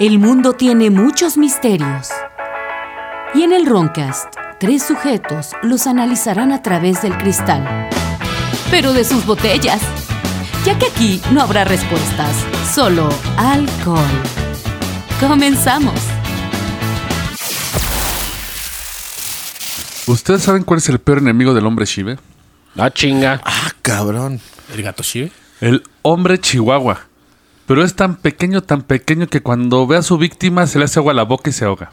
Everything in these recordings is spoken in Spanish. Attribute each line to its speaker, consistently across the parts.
Speaker 1: El mundo tiene muchos misterios. Y en el Roncast, tres sujetos los analizarán a través del cristal. Pero de sus botellas. Ya que aquí no habrá respuestas, solo alcohol. Comenzamos.
Speaker 2: ¿Ustedes saben cuál es el peor enemigo del hombre Shive?
Speaker 3: Ah, chinga.
Speaker 4: Ah, cabrón.
Speaker 5: ¿El gato Shive?
Speaker 2: El hombre chihuahua. Pero es tan pequeño, tan pequeño que cuando ve a su víctima se le hace agua a la boca y se ahoga.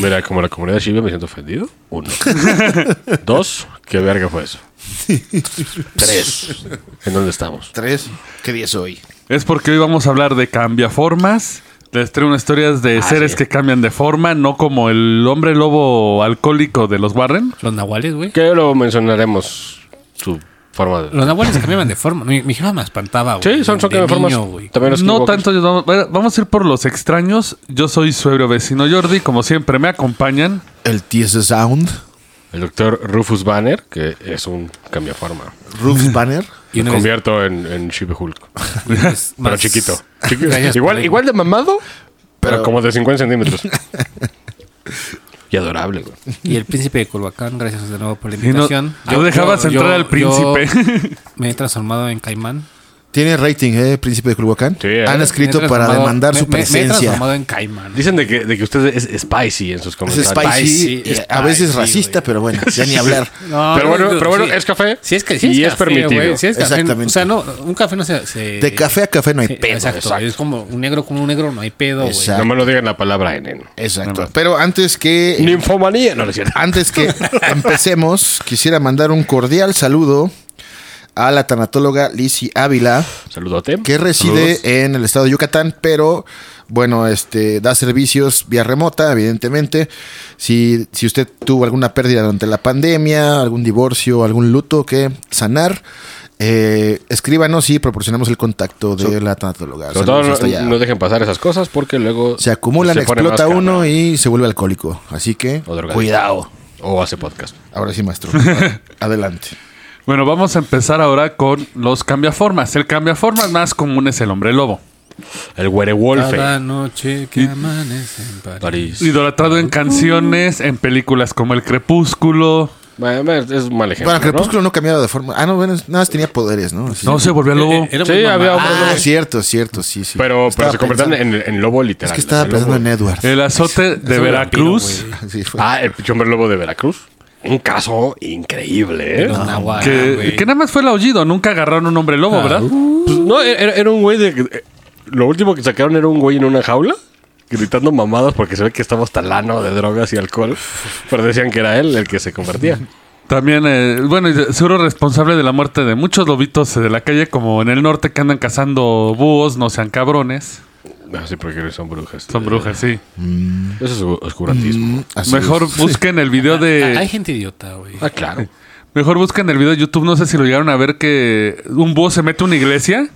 Speaker 3: Mira, como la comunidad Shiva me siento ofendido. Uno. Dos, qué verga fue eso. Tres, ¿en dónde estamos?
Speaker 4: Tres. ¿Qué día es hoy?
Speaker 2: Es porque hoy vamos a hablar de cambiaformas. Les traigo unas historias de
Speaker 3: Ah,
Speaker 2: seres
Speaker 3: sí.
Speaker 2: que cambian de forma, no como el hombre lobo alcohólico de los Warren.
Speaker 5: Los nahuales, güey.
Speaker 3: Que lo mencionaremos su forma de...
Speaker 5: Los nahuales cambiaban de forma. Mi, mi jefa me espantaba, güey.
Speaker 3: Sí, son, son
Speaker 5: de
Speaker 3: que me formas.
Speaker 5: niño, güey.
Speaker 3: También los
Speaker 2: No
Speaker 3: equivocas.
Speaker 2: tanto, yo- vamos- vamos a ir por los extraños. Yo soy su ebrio vecino Jordi, como siempre me acompañan.
Speaker 4: El TS Sound.
Speaker 3: El doctor Rufus Banner, que es un cambiaforma.
Speaker 4: Roof Banner.
Speaker 5: Y
Speaker 3: Me
Speaker 5: una vez-
Speaker 3: convierto en, en Shiva Hulk.
Speaker 5: una vez
Speaker 3: Pero
Speaker 5: más-
Speaker 3: chiquito. Chiqui-
Speaker 5: Gracias,
Speaker 3: igual,
Speaker 5: padre.
Speaker 3: igual de mamado, pero, como de 50 centímetros. y adorable, güey.
Speaker 5: Y el príncipe de Culhuacán, gracias de nuevo por la
Speaker 2: no-
Speaker 5: invitación.
Speaker 2: no dejabas entrar al príncipe.
Speaker 5: me he transformado en caimán.
Speaker 4: Tiene rating, ¿eh? Príncipe de Culhuacán.
Speaker 3: Sí, ¿eh?
Speaker 4: Han
Speaker 5: Me he
Speaker 4: escrito para
Speaker 5: transformado-
Speaker 4: demandar
Speaker 5: me-
Speaker 4: su
Speaker 5: me- Me he
Speaker 4: presencia.
Speaker 5: transformado en caimán.
Speaker 3: Dicen de que, de que usted es spicy en sus
Speaker 4: es
Speaker 3: comentarios.
Speaker 4: spicy,
Speaker 5: spicy,
Speaker 4: y a veces
Speaker 5: spicy,
Speaker 4: racista,
Speaker 5: güey.
Speaker 4: pero bueno, ya ni hablar.
Speaker 5: No,
Speaker 3: Pero bueno,
Speaker 5: no,
Speaker 3: pero bueno,
Speaker 5: sí.
Speaker 3: es café.
Speaker 5: Sí, es que sí
Speaker 3: Y es
Speaker 5: café,
Speaker 3: permitido.
Speaker 5: güey, sí es café.
Speaker 4: Exactamente.
Speaker 5: O sea, no, un café no se. se-
Speaker 4: De café a café no hay
Speaker 5: Sí,
Speaker 4: pedo.
Speaker 5: exacto,
Speaker 3: exacto.
Speaker 5: Es como un negro con un negro, no hay pedo, güey.
Speaker 4: Exacto.
Speaker 3: No me lo digan la palabra en
Speaker 4: Exacto. Pero antes
Speaker 5: Eh.
Speaker 4: que,
Speaker 3: Ninfomanía, no lo cierto.
Speaker 4: antes que empecemos, quisiera mandar un cordial saludo a la tanatóloga Lizzie Ávila.
Speaker 3: Saludote.
Speaker 4: que reside en el estado de Yucatán, pero bueno, este da servicios vía remota, evidentemente. Si, si usted tuvo alguna pérdida durante la pandemia, algún divorcio, algún luto que sanar, eh, escríbanos y proporcionamos el contacto de la tanatóloga.
Speaker 3: Sobre todo
Speaker 4: Saludos
Speaker 3: no,
Speaker 4: hasta allá.
Speaker 3: no dejen pasar esas cosas porque luego
Speaker 4: se acumulan,
Speaker 3: se pone
Speaker 4: explota
Speaker 3: más
Speaker 4: uno
Speaker 3: cabrón.
Speaker 4: y se vuelve alcohólico. Así que
Speaker 3: O drogadicto.
Speaker 4: cuidado.
Speaker 3: O hace podcast.
Speaker 4: Ahora sí, maestro. Adelante.
Speaker 2: Bueno, vamos a empezar ahora con los cambiaformas. El cambiaformas más común es el hombre lobo.
Speaker 3: El werewolf.
Speaker 5: Cada noche que amanece en París.
Speaker 3: París.
Speaker 2: Idolatrado en canciones, en películas como El Crepúsculo.
Speaker 3: Bueno, es es un mal ejemplo.
Speaker 4: Bueno,
Speaker 3: ¿no?
Speaker 4: Crepúsculo no cambiaba de forma. Ah, no, bueno, nada más tenía poderes, ¿no? Así.
Speaker 2: No se volvió lobo.
Speaker 5: Eh, Era
Speaker 3: Sí,
Speaker 5: muy mamá.
Speaker 3: había hombres
Speaker 4: Ah,
Speaker 3: lobos.
Speaker 4: cierto, cierto, sí, sí.
Speaker 3: Pero, pero
Speaker 4: Estaba
Speaker 3: se convirtieron
Speaker 4: pensando-
Speaker 3: en, en lobo literal.
Speaker 4: Es que estaba
Speaker 3: El lobo-
Speaker 4: pensando en Edward.
Speaker 2: El azote de
Speaker 5: un
Speaker 2: Veracruz.
Speaker 5: vampiro,
Speaker 4: Sí, fue.
Speaker 3: Ah, el pinche hombre lobo de Veracruz. Un caso increíble, ¿eh?
Speaker 4: Ah,
Speaker 5: Los nahuales,
Speaker 2: Que,
Speaker 5: Ah, güey. Ah, uh.
Speaker 2: que nada más fue el aullido, nunca agarraron un hombre lobo, ¿verdad?
Speaker 3: Pues no, era, era un güey de. eh, Lo último que sacaron era un güey en una jaula. Gritando mamadas porque se ve que estaba hasta lano de drogas y alcohol. Pero decían que era él el que se convertía.
Speaker 2: También, eh, bueno, y de- seguro responsable de la muerte de muchos lobitos eh, de la calle, como en el norte que andan cazando búhos, no sean cabrones.
Speaker 3: No, Ah, sí, porque son brujas.
Speaker 5: Eh,
Speaker 2: Son brujas, sí.
Speaker 3: Eso es oscurantismo.
Speaker 4: Así
Speaker 2: Mejor
Speaker 4: es.
Speaker 2: busquen el video
Speaker 5: Ah, Hay
Speaker 2: de.
Speaker 5: gente idiota, güey.
Speaker 3: Ah, claro.
Speaker 2: Mejor busquen el video de YouTube. No sé si lo llegaron a ver que un búho se mete a una iglesia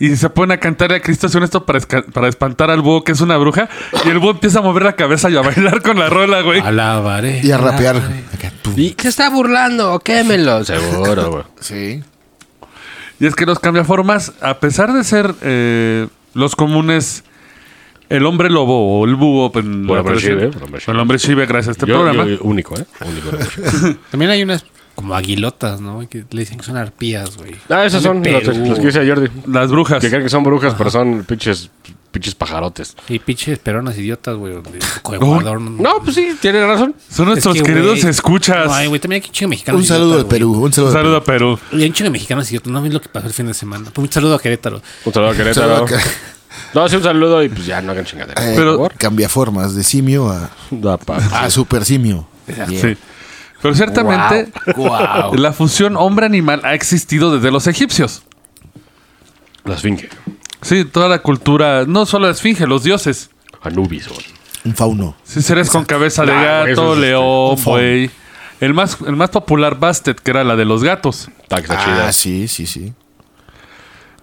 Speaker 2: y se ponen a cantarle a Cristo según esto para, esca- para espantar al búho que es una bruja. Y el búho empieza a mover la cabeza y a bailar con la rola, güey.
Speaker 5: Alabaré.
Speaker 4: Y a rapear.
Speaker 5: alabaré.
Speaker 4: Acá, pum.
Speaker 3: Y se está burlando, quémelo. Seguro, güey.
Speaker 4: Sí.
Speaker 2: Y es que los cambiaformas, a pesar de ser eh, los comunes, el hombre lobo o el búho, pues,
Speaker 3: O el hombre
Speaker 2: la traducción-
Speaker 3: Shive, o el hombre Shive.
Speaker 2: o el hombre Shive, gracias a este
Speaker 3: Yo-
Speaker 2: programa.
Speaker 3: yo- único, ¿eh? Único.
Speaker 5: También hay unas como aguilotas, ¿no? Que le dicen que son arpías, güey.
Speaker 3: ah, esos son
Speaker 5: De
Speaker 3: los,
Speaker 5: Perú.
Speaker 3: los que dice Jordi.
Speaker 2: Las brujas.
Speaker 3: Que creen que son brujas, pero son pinches, pinches pajarotes.
Speaker 5: Y pinches peronas idiotas, güey. de Ecuador,
Speaker 3: No, pues sí, tiene razón.
Speaker 2: Son
Speaker 5: Es
Speaker 2: nuestros
Speaker 5: que,
Speaker 2: queridos
Speaker 5: güey,
Speaker 2: escuchas.
Speaker 5: No, ay, güey, también hay un chingo mexicano.
Speaker 4: Un saludo
Speaker 5: idiota,
Speaker 4: al
Speaker 5: güey.
Speaker 4: Perú. Un saludo.
Speaker 2: Un
Speaker 4: al
Speaker 2: saludo a Perú.
Speaker 5: Y hay un chingo de mexicanos idiotas. No ves lo que pasó el fin de semana. Pues, Un saludo a Querétaro.
Speaker 3: Un saludo a
Speaker 4: Perú. Un
Speaker 3: Querétaro.
Speaker 4: saludo a-
Speaker 3: No, sí, un saludo y pues ya no hagan chingadera.
Speaker 4: Eh,
Speaker 2: Pero-
Speaker 4: cambia formas de simio a, a super simio.
Speaker 2: Sí. Pero ciertamente, la fusión hombre-animal ha existido desde los egipcios.
Speaker 3: La esfinge.
Speaker 2: Sí, toda la cultura, no solo la esfinge, los dioses.
Speaker 3: Anubis.
Speaker 4: Un fauno.
Speaker 2: Sí, seres con cabeza de
Speaker 3: Ah, güey,
Speaker 2: gato,
Speaker 3: eso es, este,
Speaker 2: león,
Speaker 4: un faun.
Speaker 2: buey. El más, el más popular, Bastet, que era la de los gatos.
Speaker 3: Está, está
Speaker 4: Ah,
Speaker 3: chida.
Speaker 4: sí, sí, sí.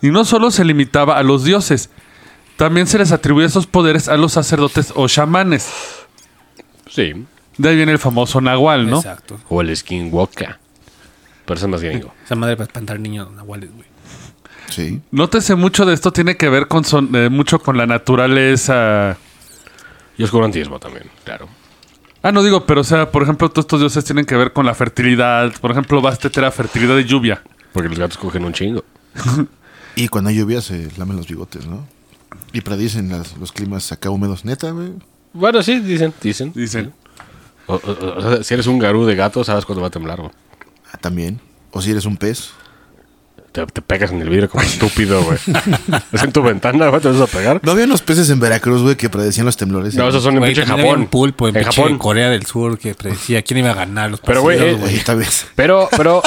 Speaker 2: Y no solo se limitaba a los dioses, también se les atribuía esos poderes a los sacerdotes o chamanes.
Speaker 3: Sí.
Speaker 2: De ahí viene el famoso nahual, ¿no?
Speaker 5: Exacto.
Speaker 3: O el skinwalker. Pero ese es más gringo.
Speaker 5: Esa madre para espantar niños nahuales, güey.
Speaker 4: Sí.
Speaker 2: Nótese mucho de esto tiene que ver con son- eh, mucho con la naturaleza.
Speaker 3: Y oscurantismo también, claro.
Speaker 2: Ah, no digo, pero o sea, por ejemplo, todos estos dioses tienen que ver con la fertilidad. Por ejemplo, Bastet era fertilidad de lluvia.
Speaker 3: Porque los gatos cogen un chingo.
Speaker 4: Y cuando hay lluvia se lamen los bigotes, ¿no? Y predicen las- los climas acá húmedos. Neta, güey.
Speaker 3: Bueno, sí, dicen, dicen.
Speaker 2: Dicen.
Speaker 3: O- o- o sea, si eres un garú de gato, sabes cuándo va a temblar, güey.
Speaker 4: Ah, también. O si eres un pez.
Speaker 3: Te, te pegas en el vidrio como estúpido, güey. es en tu ventana, güey, te vas a pegar.
Speaker 4: ¿No había unos peces en Veracruz, güey, que predecían los temblores?
Speaker 3: No, esos son en
Speaker 5: Güey,
Speaker 3: pinche
Speaker 5: también había
Speaker 3: Japón.
Speaker 5: un pulpo en,
Speaker 3: en
Speaker 5: pinche
Speaker 3: Japón.
Speaker 5: Corea del Sur que predecía quién iba a ganar los
Speaker 3: Pero, güey,
Speaker 5: partidos,
Speaker 3: eh,
Speaker 4: Güey, tal vez.
Speaker 3: Pero, pero,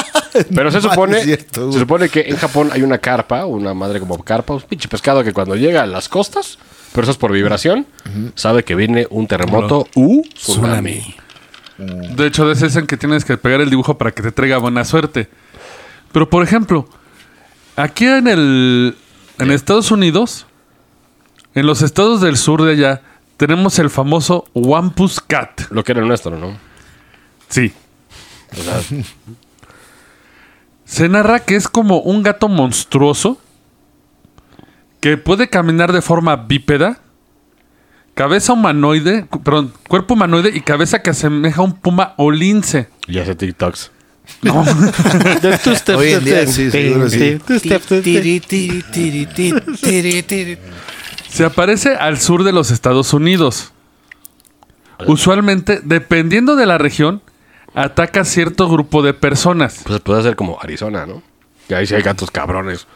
Speaker 3: pero se
Speaker 4: No, no es
Speaker 3: supone,
Speaker 4: cierto, güey.
Speaker 3: se supone que en Japón hay una carpa, una madre como carpa, un pinche pescado que cuando llega a las costas, pero eso es por vibración, sabe que viene un terremoto u tsunami.
Speaker 5: Tsunami.
Speaker 2: De hecho, a veces dicen que tienes que pegar el dibujo para que te traiga buena suerte. Pero, por ejemplo, aquí en el. En Estados Unidos, en los estados del sur de allá, tenemos el famoso Wampus Cat.
Speaker 3: Lo que era el nuestro, ¿no?
Speaker 2: Sí.
Speaker 3: O sea,
Speaker 2: Se narra que es como un gato monstruoso que puede caminar de forma bípeda, cabeza humanoide, cu- perdón, cuerpo humanoide y cabeza que asemeja a un puma o lince.
Speaker 3: ya hace TikToks.
Speaker 2: No.
Speaker 4: Hoy en día, sí, seguro sí.
Speaker 3: Este,
Speaker 5: Tiri, tiri, tiri, tiri, tiri, tiri.
Speaker 2: Se aparece al sur de los Estados Unidos. Usualmente, dependiendo de la región, ataca a cierto grupo de personas.
Speaker 3: Pues puede ser como Arizona, ¿no? Que ahí sí hay gatos cabrones.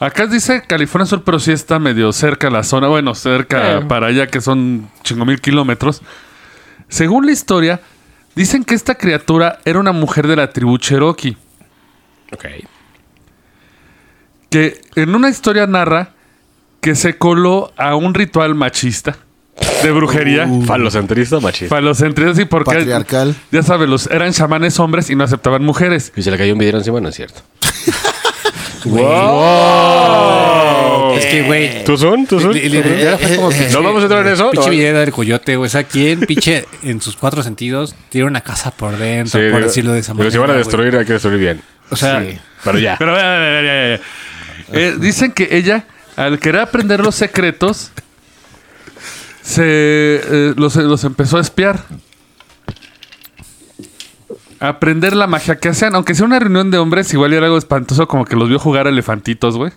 Speaker 2: Acá dice California Sur, pero sí está medio cerca la zona. Bueno, cerca
Speaker 3: Eh.
Speaker 2: para allá que son chingo mil kilómetros. Según la historia, dicen que esta criatura era una mujer de la tribu Cherokee.
Speaker 3: Ok.
Speaker 2: que en una historia narra que se coló a un ritual machista de brujería.
Speaker 3: Uh. Falocentrista machista.
Speaker 2: Falocentrista y porque
Speaker 4: Patriarcal.
Speaker 2: ya sabes, los eran chamanes hombres y no aceptaban mujeres.
Speaker 3: Y se le cayó un video encima, no es cierto.
Speaker 5: Es que, güey.
Speaker 3: ¿Tú son? ¿Tú son?
Speaker 5: li- li- literal fue como pinche-
Speaker 3: ¿No vamos a entrar en eso?
Speaker 5: Pinche
Speaker 3: No.
Speaker 5: video del coyote, güey. O sea, ¿quién, pinche, en sus cuatro sentidos, tiene una casa por dentro, por
Speaker 3: digo,
Speaker 5: decirlo de esa manera?
Speaker 3: Pero si van a
Speaker 5: güey?
Speaker 3: destruir, hay que destruir bien.
Speaker 5: O sea,
Speaker 3: Pero ya.
Speaker 2: Pero ya, ya, ya, ya, ya. Eh, dicen que ella, al querer aprender los secretos, se eh, los, los empezó a espiar. Aprender la magia que hacían, aunque sea una reunión de hombres, igual era algo espantoso, como que los vio jugar a elefantitos, güey.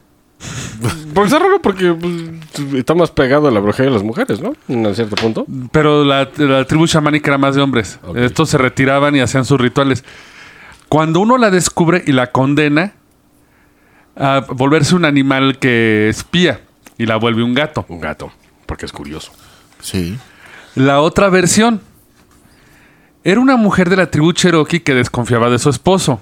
Speaker 3: Pues es raro porque pues, está más pegado a la brujería de las mujeres, ¿no? En cierto punto.
Speaker 2: Pero la, la tribu chamánica era más de hombres.
Speaker 3: Ok.
Speaker 2: Estos se retiraban y hacían sus rituales. Cuando uno la descubre y la condena a volverse un animal que espía y la vuelve un gato.
Speaker 3: Un gato, porque es curioso.
Speaker 4: Sí.
Speaker 2: La otra versión era una mujer de la tribu Cherokee que desconfiaba de su esposo.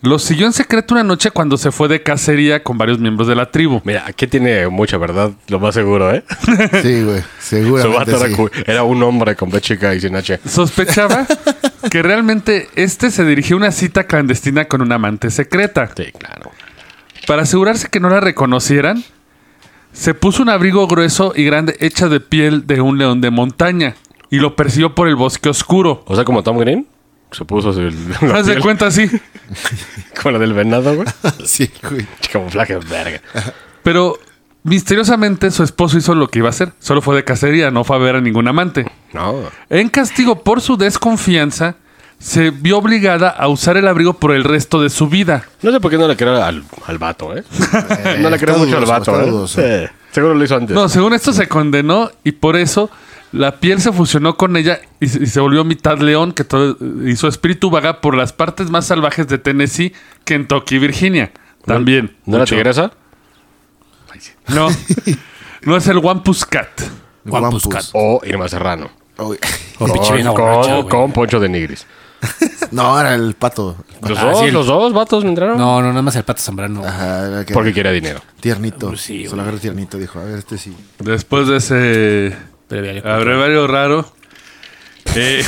Speaker 2: Lo siguió en secreto una noche cuando se fue de cacería con varios miembros de la tribu.
Speaker 3: Mira, aquí tiene mucha verdad, lo más seguro, ¿eh?
Speaker 4: Sí, güey.
Speaker 3: Su vato
Speaker 4: Seguramente
Speaker 3: era,
Speaker 4: sí.
Speaker 3: cu- era un hombre con B chica y sin H.
Speaker 2: Sospechaba que realmente este se dirigió a una cita clandestina con una amante secreta.
Speaker 3: Sí, claro.
Speaker 2: Para asegurarse que no la reconocieran, se puso un abrigo grueso y grande hecha de piel de un león de montaña y lo persiguió por el bosque oscuro.
Speaker 3: O sea, como Tom Green, se puso su- la
Speaker 2: Haz de
Speaker 3: piel
Speaker 2: cuenta así.
Speaker 3: con la del venado, güey.
Speaker 4: Sí, güey.
Speaker 3: Camuflaje, verga.
Speaker 2: Pero misteriosamente su esposo hizo lo que iba a hacer. Solo fue de cacería, no fue a ver a ningún amante.
Speaker 3: No.
Speaker 2: En castigo por su desconfianza, se vio obligada a usar el abrigo por el resto de su vida.
Speaker 3: No sé por qué no le creo al, al vato, ¿eh? no le
Speaker 4: está
Speaker 3: creo mucho al
Speaker 4: dudoso,
Speaker 3: vato,
Speaker 4: está
Speaker 3: ¿eh?
Speaker 4: dudoso.
Speaker 3: Eh, Seguro lo hizo antes.
Speaker 2: No, según esto se condenó y por eso la piel se fusionó con ella y, se- y se volvió mitad león que todo- y su espíritu vaga por las partes más salvajes de Tennessee, Kentucky y Virginia. También.
Speaker 3: ¿No era
Speaker 2: Mucho.
Speaker 3: tigresa?
Speaker 2: No. No es el Wampus Cat.
Speaker 5: Guampus Cat.
Speaker 3: O Irma Serrano.
Speaker 4: Uy.
Speaker 5: O pinche vieja borracha,
Speaker 3: Con,
Speaker 5: güey.
Speaker 3: con Poncho de Nigris.
Speaker 4: No, era el pato.
Speaker 3: Los
Speaker 5: Ah,
Speaker 3: dos,
Speaker 5: sí, el-
Speaker 3: los dos vatos me entraron.
Speaker 5: No, no, nada más el pato Zambrano.
Speaker 4: Ajá, era que-
Speaker 3: Porque quiere dinero.
Speaker 4: Tiernito.
Speaker 5: Pues sí,
Speaker 4: Se lo agarró tiernito, dijo. A ver, este sí.
Speaker 2: Después de ese
Speaker 5: Pero ya-
Speaker 2: abreviario raro. eh,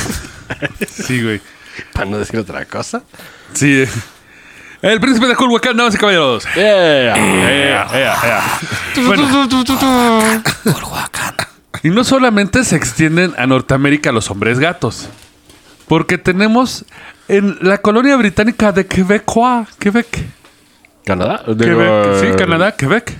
Speaker 2: sí, güey.
Speaker 3: Para no decir otra cosa.
Speaker 2: Sí. eh. El príncipe de Culhuacán, damas y caballeros. Bueno. Y no solamente se extienden a Norteamérica los hombres gatos, porque tenemos en la colonia británica de Quebecois, Quebec,
Speaker 3: ¿Canadá? Digo,
Speaker 2: Quebec. Sí,
Speaker 3: eh,
Speaker 2: Canadá, Quebec.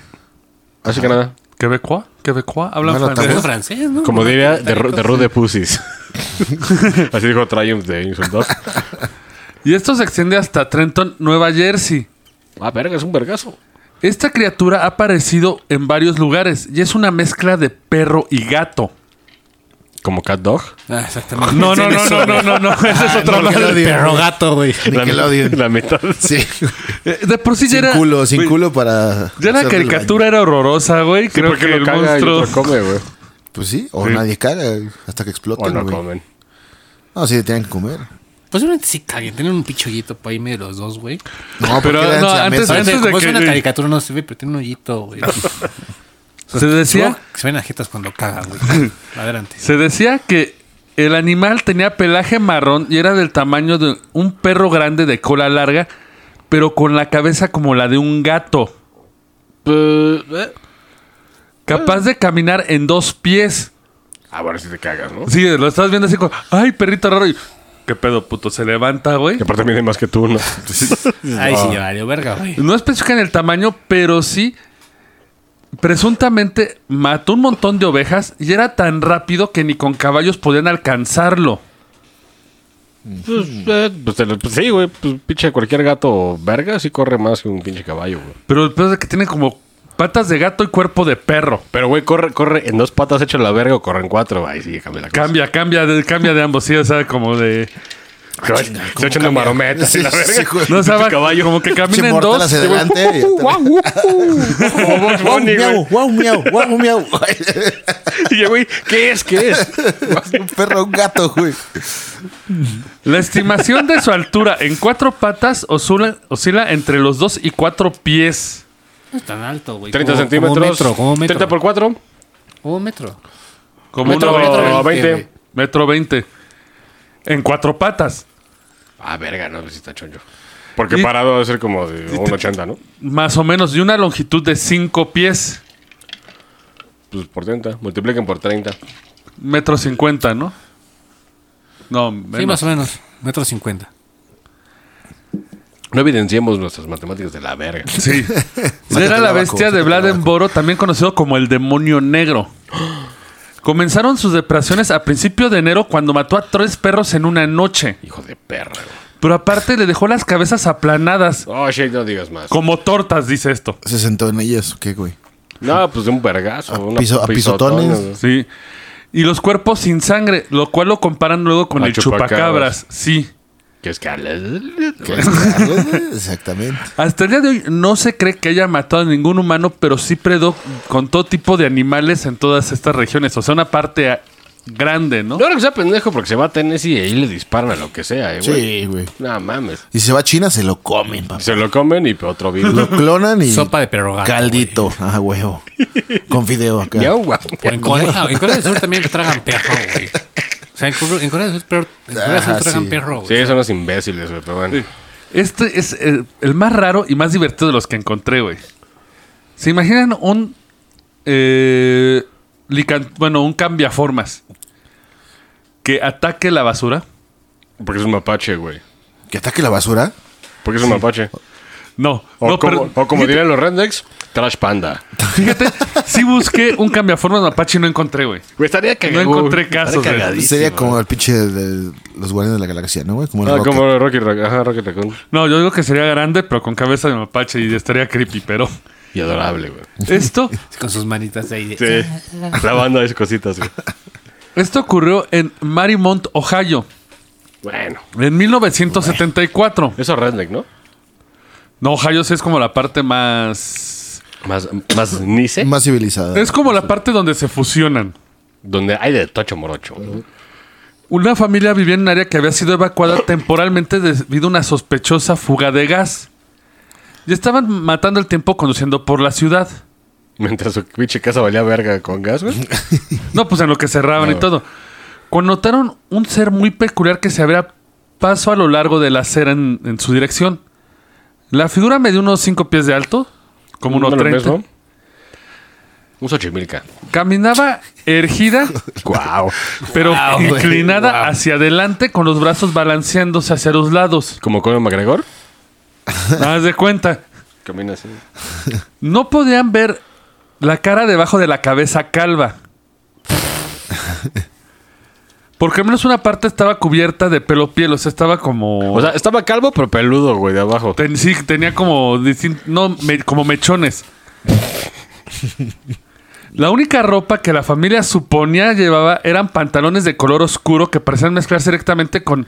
Speaker 3: Ah, sí, Canadá.
Speaker 2: Quebecois, quebecois, hablan
Speaker 4: No era tan
Speaker 5: Es
Speaker 2: francés.
Speaker 5: francés, ¿no?
Speaker 3: Como diría, de, Ru- de Rude de Pussies. Así dijo Triumph de Insult Dog.
Speaker 2: Y esto se extiende hasta Trenton, Nueva Jersey.
Speaker 3: Ah, verga, es un vergazo.
Speaker 2: Esta criatura ha aparecido en varios lugares y es una mezcla de perro y gato.
Speaker 3: Como Cat Dog.
Speaker 5: Ah, exactamente.
Speaker 2: No, no, no, no, no, no, no, ese es otro
Speaker 4: no, que
Speaker 2: lado.
Speaker 4: lo diga.
Speaker 5: Ah, Perro gato, güey.
Speaker 4: Nickelodeon.
Speaker 3: La mitad.
Speaker 4: Sí.
Speaker 2: Eh, De por sí ya
Speaker 4: Sin
Speaker 2: era.
Speaker 4: culo, sin
Speaker 2: güey,
Speaker 4: culo para.
Speaker 2: Ya la
Speaker 4: hacerle el
Speaker 2: caricatura era horrorosa, güey. Creo
Speaker 3: porque
Speaker 2: que
Speaker 3: lo
Speaker 2: el
Speaker 3: caga y
Speaker 2: monstruo.
Speaker 3: otro come, güey.
Speaker 4: baño. Pues sí, o nadie caga hasta que exploten.
Speaker 3: O no
Speaker 4: güey.
Speaker 3: comen.
Speaker 4: No, sí, tienen que comer.
Speaker 5: Posiblemente sí caguen. Tienen un pinche hoyito por ahí medio los dos, güey.
Speaker 4: No,
Speaker 2: Pero,
Speaker 4: pero
Speaker 2: no, antes-
Speaker 5: Parece-
Speaker 2: de
Speaker 5: Como es
Speaker 2: que-
Speaker 5: una caricatura, no se ve, pero tiene un hoyito, güey.
Speaker 2: Se decía,
Speaker 5: Se ven ajetas cuando cagan, güey. Adelante.
Speaker 2: se decía que el animal tenía pelaje marrón y era del tamaño de un perro grande de cola larga, pero con la cabeza como la de un gato. Pues, eh. Capaz de caminar en dos pies.
Speaker 3: Ah, bueno, si te cagas, ¿no?
Speaker 2: Sí, lo estás viendo así como, ay, perrito raro. Y, ¿Qué pedo, puto? Se levanta, güey.
Speaker 3: Que aparte mide más que tú, ¿no? Ah.
Speaker 5: Ay, sí, ya valió verga, güey.
Speaker 2: No especifican el tamaño, pero sí. Presuntamente mató un montón de ovejas y era tan rápido que ni con caballos podían alcanzarlo.
Speaker 3: Pues, eh, pues, te lo- pues sí, güey. Pues pinche cualquier gato verga sí corre más que un pinche caballo, güey.
Speaker 2: Pero el pedo es que tiene como patas de gato y cuerpo de perro.
Speaker 3: Pero, güey, corre, corre en dos patas hecho la verga o corre en cuatro. Ahí sí, cambia la cosa.
Speaker 2: Cambia, cambia, de, cambia de ambos, sí, o sea, como de.
Speaker 3: Se va- se va echando marometas y la verga.
Speaker 2: No, o sea, va-
Speaker 3: caballo.
Speaker 2: como que camina
Speaker 4: Pinche
Speaker 2: en
Speaker 4: mortal
Speaker 2: dos.
Speaker 4: hacia adelante.
Speaker 3: Guau, guau, Como Bugs
Speaker 4: Wow,
Speaker 3: Bunny, güey.
Speaker 4: miau, wow, miau, wow, miau.
Speaker 3: Y yo, güey, ¿qué es? ¿Qué es?
Speaker 4: Un perro, un gato, güey.
Speaker 2: La estimación de su altura en cuatro patas oscila, oscila entre los dos y cuatro pies.
Speaker 5: No es tan alto, güey.
Speaker 3: 30
Speaker 5: Como-
Speaker 3: centímetros.
Speaker 5: Como un metro, como un metro.
Speaker 3: 30 por 4.
Speaker 5: Como un metro.
Speaker 2: Como
Speaker 3: Metro,
Speaker 2: una
Speaker 3: metro,
Speaker 2: metro,
Speaker 3: 20.
Speaker 5: güey.
Speaker 2: veinte. En cuatro patas.
Speaker 3: Ah, verga, no, si está choncho. Porque
Speaker 2: Y-
Speaker 3: parado debe ser como de un 80, ¿no?
Speaker 2: Más o menos, y una longitud de cinco pies.
Speaker 3: Pues por 30. Multipliquen por 30.
Speaker 2: Metro cincuenta, ¿no? No,
Speaker 5: Sí,
Speaker 2: menos.
Speaker 5: más o menos. Metro cincuenta.
Speaker 3: No evidenciemos nuestras matemáticas de la verga.
Speaker 2: Sí. Era la
Speaker 4: Sácatela abajo,
Speaker 2: bestia de
Speaker 4: sácatela
Speaker 2: Vladenboro, también conocido como el demonio negro. Comenzaron sus depresiones a principio de enero cuando mató a tres perros en una noche.
Speaker 3: Hijo de perra, güey.
Speaker 2: Pero aparte le dejó las cabezas aplanadas.
Speaker 3: Oh, shit, no digas más.
Speaker 2: Como tortas, dice esto.
Speaker 4: Se sentó en ellas, ¿o ¿qué, güey?
Speaker 3: No, pues de un vergazo. una
Speaker 4: piso- a
Speaker 3: pisotona,
Speaker 4: pisotones.
Speaker 3: güey.
Speaker 2: Sí. Y los cuerpos sin sangre, lo cual lo comparan luego con
Speaker 3: Al
Speaker 2: el chupacabras.
Speaker 3: chupacabras.
Speaker 2: Sí.
Speaker 3: Que es que...
Speaker 4: Exactamente.
Speaker 2: Hasta el día de hoy no se cree que haya matado a ningún humano, pero sí predó con todo tipo de animales en todas estas regiones. O sea, una parte ah, grande, ¿no?
Speaker 3: No creo que sea pendejo porque se va a Tennessee y ahí le disparan a lo que sea, eh, güey.
Speaker 4: Sí, güey.
Speaker 3: No mames.
Speaker 4: Y si se va a China, se lo comen, papá.
Speaker 3: Se lo comen y otro virus.
Speaker 4: Lo clonan y.
Speaker 5: Sopa de perro gato.
Speaker 4: Caldito. Ah, huevo. Con fideo acá.
Speaker 3: Ya, güey.
Speaker 5: O en Corea, en Corea del Sur también tragan perro, güey. O sea, en Cor- en Corea del Sur, peor- en Corea del Sur
Speaker 4: Ah,
Speaker 5: tragan
Speaker 4: sí.
Speaker 5: perro,
Speaker 3: Sí,
Speaker 5: güey.
Speaker 3: son los imbéciles, güey, pero bueno.
Speaker 2: Este es el, el más raro y más divertido de los que encontré, güey. ¿Se imaginan un. eh, lican- bueno, un cambiaformas que ataque la basura?
Speaker 3: Porque es un mapache, güey.
Speaker 4: Que ataque la basura.
Speaker 3: Porque es un mapache.
Speaker 2: No,
Speaker 3: O
Speaker 2: no,
Speaker 3: como,
Speaker 2: pero.
Speaker 3: o como dirían los Rendex, Trash Panda.
Speaker 2: Fíjate, si busqué un cambiaformas mapache y no encontré, güey.
Speaker 3: Güey, estaría
Speaker 2: No
Speaker 3: cagado.
Speaker 2: encontré
Speaker 3: Estaría
Speaker 2: casos, güey.
Speaker 3: cagadísimo.
Speaker 4: Sería como el pinche de los guardianes de la galaxia, ¿no, güey? Como el
Speaker 3: Ah,
Speaker 4: Rocket.
Speaker 3: como Rocky Raccoon. Ajá, Rocky Raccoon.
Speaker 2: No, yo digo que sería grande, pero con cabeza de mapache y estaría creepy, pero.
Speaker 3: Y adorable, güey.
Speaker 2: Esto,
Speaker 5: Con sus manitas ahí. de-
Speaker 3: Sí. Lavando esas cositas, güey.
Speaker 2: esto ocurrió en Marymount, Ohio,
Speaker 3: Bueno.
Speaker 2: en 1974.
Speaker 3: Eso es Redneck, ¿no?
Speaker 2: No, Ohio sí es como la parte más.
Speaker 3: Más, más Nice.
Speaker 4: ¿Eh? Más civilizada.
Speaker 2: Es como la parte donde se fusionan.
Speaker 3: Donde hay de tocho morocho.
Speaker 2: Una familia vivía en un área que había sido evacuada temporalmente debido a una sospechosa fuga de gas. Y estaban matando el tiempo conduciendo por la ciudad.
Speaker 3: Mientras su pinche casa valía verga con gas, güey.
Speaker 2: No, pues en lo que cerraban y todo. Cuando notaron un ser muy peculiar que se abría paso a lo largo de la acera en, en su dirección. La figura medía unos 5 pies de alto, como unos
Speaker 3: ¿No lo ves,
Speaker 2: 30.
Speaker 3: no? Un Xochimilca.
Speaker 2: Caminaba ergida,
Speaker 3: Guau.
Speaker 2: pero
Speaker 3: Ah,
Speaker 5: Wow, güey,
Speaker 2: inclinada
Speaker 5: wow.
Speaker 2: hacia adelante con los brazos balanceándose hacia los lados.
Speaker 3: Como Conor McGregor.
Speaker 2: Haz de cuenta.
Speaker 3: Camina así.
Speaker 2: No podían ver la cara debajo de la cabeza calva. Porque al menos una parte estaba cubierta de pelo piel, o sea, estaba como...
Speaker 3: O sea, estaba calvo pero peludo, güey, de abajo.
Speaker 2: Ten- sí, tenía como distin- no, me- como mechones. La única ropa que la familia suponía llevaba eran pantalones de color oscuro que parecían mezclarse directamente con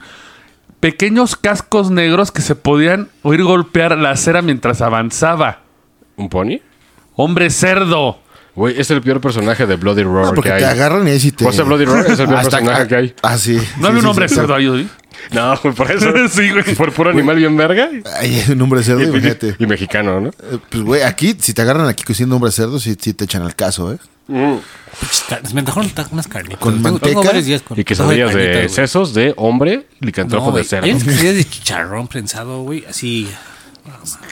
Speaker 2: pequeños cascos negros que se podían oír golpear la acera mientras avanzaba.
Speaker 3: ¿Un pony?
Speaker 2: ¡Hombre cerdo!
Speaker 3: Güey, es el peor personaje de Bloody Roar
Speaker 4: No, Ah, porque
Speaker 3: que hay.
Speaker 4: te agarran y ahí sí te.
Speaker 3: José Bloody Roar es el peor personaje que hay.
Speaker 4: Ah, sí. Sí,
Speaker 2: No había
Speaker 4: sí,
Speaker 2: un hombre
Speaker 4: sí,
Speaker 2: cerdo ahí, ¿eh?
Speaker 3: No, güey, por eso.
Speaker 2: Sí, güey.
Speaker 3: Por puro animal bien verga.
Speaker 4: Ay, un hombre cerdo, imagínate.
Speaker 3: Y mexicano, ¿no?
Speaker 4: Eh, Pues, güey, aquí, si te agarran aquí cociendo hombre cerdo, sí, sí te echan al caso, ¿eh?
Speaker 5: Puchita, Me dejaron ta- unas carnitas.
Speaker 4: ¿Con
Speaker 5: Tengo- tengo
Speaker 4: manteca?
Speaker 5: varios días con-
Speaker 3: Y
Speaker 5: Ay,
Speaker 3: quesadillas
Speaker 5: carnitas,
Speaker 3: de
Speaker 5: güey.
Speaker 3: sesos de hombre y
Speaker 5: No,
Speaker 3: cantrojo
Speaker 5: güey,
Speaker 3: de cerdo.
Speaker 5: Hay unas quesadillas de chicharrón prensado, güey, así.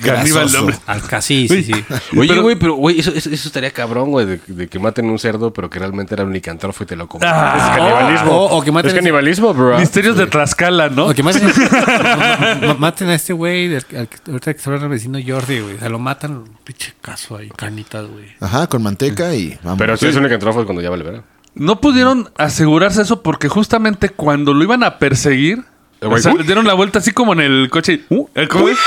Speaker 2: Caníbal de hombre.
Speaker 5: al casi, sí, sí.
Speaker 3: Oye, güey, pero güey, eso, eso, eso estaría cabrón, güey, de, de que maten un cerdo, pero que realmente era un licantrofo y te lo coman.
Speaker 2: Ah,
Speaker 3: es canibalismo.
Speaker 5: o- o que maten
Speaker 3: es canibalismo,
Speaker 4: Ah,
Speaker 3: bro.
Speaker 2: Misterios de Tlaxcala, ¿no?
Speaker 5: O que maten, ma- maten a este güey, del- al que- ahorita que se habla el vecino Jordi, güey. O sea, lo matan, pinche caso ahí, carnitas, güey.
Speaker 4: Ajá, con manteca y vamos.
Speaker 3: Pero si es un licantrofo es cuando ya vale verga.
Speaker 2: No pudieron asegurarse eso porque justamente cuando lo iban a perseguir,
Speaker 3: El güey,
Speaker 2: o sea,
Speaker 3: ¡uh!
Speaker 2: le dieron la vuelta así como en el coche. y, "Uh", ¿eh, cómo es?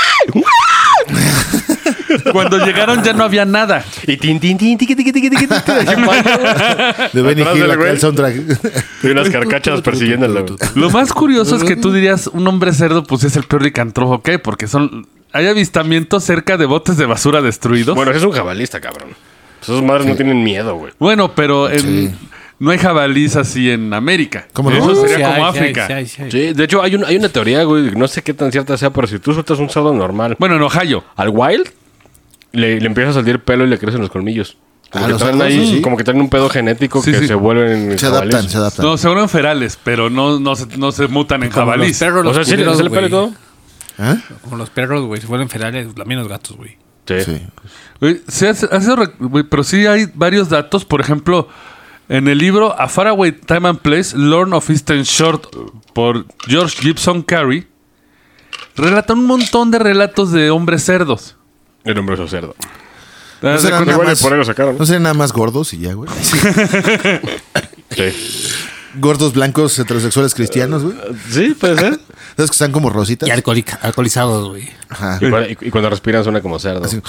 Speaker 2: cuando llegaron ya no había nada.
Speaker 3: Y tin, tin, tin, tiqui, tiqui, tiqui, tiqui, tiqui, tiqui,
Speaker 4: De Benny
Speaker 3: Atrás
Speaker 4: Hill,
Speaker 3: del
Speaker 4: acá
Speaker 3: güey.
Speaker 4: el soundtrack.
Speaker 3: Y unas carcachas persiguiéndolo. güey.
Speaker 2: Lo más curioso es que tú dirías un hombre cerdo pues es el peor licantrojo que hay porque son hay avistamientos cerca de botes de basura destruidos. Bueno,
Speaker 3: Bueno, es un jabalista, cabrón. Esos madres no tienen miedo, güey.
Speaker 2: pero en- no hay jabalís así en América.
Speaker 4: ¿Cómo no?
Speaker 2: Eso sería
Speaker 5: Sí
Speaker 2: como
Speaker 5: hay, sí hay,
Speaker 2: África.
Speaker 5: sí hay, sí hay.
Speaker 3: Sí, de hecho, hay, un- hay una teoría, güey, no sé qué tan cierta sea, pero si tú sueltas un cerdo normal
Speaker 2: Bueno, en Ohio.
Speaker 3: al wild, le, le empieza a salir pelo y le crecen los colmillos. Como,
Speaker 4: Ah,
Speaker 3: que,
Speaker 4: los
Speaker 3: traen
Speaker 4: cerdos,
Speaker 3: ahí-
Speaker 4: sí, sí.
Speaker 3: como que traen un pedo genético
Speaker 2: Sí,
Speaker 3: que
Speaker 2: sí.
Speaker 3: se vuelven
Speaker 4: Se adaptan,
Speaker 3: jabalíes.
Speaker 4: se adaptan.
Speaker 2: No, seguro en ferales, pero no, no, se, no se mutan en
Speaker 5: Como
Speaker 2: jabalís.
Speaker 5: los perros,
Speaker 3: O
Speaker 5: los
Speaker 3: sea, sí, le
Speaker 5: culeros,
Speaker 3: sale pelo y
Speaker 5: güey.
Speaker 3: todo.
Speaker 4: ¿Eh?
Speaker 5: Como los perros, güey, se vuelven ferales, la menos gatos, güey.
Speaker 2: Eh,
Speaker 3: Sí.
Speaker 4: Sí.
Speaker 2: Güey, se hace- hace re- güey, pero sí hay varios datos. Por ejemplo, en el libro A Faraway Time and Place, Learn of Eastern Short por George Gibson Carey, relata un montón de relatos de hombres cerdos.
Speaker 3: El hombre es un cerdo.
Speaker 2: ¿Te das
Speaker 4: será
Speaker 2: de cuenta?
Speaker 3: Igual y por ahí lo sacaron.
Speaker 4: no serían nada más gordos y ya, güey.
Speaker 3: Sí.
Speaker 4: Gordos blancos heterosexuales cristianos, güey.
Speaker 3: Sí, puede ser.
Speaker 4: ¿Sabes que están como rositas?
Speaker 5: Y alcoholica- alcoholizados, güey.
Speaker 4: Ajá.
Speaker 3: Y, cuando- y- y cuando respiran suena como cerdo.
Speaker 4: Así.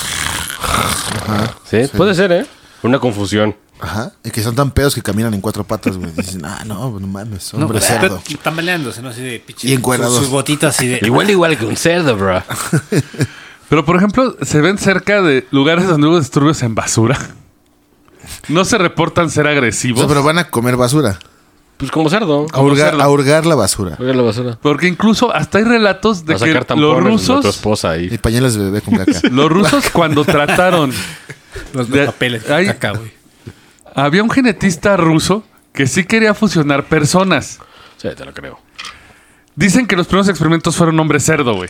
Speaker 3: Sí, puede ser, ¿eh? Una confusión.
Speaker 4: Ajá. Y que son tan pedos que caminan en cuatro patas, güey. Dicen, ah, no, no mames, hombre
Speaker 5: está-
Speaker 4: cerdo.
Speaker 5: está Tambaleándose, ¿no? Así de pinche.
Speaker 4: Y encuerados.
Speaker 5: Sus, sus botitas así de.
Speaker 3: Igual, igual que un cerdo, bro.
Speaker 2: Pero, por ejemplo, se ven cerca de lugares donde hubo disturbios en basura. No se reportan ser
Speaker 4: O sea,
Speaker 2: agresivos.
Speaker 4: pero van a comer basura.
Speaker 3: Pues como cerdo.
Speaker 4: A hurgar,
Speaker 2: cerdo.
Speaker 4: a hurgar la basura.
Speaker 3: Oiga la basura.
Speaker 2: Porque incluso hasta hay relatos de
Speaker 3: Va a sacar
Speaker 2: que los
Speaker 3: tampones de tu
Speaker 2: rusos...
Speaker 3: esposa ahí.
Speaker 4: Y pañales de bebé con caca.
Speaker 2: Los rusos cuando trataron,
Speaker 5: Los, los
Speaker 2: de-
Speaker 5: papeles.
Speaker 2: hay-
Speaker 5: Acá, güey.
Speaker 2: había un genetista ruso que sí quería fusionar personas.
Speaker 3: Sí, te lo creo.
Speaker 2: Dicen que los primeros experimentos fueron hombre cerdo, güey.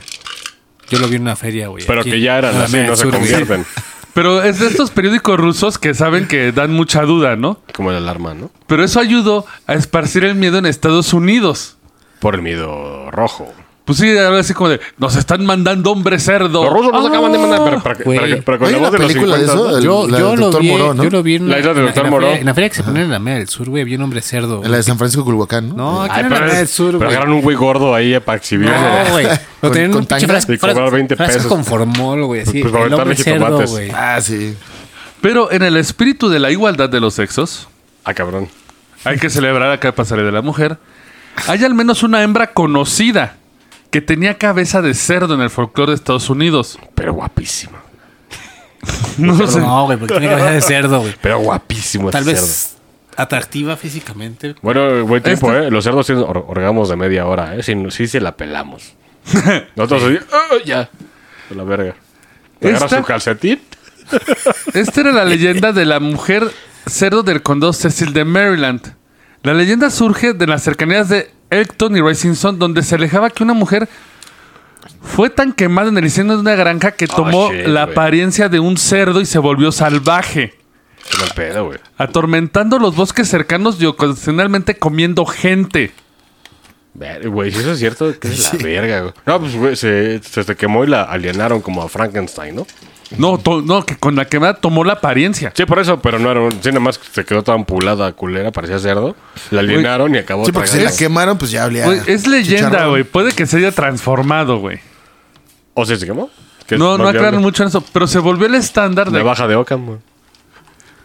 Speaker 5: Yo lo vi en una feria, güey.
Speaker 3: Pero
Speaker 5: aquí.
Speaker 3: Ah, que ya eran
Speaker 5: En la
Speaker 3: así,
Speaker 5: media
Speaker 3: no se
Speaker 5: sur, güey.
Speaker 3: convierten.
Speaker 2: Pero es de estos periódicos rusos que saben que dan mucha duda, ¿no?
Speaker 3: Como el alarma, ¿no?
Speaker 2: Pero eso ayudó a esparcir el miedo en Estados Unidos.
Speaker 3: Por el miedo rojo.
Speaker 2: Pues sí, algo así como de, nos están mandando hombre cerdo. Ah.
Speaker 3: Los rusos
Speaker 5: Ah.
Speaker 3: nos acaban de mandar, pero, para-
Speaker 5: güey.
Speaker 3: para- pero con
Speaker 4: ¿Hay
Speaker 3: la
Speaker 4: una
Speaker 3: voz de los
Speaker 4: película
Speaker 3: 50.
Speaker 4: de eso?
Speaker 3: ¿no?
Speaker 4: El-
Speaker 5: Yo,
Speaker 4: la
Speaker 5: yo,
Speaker 4: del
Speaker 5: lo
Speaker 4: Dr.
Speaker 5: vi,
Speaker 4: Moró, ¿no?
Speaker 5: yo lo vi en
Speaker 3: La isla del
Speaker 5: en- en
Speaker 3: Dr.
Speaker 5: la
Speaker 3: Moró.
Speaker 5: feria- En la feria que se ponen en la media del sur, güey, había un hombre cerdo.
Speaker 4: En la
Speaker 5: güey.
Speaker 4: de San Francisco Culhuacán, ¿no?
Speaker 5: No, aquí
Speaker 3: Ay,
Speaker 5: en la
Speaker 3: pero,
Speaker 5: media del
Speaker 3: es-
Speaker 5: sur,
Speaker 3: pero
Speaker 5: güey.
Speaker 3: agarraron un güey gordo ahí eh, para exhibir.
Speaker 5: No, güey. Lo
Speaker 4: Con-
Speaker 5: tenían en
Speaker 4: con
Speaker 5: un pinche
Speaker 4: tanga.
Speaker 5: frasco.
Speaker 3: Y cobrar 20 pesos.
Speaker 5: con formol, güey. Así,
Speaker 3: Pues para
Speaker 5: el
Speaker 3: aventarle
Speaker 5: hombre cerdo,
Speaker 3: jitomates.
Speaker 5: güey.
Speaker 4: Ah, sí.
Speaker 2: Pero en el espíritu de la igualdad de los sexos,
Speaker 3: Ah, cabrón.
Speaker 2: hay que celebrar acá pasaré de la mujer, hay al menos una hembra conocida que tenía cabeza de cerdo en el folclore de Estados Unidos.
Speaker 3: Pero guapísimo.
Speaker 2: No sé.
Speaker 5: No, güey, porque tiene cabeza de cerdo, güey.
Speaker 3: Pero guapísimo
Speaker 4: Pues
Speaker 5: Tal
Speaker 3: ese cerdo.
Speaker 5: vez atractiva físicamente.
Speaker 3: Bueno, buen tiempo,
Speaker 2: Este-
Speaker 3: ¿eh? Los cerdos tienen or- orgasmos de media hora, ¿eh? Si, no- sí se la pelamos. Nosotros así, "Ah, ya. A la verga. Te agarras
Speaker 2: Esta-
Speaker 3: tu calcetín.
Speaker 2: Esta era la leyenda de la mujer cerdo del condado Cecil de Maryland. La leyenda surge de las cercanías de Elkton y Racington, donde se alejaba que una mujer fue tan quemada en el incendio de una granja que tomó
Speaker 3: Ah, shit,
Speaker 2: la
Speaker 3: güey.
Speaker 2: apariencia de un cerdo y se volvió salvaje,
Speaker 3: Qué mal pedo, güey.
Speaker 2: atormentando los bosques cercanos y ocasionalmente comiendo gente.
Speaker 3: Ver- Güey, si eso es cierto, que es la verga, güey. No, pues, güey, se, se te quemó y la alienaron como a Frankenstein, ¿no?
Speaker 2: No, to- no, que con la quemada tomó la apariencia.
Speaker 3: Sí, por eso, pero no era un. Sí, nada más se quedó tan pulada, culera, parecía cerdo. La alienaron y acabó
Speaker 4: Sí, porque si la
Speaker 3: tragando.
Speaker 4: quemaron, pues ya olía.
Speaker 2: Güey, es leyenda,
Speaker 4: chicharrón.
Speaker 2: güey. Puede que se haya transformado, güey.
Speaker 3: ¿O sea, se quemó? Que
Speaker 2: No, no
Speaker 3: volvió
Speaker 2: aclaran
Speaker 3: la-
Speaker 2: mucho en eso. Pero se volvió el estándar
Speaker 3: La
Speaker 2: de
Speaker 3: baja de Ockham, güey.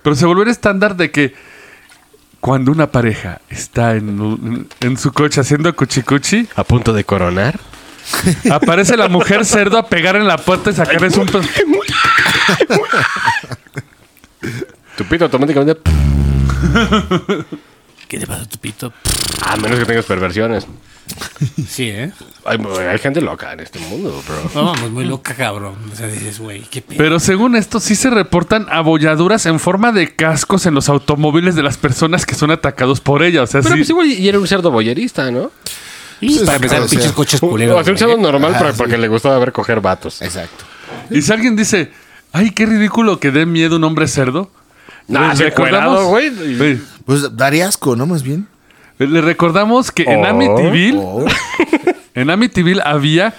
Speaker 2: Pero se volvió el estándar de que cuando una pareja está en, un- en su coche haciendo cuchicuchi,
Speaker 3: A punto de coronar.
Speaker 2: aparece la mujer cerdo a pegar en la puerta y sacarles un... pe-
Speaker 3: Tu pito automáticamente.
Speaker 5: ¿Qué te pasa, Tupito?
Speaker 3: A menos que tengas perversiones.
Speaker 5: Sí, ¿eh?
Speaker 3: Hay, hay gente loca en este mundo, bro.
Speaker 5: No, vamos, muy loca, cabrón. O sea, dices, güey, qué pedo.
Speaker 2: Pero según esto, sí se reportan abolladuras en forma de cascos en los automóviles de las personas que son atacados por ella. O sea,
Speaker 3: Pero
Speaker 2: sí-
Speaker 3: pues igual y era un cerdo boyerista, ¿no?
Speaker 5: Y para empezar,
Speaker 4: Pues, o sea,
Speaker 5: pinches coches
Speaker 3: o
Speaker 5: culeros.
Speaker 3: sea, un cerdo
Speaker 5: güey.
Speaker 3: normal
Speaker 4: Ajá,
Speaker 3: pero
Speaker 4: Ah, sí. Eh,
Speaker 3: porque le gustaba ver coger vatos.
Speaker 4: Exacto.
Speaker 2: Y si alguien dice, ay, qué ridículo que dé miedo un hombre cerdo.
Speaker 3: Nah,
Speaker 2: les
Speaker 3: sí, encuerado, güey.
Speaker 2: Sí.
Speaker 4: Pues daría asco, ¿no? Más bien.
Speaker 2: Le recordamos que en
Speaker 3: Oh,
Speaker 2: Amityville,
Speaker 4: Oh.
Speaker 2: en Amityville había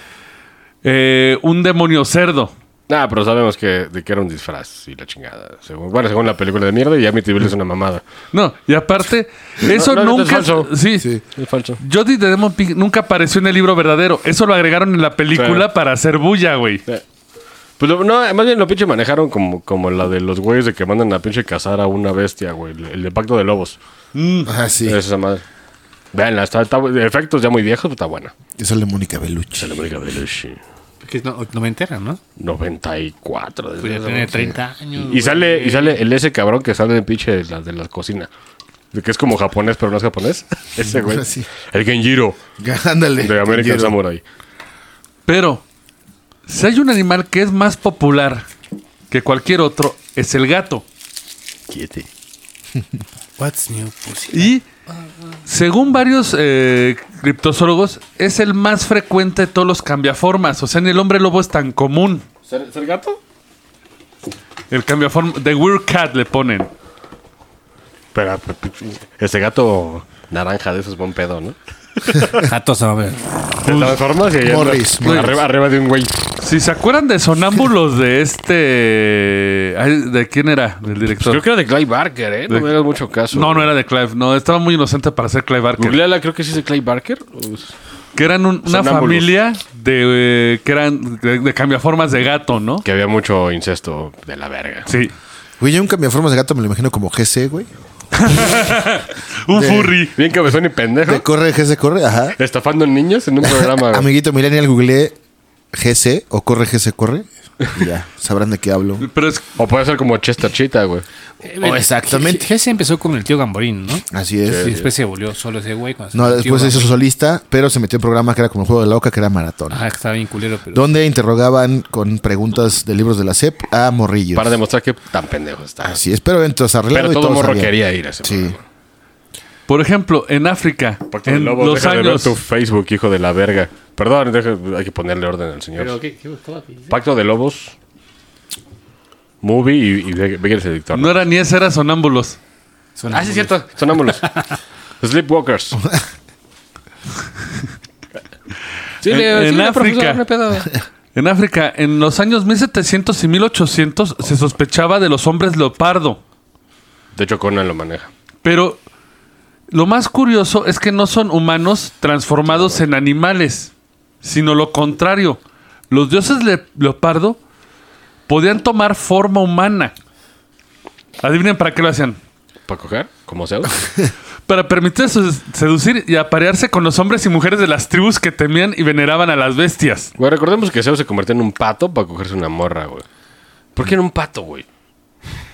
Speaker 2: eh, un demonio cerdo.
Speaker 3: Nah, pero sabemos que, de que era un disfraz y la chingada. Según, bueno, según la película de mierda, y Amityville es una mamada.
Speaker 2: No, y aparte, eso
Speaker 3: no, no,
Speaker 2: nunca.
Speaker 3: es falso.
Speaker 2: Sí.
Speaker 4: Sí.
Speaker 3: Es falso.
Speaker 2: Jody de Demon Pig nunca apareció en el libro verdadero. Eso lo agregaron en la película
Speaker 3: Sí.
Speaker 2: para hacer bulla, güey.
Speaker 3: Pues lo- no, más bien lo pinche manejaron como, como la de los güeyes de que mandan a pinche cazar a una bestia, güey. El, el de Pacto de Lobos.
Speaker 4: Ajá, sí.
Speaker 3: Es esa madre. Veanla, está, está- de efectos ya muy viejos, pero está buena.
Speaker 4: Y sale Mónica Bellucci.
Speaker 3: La Este, Mónica Bellucci.
Speaker 5: Que No, no me enteran, ¿no?
Speaker 3: 94. desde
Speaker 5: Podría
Speaker 3: esa
Speaker 5: tener
Speaker 3: madre.
Speaker 5: 30 años.
Speaker 3: Y
Speaker 5: güey.
Speaker 3: sale, y sale el ese cabrón que sale de pinche de las de las cocinas. De que es como japonés, pero no es japonés. Ese güey.
Speaker 4: Sí.
Speaker 3: El Genjiro
Speaker 4: Ándale.
Speaker 3: de American
Speaker 4: quiero.
Speaker 3: Samurai.
Speaker 2: Pero, si hay un animal que es más popular que cualquier otro, es el gato.
Speaker 3: Quiete.
Speaker 5: What's new, pussy?
Speaker 2: Y, según varios eh, criptozoólogos, es el más frecuente de todos los cambiaformas. O sea, ni el hombre lobo es tan común.
Speaker 3: ¿Ser, ser gato?
Speaker 2: El cambiaforma. The Weird Cat le ponen.
Speaker 3: Pero, pero, pues, ese gato naranja de esos buen pedo, ¿no?
Speaker 5: Jatos, a ver.
Speaker 3: Te transformas y ahí andas
Speaker 4: Morris,
Speaker 2: Morris.
Speaker 3: Arriba, arriba de un güey.
Speaker 2: Si se acuerdan de Sonámbulos de este. ay, ¿De quién era? Del director.
Speaker 3: Creo que era de Clay Barker, ¿eh? No
Speaker 2: De-
Speaker 3: me hagas mucho caso.
Speaker 2: No, no era de Clive. No, estaba muy inocente para ser Clive Barker.
Speaker 3: Googleala, creo que sí es de Clay Barker. Pues,
Speaker 2: Que eran un- una
Speaker 3: Sonámbulos.
Speaker 2: familia de. eh, que eran de, de cambiaformas de gato, ¿no?
Speaker 3: Que había mucho incesto de la verga.
Speaker 2: Sí.
Speaker 4: Güey, yo un cambiaformas de gato me lo imagino como GC, güey.
Speaker 2: Un furry.
Speaker 3: Bien cabezón y pendejo.
Speaker 4: De corre, GC, corre. Ajá.
Speaker 3: Estafando niños en un programa. güey.
Speaker 4: Amiguito millennial, googleé GC o corre, GC, corre. Y ya, sabrán de qué hablo.
Speaker 2: Pero es.
Speaker 3: o puede ser como Chester Chita, güey.
Speaker 4: Oh, exactamente.
Speaker 5: Ese empezó con el tío Gamborín, ¿no?
Speaker 4: Así es.
Speaker 5: Y después se volvió solo ese güey. cuando se
Speaker 4: No,
Speaker 5: metió,
Speaker 4: después se
Speaker 5: güey.
Speaker 4: hizo solista, pero se metió en un programa que era como el juego de la Oca, que era maratón.
Speaker 5: Ajá, que estaba bien culero, pero.
Speaker 4: Donde interrogaban con preguntas de libros de la SEP a morrillos.
Speaker 3: Para demostrar que tan pendejo está.
Speaker 4: Así es, pero entonces arreglado
Speaker 3: Pero
Speaker 4: y
Speaker 3: todo
Speaker 4: todos
Speaker 3: morro
Speaker 4: sabían.
Speaker 3: quería ir a ese
Speaker 4: Sí.
Speaker 3: programa.
Speaker 2: Por ejemplo, en África,
Speaker 3: Pacto de
Speaker 2: en
Speaker 3: Lobos,
Speaker 2: los
Speaker 3: deja de ver
Speaker 2: años.
Speaker 3: tu Facebook, hijo de la verga. Perdón, deja- hay que ponerle orden al señor.
Speaker 5: ¿qué, qué buscaba?
Speaker 3: Pacto de Lobos. Movie y, y ve, ve que eres el dictador.
Speaker 2: No era ni ese, era Sonámbulos.
Speaker 3: Ah, sí, es cierto. Sonámbulos. Sleepwalkers. Sí,
Speaker 2: En-
Speaker 3: le- sí,
Speaker 2: en
Speaker 3: le,
Speaker 2: África.
Speaker 3: profesor, no hay pedo.
Speaker 2: En África, en los años 1700 y 1800, se sospechaba de los hombres leopardo.
Speaker 3: De hecho, Conan lo maneja.
Speaker 2: Pero lo más curioso es que no son humanos transformados en animales, sino lo contrario. Los dioses le- leopardo podían tomar forma humana. Adivinen para qué lo hacían.
Speaker 3: ¿Para coger? Como sea.
Speaker 2: Para permitir su- seducir y aparearse con los hombres y mujeres de las tribus que temían y veneraban a las bestias.
Speaker 3: Güey, recordemos que Zeus se convirtió en un pato para cogerse una morra, güey. ¿Por qué en un pato, güey?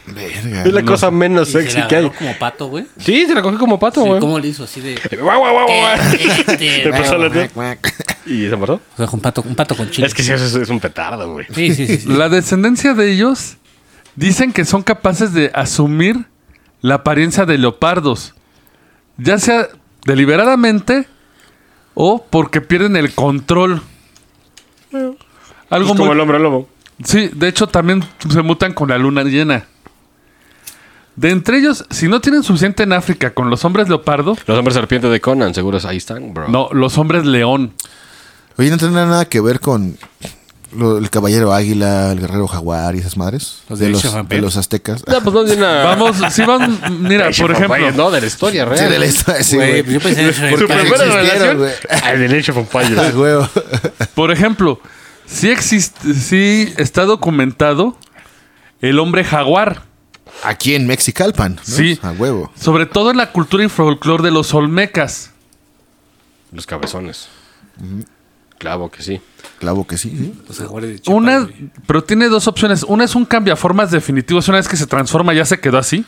Speaker 4: Verga.
Speaker 3: Es la cosa menos
Speaker 5: Y se
Speaker 3: sexy
Speaker 5: la
Speaker 3: que hay.
Speaker 5: agarró como pato, güey.
Speaker 3: Sí, se la cogió como pato,
Speaker 5: Sí,
Speaker 3: güey.
Speaker 5: ¿Cómo le hizo así de.?
Speaker 3: Guau, guau, guau, guau.
Speaker 5: Este,
Speaker 3: Empezó a latir.
Speaker 4: Cuac.
Speaker 3: ¿Y se embarazó?
Speaker 5: O sea, un pato, un pato con chile.
Speaker 3: Es que Zeus es, es un petardo, güey.
Speaker 5: Sí, sí, sí. sí.
Speaker 2: La descendencia de ellos dicen que son capaces de asumir la apariencia de leopardos, ya sea deliberadamente o porque pierden el control.
Speaker 3: Es
Speaker 2: Algo
Speaker 3: Pues como
Speaker 2: muy...
Speaker 3: el hombre lobo.
Speaker 2: Sí, de hecho también se mutan con la luna llena. De entre ellos, si no tienen suficiente en África con los hombres leopardo,
Speaker 3: Los hombres serpientes de Conan, seguros ahí están, bro.
Speaker 2: no, los hombres león.
Speaker 4: Oye, no tendrá nada que ver con lo- el caballero águila, el guerrero jaguar y esas madres.
Speaker 5: Los
Speaker 4: de,
Speaker 5: de
Speaker 4: los,
Speaker 5: Xavampel.
Speaker 4: de los aztecas.
Speaker 3: No, pues vamos de una-
Speaker 2: Vamos, si van, mira, por ejemplo,
Speaker 3: No, de la historia real.
Speaker 4: Sí, de la historia, sí, güey.
Speaker 5: pues yo pensé en
Speaker 4: Porque
Speaker 3: Su primera
Speaker 4: existieron,
Speaker 3: relación.
Speaker 4: güey.
Speaker 3: Ah, de Age of Empires.
Speaker 4: Ah, huevo.
Speaker 2: por ejemplo, sí existe, sí está documentado el hombre jaguar,
Speaker 4: Aquí en Mexicalpan. ¿no?
Speaker 2: Sí.
Speaker 4: A huevo.
Speaker 2: sobre todo en la cultura y folclore de los olmecas.
Speaker 3: Los cabezones. Claro que sí.
Speaker 4: Clavo que sí. sí. ¿eh?
Speaker 5: Los jaguares de Chiapas,
Speaker 2: Una,
Speaker 5: güey.
Speaker 2: pero tiene dos opciones. Una es un cambiaformas definitivo, es una vez que se transforma ya se quedó así.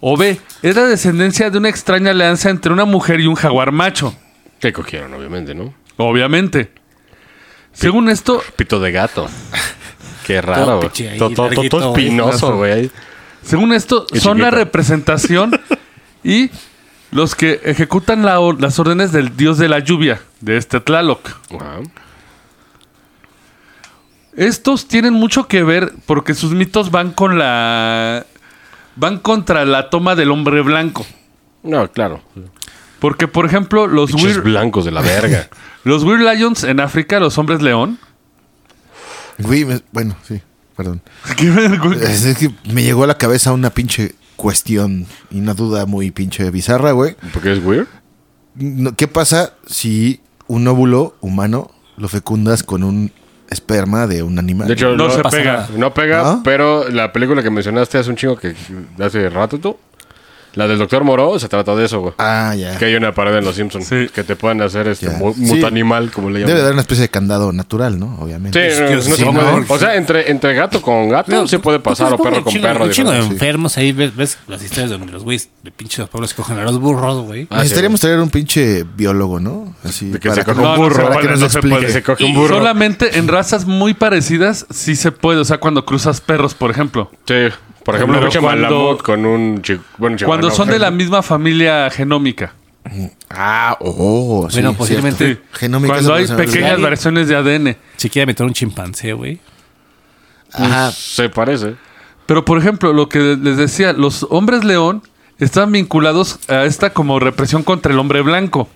Speaker 2: O B, es la descendencia de una extraña alianza entre una mujer y un jaguar macho,
Speaker 3: Que cogieron, obviamente, ¿no?
Speaker 2: obviamente. Según esto,
Speaker 3: Pito de gato. Qué raro, güey.
Speaker 5: pinche ahí,
Speaker 3: Todo, todo, todo,
Speaker 5: larguito,
Speaker 3: espinoso, güey.
Speaker 2: según esto,
Speaker 3: Y
Speaker 2: son la
Speaker 3: chiquito.
Speaker 2: representación y los que ejecutan la or- las órdenes del dios de la lluvia, de este Tlaloc.
Speaker 3: Ajá.
Speaker 2: Estos tienen mucho que ver porque sus mitos van con la... van contra la toma del hombre blanco.
Speaker 3: No, claro.
Speaker 2: Porque, por ejemplo, los
Speaker 3: Pinches
Speaker 2: Weird,
Speaker 3: blancos de la verga.
Speaker 2: los Weird Lions en África, los hombres león.
Speaker 4: Güey, me- bueno, sí. Perdón.
Speaker 2: Qué vergüenza.
Speaker 4: Es es que me llegó a la cabeza una pinche cuestión y una duda muy pinche bizarra, güey.
Speaker 3: Porque es weird.
Speaker 4: No, ¿Qué pasa si un óvulo humano lo fecundas con un esperma de un animal?
Speaker 3: De hecho,
Speaker 2: No se
Speaker 5: pasa
Speaker 2: pega.
Speaker 5: nada.
Speaker 3: No pega,
Speaker 4: ¿No?
Speaker 3: pero la película que mencionaste hace un chingo que hace rato tú, la del Doctor Moreau, se trata de eso, güey.
Speaker 4: ah, ya.
Speaker 3: Que hay una parada en Los Simpsons
Speaker 2: Sí.
Speaker 3: que te pueden hacer este
Speaker 4: Ya.
Speaker 3: mu-
Speaker 4: Sí.
Speaker 3: mutanimal, como le llaman.
Speaker 4: Debe dar una especie de candado natural, ¿no?
Speaker 3: Sí,
Speaker 4: Obviamente.
Speaker 3: no, no
Speaker 5: sí,
Speaker 3: se
Speaker 5: no,
Speaker 3: puede.
Speaker 5: porque-
Speaker 3: O sea, entre, entre gato con gato se puede pasar, o
Speaker 5: Pues,
Speaker 3: perro
Speaker 5: un
Speaker 3: con
Speaker 5: chingo-
Speaker 3: perro.
Speaker 5: Un chingo de
Speaker 3: digamos.
Speaker 5: enfermos ahí, ves, ves las historias donde los güeyes de pinches pueblos cogen a los burros, güey.
Speaker 3: Ah, sí,
Speaker 4: Necesitaríamos traer un pinche biólogo, ¿no? Así,
Speaker 3: De que se coja
Speaker 4: para que-
Speaker 3: un
Speaker 4: para
Speaker 3: burro,
Speaker 4: que
Speaker 2: padre,
Speaker 4: nos
Speaker 2: no se puede.
Speaker 4: explique.
Speaker 3: Que se coge un
Speaker 2: Y
Speaker 3: burro.
Speaker 2: Solamente en razas muy parecidas sí se puede. O sea, cuando cruzas perros, por ejemplo.
Speaker 3: Sí, por ejemplo,
Speaker 2: Pero
Speaker 3: un chamalambot
Speaker 2: cuando-
Speaker 3: con un chi- bueno, chihuahua,
Speaker 2: Cuando
Speaker 3: no,
Speaker 2: son de
Speaker 3: pero-
Speaker 2: la misma familia genómica.
Speaker 4: Ah, oh, sí,
Speaker 5: Bueno,
Speaker 4: cierto.
Speaker 2: Sí.
Speaker 5: posiblemente- Sí.
Speaker 4: Genómica
Speaker 2: Cuando hay
Speaker 4: es una
Speaker 2: pequeñas
Speaker 4: personalidad.
Speaker 2: variaciones de ADN.
Speaker 5: Si quiere meter un chimpancé, güey.
Speaker 4: Ajá.
Speaker 3: Se parece.
Speaker 2: Pero, por ejemplo, lo que les decía, los hombres león están vinculados a esta como represión contra el hombre blanco.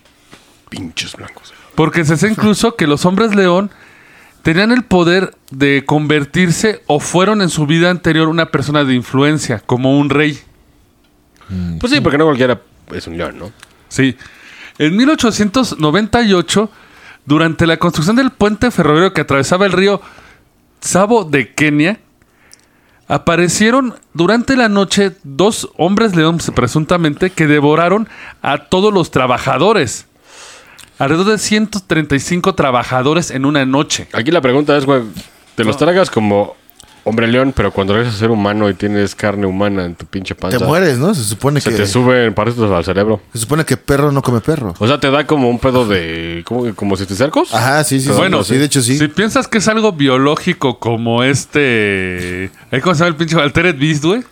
Speaker 3: Pinches blancos.
Speaker 2: Porque se hace incluso que los hombres león tenían el poder de convertirse o fueron en su vida anterior una persona de influencia, como un rey.
Speaker 3: Pues sí, porque no cualquiera es un león, ¿no?
Speaker 2: Sí. En 1898, durante la construcción del puente ferroviario que atravesaba el río Sabo de Kenia, aparecieron durante la noche dos hombres león presuntamente que devoraron a todos los trabajadores. Alrededor de 135 trabajadores en una noche.
Speaker 3: Aquí la pregunta es, güey, ¿te los tragas como hombre león, pero cuando eres ser humano y tienes carne humana en tu pinche panza?
Speaker 4: Te mueres, ¿no? Se supone
Speaker 3: Se
Speaker 4: que
Speaker 3: te suben parásitos al cerebro.
Speaker 4: se supone que perro no come perro.
Speaker 3: O sea, te da como un pedo de. ¿Cómo, como si te cercos?
Speaker 4: Ajá, sí, sí. sí.
Speaker 2: Bueno,
Speaker 4: sí, de hecho sí.
Speaker 2: Si piensas que es algo biológico como este... ¿eh, ¿Cómo se llama el pinche Altered Beast, güey?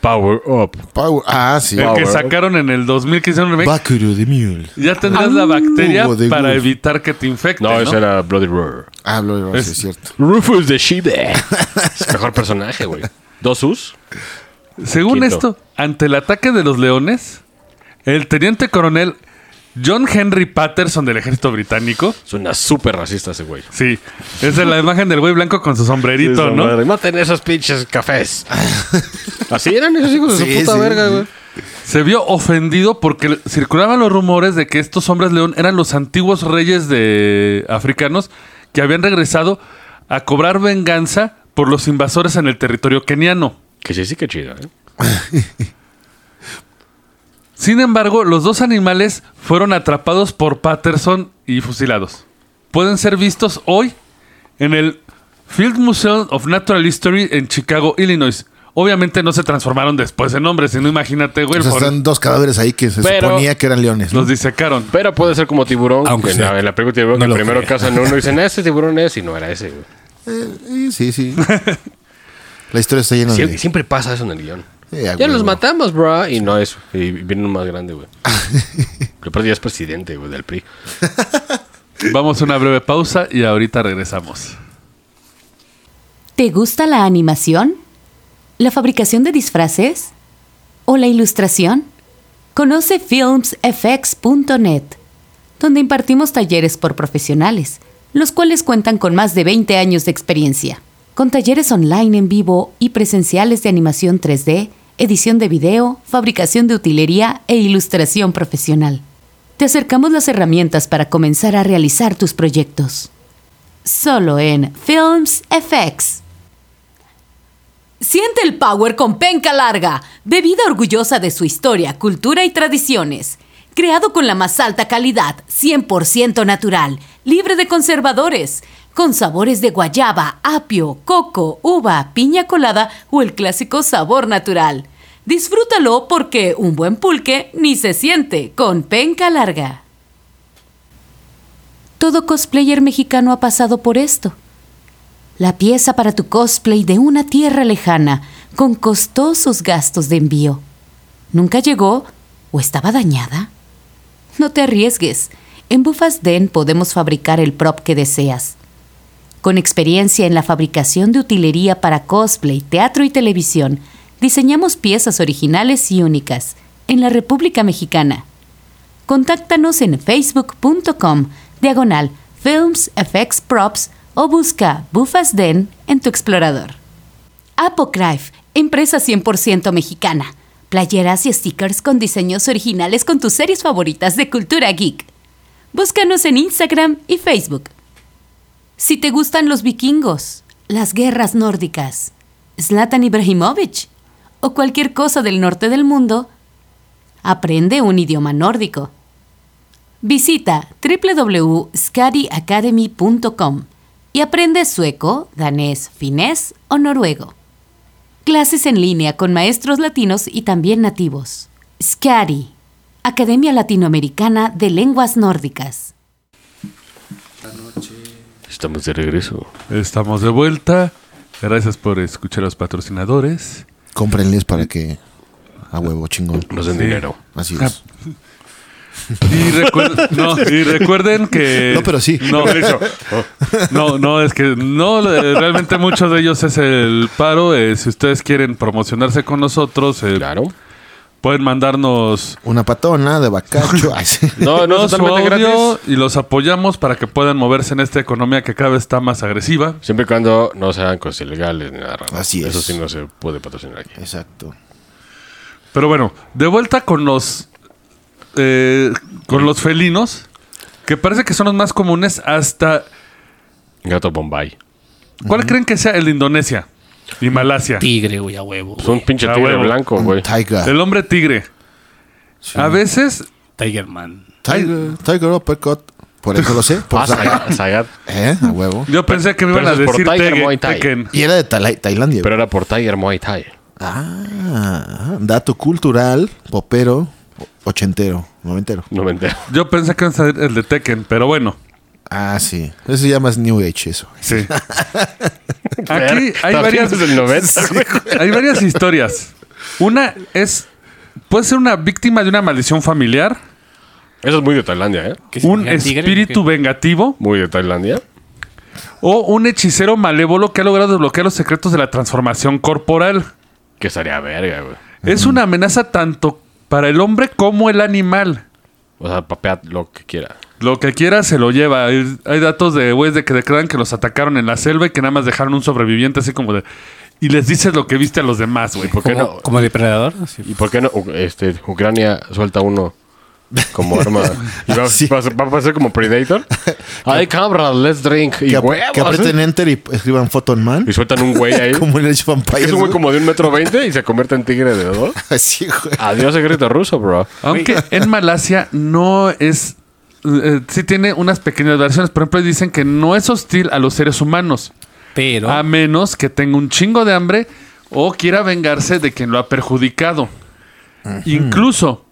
Speaker 3: Power up.
Speaker 4: Pau- Ah, sí.
Speaker 2: El que
Speaker 3: Power.
Speaker 2: sacaron en el 2000 que hicieron un remake.
Speaker 4: Bácaro de Mule.
Speaker 2: Ya tendrás la bacteria
Speaker 4: Hugo de
Speaker 2: para
Speaker 4: Wolf.
Speaker 2: evitar que te infecte,
Speaker 3: No,
Speaker 2: ¿no?
Speaker 3: ese era Bloody Roar.
Speaker 4: Ah, lo es
Speaker 2: Es-
Speaker 4: cierto.
Speaker 3: Rufus de Shiba. es mejor personaje, güey. Dos us.
Speaker 2: Según
Speaker 3: Quinto.
Speaker 2: esto, ante el ataque de los leones, el teniente coronel John Henry Patterson del ejército británico,
Speaker 3: Suena súper racista ese güey.
Speaker 2: sí, es de la imagen del güey blanco con su sombrerito, ¿no?
Speaker 3: Maten esos pinches cafés. Así eran esos hijos de
Speaker 4: Sí,
Speaker 3: su puta
Speaker 4: sí.
Speaker 3: verga, güey.
Speaker 2: Se vio ofendido porque circulaban los rumores de que estos hombres león eran los antiguos reyes de africanos que habían regresado a cobrar venganza por los invasores en el territorio keniano.
Speaker 3: Que sí, sí, que chido, ¿eh?
Speaker 2: Sin embargo, los dos animales fueron atrapados por Patterson y fusilados. Pueden ser vistos hoy en el Field Museum of Natural History en Chicago, Illinois. Obviamente no se transformaron después en hombres, sino imagínate, güey,
Speaker 4: O
Speaker 2: el
Speaker 4: sea,
Speaker 2: pobre-
Speaker 4: Pues están dos cadáveres ahí que se
Speaker 3: Pero-
Speaker 4: suponía que eran leones. ¿no?
Speaker 2: los disecaron.
Speaker 3: Pero puede ser como tiburón.
Speaker 5: Aunque
Speaker 3: que en,
Speaker 5: sea.
Speaker 3: la, en la película tiburón,
Speaker 5: No
Speaker 3: que
Speaker 5: lo
Speaker 3: primero
Speaker 5: creo.
Speaker 3: cazan uno y dicen, ese tiburón es, y no era ese, güey.
Speaker 4: Eh, Sí, sí. La historia está llena
Speaker 3: Sie-
Speaker 4: de.
Speaker 3: Siempre pasa eso en el guión.
Speaker 4: Eh, a
Speaker 3: Ya los
Speaker 4: huevo.
Speaker 3: matamos, bro. Y no eso. Y viene uno más grande, güey. Lo perdí, es presidente, güey, del PRI.
Speaker 2: Vamos a una breve pausa y ahorita regresamos.
Speaker 1: ¿Te gusta la animación? ¿La fabricación de disfraces? ¿O la ilustración? Conoce filmsfx.net, donde impartimos talleres por profesionales, los cuales cuentan con más de 20 años de experiencia, con talleres online en vivo y presenciales de animación 3D, edición de video, fabricación de utilería e ilustración profesional. Te acercamos las herramientas para comenzar a realizar tus proyectos. Solo en Films FX. Siente el power con penca larga, bebida orgullosa de su historia, cultura y tradiciones. Creado con la más alta calidad, 100% natural, libre de conservadores, con sabores de guayaba, apio, coco, uva, piña colada o el clásico sabor natural. Disfrútalo porque un buen pulque ni se siente con penca larga. Todo cosplayer mexicano ha pasado por esto la pieza para tu cosplay de una tierra lejana, con costosos gastos de envío. ¿Nunca llegó o estaba dañada? No te arriesgues. En Bufas Den podemos fabricar el prop que deseas. Con experiencia en la fabricación de utilería para cosplay, teatro y televisión, diseñamos piezas originales y únicas en la República Mexicana. Contáctanos en facebook.com diagonal films FX props o busca Bufas Den en tu explorador. Apocryph, empresa 100% mexicana. Playeras y stickers con diseños originales con tus series favoritas de cultura geek. Búscanos en Instagram y Facebook. Si te gustan los vikingos, las guerras nórdicas, Zlatan Ibrahimovic o cualquier cosa del norte del mundo, aprende un idioma nórdico. Visita www.scadiacademy.com y aprende sueco, danés, finés o noruego. Clases en línea con maestros latinos y también nativos. SCARI, Academia Latinoamericana de Lenguas Nórdicas.
Speaker 3: Estamos de regreso.
Speaker 2: Estamos de vuelta. Gracias por escuchar a los patrocinadores.
Speaker 4: Cómprenles para que. A huevo, chingón.
Speaker 3: Nos den
Speaker 2: Sí.
Speaker 3: dinero.
Speaker 4: Así es.
Speaker 2: Y, recuer- no, y recuerden que...
Speaker 4: No, pero sí.
Speaker 2: No, no, no, es que no, eh, realmente muchos de ellos es el paro. Eh, si ustedes quieren promocionarse con nosotros, eh,
Speaker 3: Claro.
Speaker 2: pueden mandarnos
Speaker 4: Una patona de bacacho. Ay, sí.
Speaker 3: No, no,
Speaker 2: todo su
Speaker 3: totalmente
Speaker 2: audio
Speaker 3: gratis.
Speaker 2: y los apoyamos para que puedan moverse en esta economía que cada vez está más agresiva.
Speaker 3: Siempre y cuando no sean cosas ilegales ni nada raro.
Speaker 4: Así
Speaker 3: Eso
Speaker 4: es.
Speaker 3: sí no se puede patrocinar aquí.
Speaker 4: Exacto.
Speaker 2: Pero bueno, de vuelta con los eh, con los felinos, que parece que son los más comunes hasta
Speaker 3: Gato Bombay.
Speaker 2: ¿cuál creen que sea el de Indonesia y Malasia?
Speaker 5: Tigre, güey, a huevo.
Speaker 3: Es un pinche
Speaker 2: Ah,
Speaker 3: tigre
Speaker 2: huevo.
Speaker 3: blanco,
Speaker 4: Un
Speaker 3: Oh, güey.
Speaker 4: Tiger.
Speaker 2: El hombre tigre. A veces
Speaker 5: Tiger Man.
Speaker 4: Tiger. Tiger Uppercut. Por eso lo sé. Por
Speaker 3: Ah, Zagat. Zagat.
Speaker 4: ¿Eh? A huevo.
Speaker 2: yo pensé que me
Speaker 3: Pero
Speaker 2: iban a
Speaker 3: eso es por
Speaker 2: decir
Speaker 3: Tiger
Speaker 2: Tege-
Speaker 3: Muay Thai.
Speaker 2: Tekken.
Speaker 4: Y era de Tala- Tailandia.
Speaker 3: Pero era por Tiger Muay Thai.
Speaker 4: Ah, dato cultural, popero, ochentero, noventero.
Speaker 3: No me entero.
Speaker 2: Yo pensé que iban a decir el de Tekken, pero bueno.
Speaker 4: Ah, sí. Eso ya más New Age, eso.
Speaker 2: Sí. Aquí hay
Speaker 3: También
Speaker 2: varias
Speaker 3: es del 90, güey.
Speaker 2: Hay varias historias. Una es puede ser una víctima de una maldición familiar,
Speaker 3: Eso es muy de Tailandia, ¿eh?
Speaker 5: ¿Qué
Speaker 2: un
Speaker 5: significa tigre?
Speaker 2: espíritu vengativo
Speaker 3: Muy de Tailandia.
Speaker 2: o un hechicero malévolo que ha logrado desbloquear los secretos de la transformación corporal.
Speaker 3: Que estaría verga, güey.
Speaker 2: Es una amenaza tanto para el hombre como el animal.
Speaker 3: O sea, papea lo que quiera.
Speaker 2: Lo que quiera se lo lleva. Hay, hay datos de güeyes de que declaran que los atacaron en la selva y que nada más dejaron un sobreviviente así como de... Y les dices lo que viste a los demás, güey.
Speaker 3: ¿Por qué
Speaker 5: ¿Como,
Speaker 3: no?
Speaker 5: como depredador? Así.
Speaker 3: ¿Y por qué no? U- Este, Ucrania suelta uno como arma. Y va,
Speaker 4: Sí.
Speaker 3: va a ser- va a pasar como Predator. Ay, cámara, let's drink. Y
Speaker 4: Que, ap-
Speaker 3: huevos,
Speaker 4: que aprieten
Speaker 3: ¿eh?
Speaker 4: enter y escriban Photon Man.
Speaker 3: Y sueltan un güey ahí.
Speaker 4: Como en el Vampire.
Speaker 3: Es un güey como de un metro veinte y se convierte en tigre de dos.
Speaker 4: Así, güey.
Speaker 3: Adiós, secreto ruso, bro.
Speaker 2: Aunque en Malasia no es. eh, sí tiene unas pequeñas variaciones. Por ejemplo, dicen que no es hostil a los seres humanos.
Speaker 5: Pero.
Speaker 2: A menos que tenga un chingo de hambre o quiera vengarse de quien lo ha perjudicado. Incluso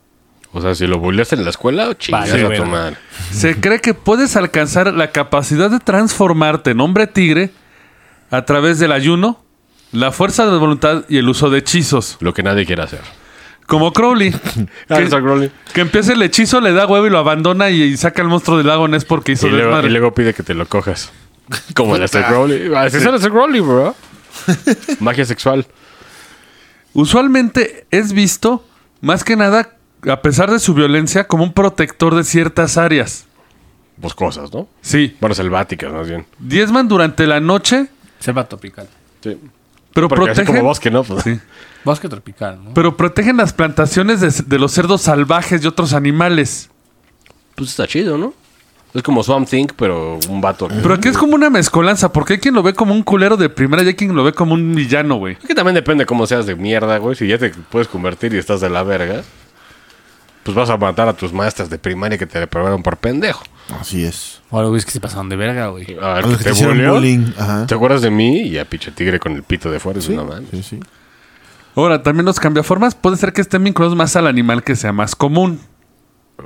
Speaker 3: O sea, si lo bulleaste en la escuela, chingas
Speaker 5: Vale,
Speaker 3: a
Speaker 5: güey.
Speaker 3: tu madre.
Speaker 2: se cree que puedes alcanzar la capacidad de transformarte en hombre tigre a través del ayuno, la fuerza de voluntad y el uso de hechizos.
Speaker 3: Lo que nadie quiere hacer.
Speaker 2: Como Crowley.
Speaker 3: Ah, Isaac
Speaker 2: que,
Speaker 3: Crowley.
Speaker 2: que empieza el hechizo, le da huevo y lo abandona y, y saca al monstruo del lago. No es porque
Speaker 3: Y
Speaker 2: hizo
Speaker 3: luego,
Speaker 2: desmadre.
Speaker 3: y luego pide que te lo cojas. Como el Isaac Crowley. Así Ah, es el Isaac Crowley, bro. Magia sexual.
Speaker 2: Usualmente es visto, más que nada, a pesar de su violencia, como un protector de ciertas áreas.
Speaker 3: boscosas, Pues ¿no?
Speaker 2: Sí.
Speaker 3: Bueno, selváticas, más bien.
Speaker 2: Diezman durante la noche,
Speaker 5: Selva tropical.
Speaker 3: Sí.
Speaker 2: pero
Speaker 3: Porque así
Speaker 2: protegen.
Speaker 3: como bosque, ¿no? Pues,
Speaker 2: Sí.
Speaker 5: Bosque tropical, ¿no?
Speaker 2: Pero protegen las plantaciones de, de los cerdos salvajes y otros animales.
Speaker 3: pues está chido, ¿no? Es como Swamp Thing, pero un vato.
Speaker 2: Pero aquí es como una mezcolanza, porque hay quien lo ve como un culero de primera y hay quien lo ve como un villano, güey.
Speaker 3: Es que también depende cómo seas de mierda, güey. Si ya te puedes convertir y estás de la verga, pues vas a matar a tus maestras de primaria que te reprobaron por pendejo.
Speaker 4: Así es.
Speaker 5: O algo es que se pasaron de verga, güey.
Speaker 3: A ver,
Speaker 4: A los que te hicieron
Speaker 3: buleó.
Speaker 4: bullying, ajá.
Speaker 3: ¿Te acuerdas de mí? Y a pinche tigre con el pito de fuera. es una man.
Speaker 4: Sí, sí.
Speaker 2: Ahora, también los cambiaformas puede ser que estén vinculados más al animal que sea más común.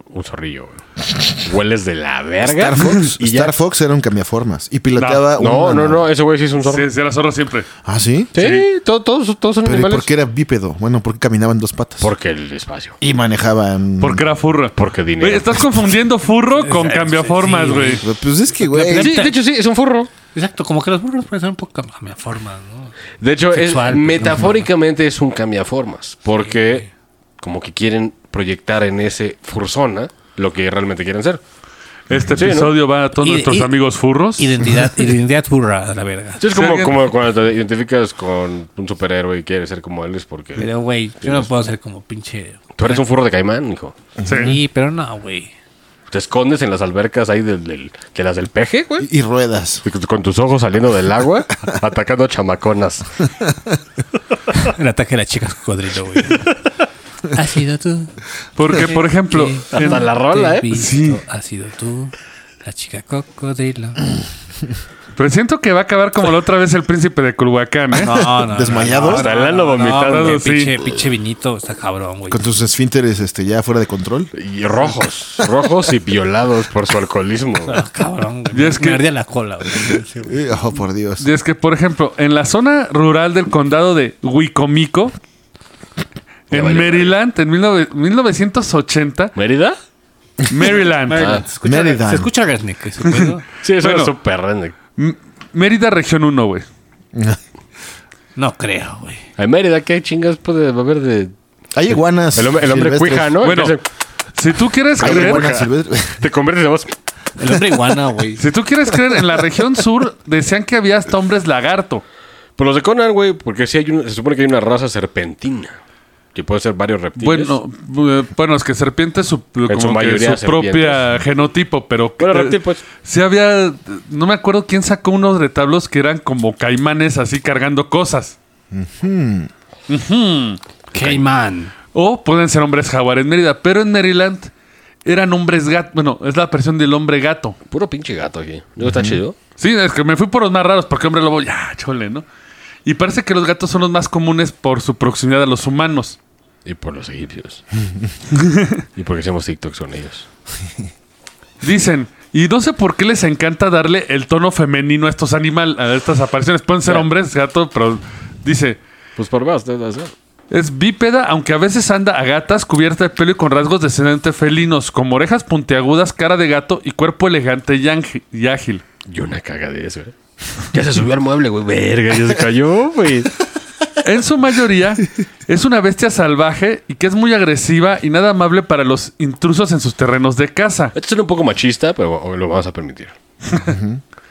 Speaker 3: Un zorrillo, güey. Hueles de la verga.
Speaker 4: Star Fox,
Speaker 3: y ya-
Speaker 4: Star Fox era un cambiaformas y piloteaba
Speaker 3: No,
Speaker 4: una-
Speaker 3: no, no. Ese güey sí es un zorro. Sí,
Speaker 2: Sí, sí, era zorro siempre.
Speaker 4: ¿Ah, sí?
Speaker 3: todo- todos, todos son
Speaker 4: Pero ¿y
Speaker 3: animales.
Speaker 4: por qué era bípedo? Bueno, porque caminaba en dos patas.
Speaker 3: Porque el espacio.
Speaker 4: Y manejaban...
Speaker 2: Porque era furra.
Speaker 3: Porque dinero.
Speaker 2: Güey, estás confundiendo furro con cambiaformas, güey.
Speaker 4: Pues es que, güey...
Speaker 3: Sí, de hecho sí, es un furro.
Speaker 5: Exacto, como que los burros pueden ser un poco a mi forma, ¿no?
Speaker 3: De hecho, es-
Speaker 5: Sexual, pero
Speaker 3: metafóricamente es un cambiaformas. Porque como que quieren proyectar en ese fursona lo que realmente quieren ser.
Speaker 2: Este
Speaker 3: Sí, ¿no?
Speaker 2: episodio va a todos
Speaker 5: Y-
Speaker 2: nuestros
Speaker 5: y-
Speaker 2: amigos furros.
Speaker 5: Identidad, identidad burra, la verga.
Speaker 3: Sí, es
Speaker 2: Sí,
Speaker 3: como,
Speaker 2: alguien-
Speaker 3: como cuando te identificas con un superhéroe y quieres ser como él, es porque
Speaker 5: Pero, güey, yo no puedo ser como pinche.
Speaker 3: tú eres un furro de caimán, hijo.
Speaker 2: Sí.
Speaker 5: Sí, pero no, güey.
Speaker 3: Te escondes en las albercas ahí del, del- de las del peje, güey.
Speaker 4: Y ruedas.
Speaker 3: Con tus ojos saliendo del agua, atacando chamaconas.
Speaker 5: El ataque de las chicas cocodrilo, güey. Ha sido tú.
Speaker 2: Porque, por ejemplo,
Speaker 5: Sí.
Speaker 3: Hasta la rola,
Speaker 5: Te he
Speaker 3: ¿eh?
Speaker 5: visto,
Speaker 2: Sí.
Speaker 5: Ha sido tú. La chica cocodrilo.
Speaker 2: pero siento que va a acabar como la otra vez el príncipe de Culhuacán, ¿eh?
Speaker 5: No, no.
Speaker 4: ¿Desmayado?
Speaker 3: Hasta el ano vomitando.
Speaker 5: güey,
Speaker 2: sí.
Speaker 5: pinche, pinche vinito está cabrón, güey.
Speaker 4: Con tus esfínteres este, ya fuera de control.
Speaker 3: Y rojos, rojos y violados por su alcoholismo. güey.
Speaker 5: Ah, cabrón, güey.
Speaker 2: Y es que-
Speaker 5: Me ardía la cola, güey. Sí, güey.
Speaker 4: Eh, Oh, por Dios.
Speaker 2: Y es que, por ejemplo, en la zona rural del condado de Wicomico, en Maryland, en 19 1980,
Speaker 3: ¿Mérida?
Speaker 2: Maryland,
Speaker 5: Se escucha-
Speaker 4: Mérida.
Speaker 5: Se escucha Gernik, ese pedo.
Speaker 3: Sí, eso
Speaker 2: Bueno.
Speaker 3: es súper redneck.
Speaker 2: M- Mérida Región 1, güey.
Speaker 5: No creo, güey.
Speaker 3: En Mérida, ¿qué chingas puede haber de...?
Speaker 4: Hay iguanas.
Speaker 3: El hombre, el hombre
Speaker 4: silvestres.
Speaker 3: cuija, ¿no?
Speaker 2: Bueno,
Speaker 3: Entonces,
Speaker 2: si tú quieres
Speaker 4: Hay
Speaker 2: creer,
Speaker 4: iguanas silvestres.
Speaker 3: te conviertes en vos.
Speaker 5: El hombre iguana, güey.
Speaker 2: si tú quieres creer, en la región sur decían que había hasta hombres lagarto.
Speaker 3: Pues los de Conan, güey, porque sí hay un- se supone que hay una raza serpentina. Que puede ser varios reptiles.
Speaker 2: Bueno, eh, bueno, es que serpiente es su, como
Speaker 3: su
Speaker 2: que
Speaker 3: mayoría
Speaker 2: su propia genotipo, pero
Speaker 3: Bueno,
Speaker 2: eh,
Speaker 3: reptil, pues.
Speaker 2: sí había, eh, no me acuerdo quién sacó unos retablos que eran como caimanes así cargando cosas.
Speaker 5: K-Man.
Speaker 2: O pueden ser hombres jaguar en Mérida, pero en Maryland eran hombres gato. Bueno, es la versión del hombre gato.
Speaker 3: Puro pinche gato aquí. ¿No está chido?
Speaker 2: Sí, es que me fui por los más raros, porque hombre lobo, ya, chole, ¿no? Y parece que los gatos son los más comunes por su proximidad a los humanos.
Speaker 3: Y por los egipcios. y porque hacemos TikToks con ellos.
Speaker 2: Dicen, y no sé por qué les encanta darle el tono femenino a estos animales, a estas apariciones. Pueden ser
Speaker 3: Ya.
Speaker 2: hombres, gato, pero dice,
Speaker 3: Pues por más, debe de ser.
Speaker 2: es bípeda, aunque a veces anda a gatas, cubierta de pelo y con rasgos descendentes felinos, como orejas puntiagudas, cara de gato y cuerpo elegante y ángel- y ágil.
Speaker 3: Yo una caga de eso, ¿eh? Ya se subió al mueble, güey. Verga, ya se cayó, güey.
Speaker 2: En su mayoría es una bestia salvaje y que es muy agresiva y nada amable para los intrusos en sus terrenos de caza.
Speaker 3: Esto es un poco machista, pero lo vamos a permitir.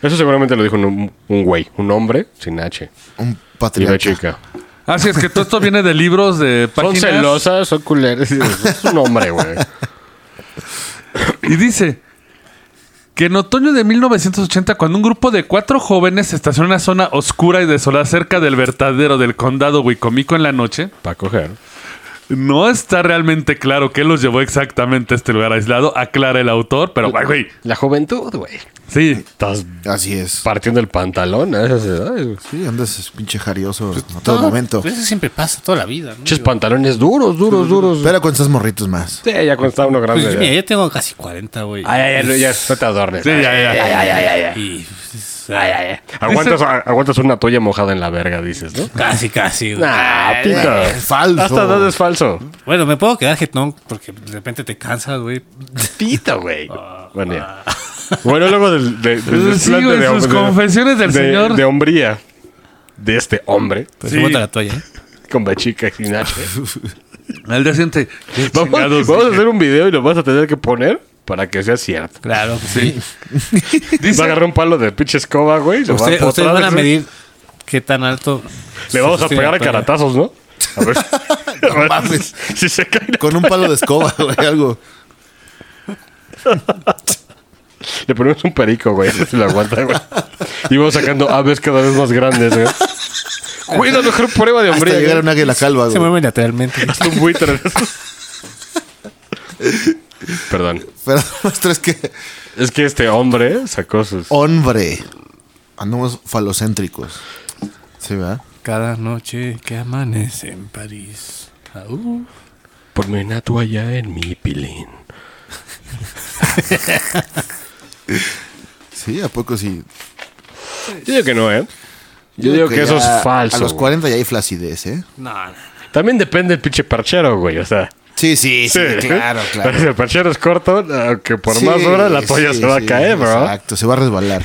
Speaker 3: Eso seguramente lo dijo un, un güey, un hombre sin H.
Speaker 4: Un
Speaker 3: Y una
Speaker 4: patriarca.
Speaker 3: chica.
Speaker 2: Así es que todo esto viene de libros de
Speaker 3: Son
Speaker 2: páginas.
Speaker 3: celosas, son culeras. Es un hombre, güey.
Speaker 2: Y dice que en otoño de 1980, cuando un grupo de cuatro jóvenes se estacionó en una zona oscura y desolada cerca del vertadero del condado Wicomico en la noche,
Speaker 3: Para coger.
Speaker 2: no está realmente claro qué los llevó exactamente a este lugar aislado, aclara el autor, pero ay, güey,
Speaker 3: La juventud, güey.
Speaker 2: sí.
Speaker 3: Estás
Speaker 4: Así es.
Speaker 3: partiendo el pantalón a esas edades, güey.
Speaker 4: Sí, andas pinche jarioso
Speaker 3: Pues,
Speaker 4: a todo momento.
Speaker 5: Pues Eso siempre pasa toda la vida, ¿no?
Speaker 3: Pinches pantalones duros, duros, duros.
Speaker 4: Pero con estos morritos más.
Speaker 3: Sí, ya cuando estaba uno grande.
Speaker 5: Pues,
Speaker 3: ya.
Speaker 5: mira, yo tengo casi 40, güey.
Speaker 3: Ay, ay, ay, ya, no te adornes.
Speaker 2: Sí, ya, ya.
Speaker 5: Y, pues, ay, ay, ay.
Speaker 3: Aguantas, a- aguantas una toalla mojada en la verga, dices, ¿no?
Speaker 5: Casi, casi, güey.
Speaker 3: Nah, pita.
Speaker 4: eh, falso.
Speaker 3: Hasta dónde es falso.
Speaker 5: Bueno, me puedo quedar jetón porque de repente te cansas, güey.
Speaker 3: Pita, güey. Ah, Bueno, ya. Bueno, luego del, de, del
Speaker 2: Pues, Sí,
Speaker 3: desplante
Speaker 2: güey,
Speaker 3: de
Speaker 2: sus
Speaker 3: hom- de-
Speaker 2: confesiones del
Speaker 3: de-
Speaker 2: señor.
Speaker 3: De hombría. De este hombre.
Speaker 5: Pues
Speaker 2: Sí.
Speaker 5: sí. la toalla. ¿eh?
Speaker 3: Con bachica y sin H.
Speaker 2: Al día siguiente, ¿qué
Speaker 3: Vamos,
Speaker 2: chingados
Speaker 3: vamos a
Speaker 2: dije?
Speaker 3: hacer un video y lo vas a tener que poner. para que sea cierto.
Speaker 5: Claro, pues sí.
Speaker 3: Va a agarrar un palo de pinche escoba, güey. se va a
Speaker 5: Usted- ustedes
Speaker 3: potrar,
Speaker 5: van a
Speaker 3: güey.
Speaker 5: medir qué tan alto.
Speaker 3: Le vamos a
Speaker 5: Sí,
Speaker 3: pegar a
Speaker 5: pero-
Speaker 3: caratazos, ¿no? A ver. A ver
Speaker 4: mames.
Speaker 3: Si se cae.
Speaker 4: Con un palo de escoba, güey, algo.
Speaker 3: Le ponemos un perico, güey. Si lo aguanta, güey. Y vamos sacando aves cada vez más grandes, güey. Güey, la mejor prueba de
Speaker 4: Hasta
Speaker 3: hombre.
Speaker 4: llegar a un águila
Speaker 5: Se
Speaker 4: calva, güey.
Speaker 5: mueven lateralmente.
Speaker 3: Hasta un buitre. Perdón.
Speaker 4: Pero nuestro es que...
Speaker 3: Es que este hombre sacó sus.
Speaker 5: Oh.
Speaker 4: Hombre. Andamos falocéntricos. Sí, ¿verdad?
Speaker 5: Cada noche que amanece en París. Aú.
Speaker 3: Ponme una toalla en mi pilín.
Speaker 4: Sí, ¿a poco sí?
Speaker 3: Yo digo que no, ¿eh? Yo digo que eso es
Speaker 4: ya
Speaker 3: falso,
Speaker 4: A los
Speaker 3: güey.
Speaker 4: 40 ya hay flacidez, ¿eh?
Speaker 5: No, no.
Speaker 3: También depende el pinche parchero, güey. O sea.
Speaker 4: Sí, sí, sí,
Speaker 3: Sí.
Speaker 4: claro, claro.
Speaker 3: Si el parchero es corto, aunque por más
Speaker 4: Sí,
Speaker 3: horas la toalla
Speaker 4: sí,
Speaker 3: se va
Speaker 4: sí,
Speaker 3: a caer, bro.
Speaker 4: Exacto, se va a resbalar.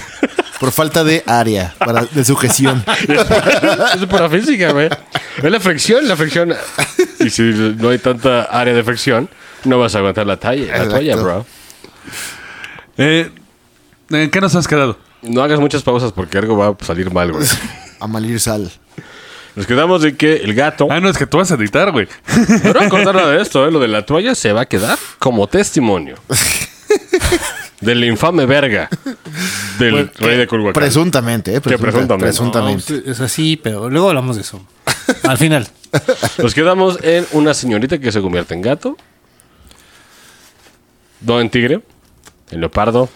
Speaker 4: Por falta de área, para, de sujeción.
Speaker 3: es pura física, güey. Es la fricción, la fricción. Y si no hay tanta área de fricción, no vas a aguantar la talla, la
Speaker 4: Exacto.
Speaker 3: toalla, bro.
Speaker 2: Eh, ¿En qué nos has quedado?
Speaker 3: No hagas muchas pausas porque algo va a salir mal, güey.
Speaker 4: A malir sal.
Speaker 3: Nos quedamos de que el gato.
Speaker 2: Ah, no, es que tú vas a editar, güey.
Speaker 3: No voy a contar nada de esto, ¿eh? Lo de la toalla se va a quedar como testimonio. Del infame verga. Del rey de Culhuacán.
Speaker 4: Presuntamente, ¿eh?
Speaker 3: presuntamente?
Speaker 4: presuntamente.
Speaker 5: No, es así, pero luego hablamos de eso. Al final.
Speaker 3: Nos quedamos en una señorita que se convierte en gato. No en tigre. En leopardo.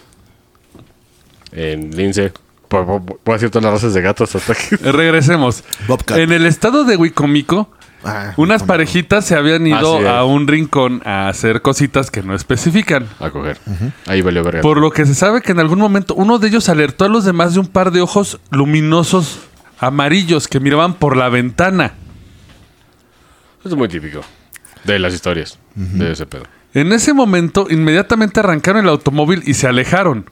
Speaker 3: En lince. Pu- pu- pu- Puedo decir todas las razas de gatos hasta aquí.
Speaker 2: Regresemos.
Speaker 4: Bobcat.
Speaker 2: En el estado de Wicomico,
Speaker 4: Ah,
Speaker 2: unas
Speaker 4: Wicomico.
Speaker 2: parejitas se habían
Speaker 3: Así
Speaker 2: ido
Speaker 3: es.
Speaker 2: a un rincón a hacer cositas que no especifican.
Speaker 3: A coger. Ahí valió verga.
Speaker 2: Por lo que se sabe que en algún momento uno de ellos alertó a los demás de un par de ojos luminosos amarillos que miraban por la ventana.
Speaker 3: Eso es muy típico. De las historias. De ese pedo.
Speaker 2: En ese momento, inmediatamente arrancaron el automóvil y se alejaron.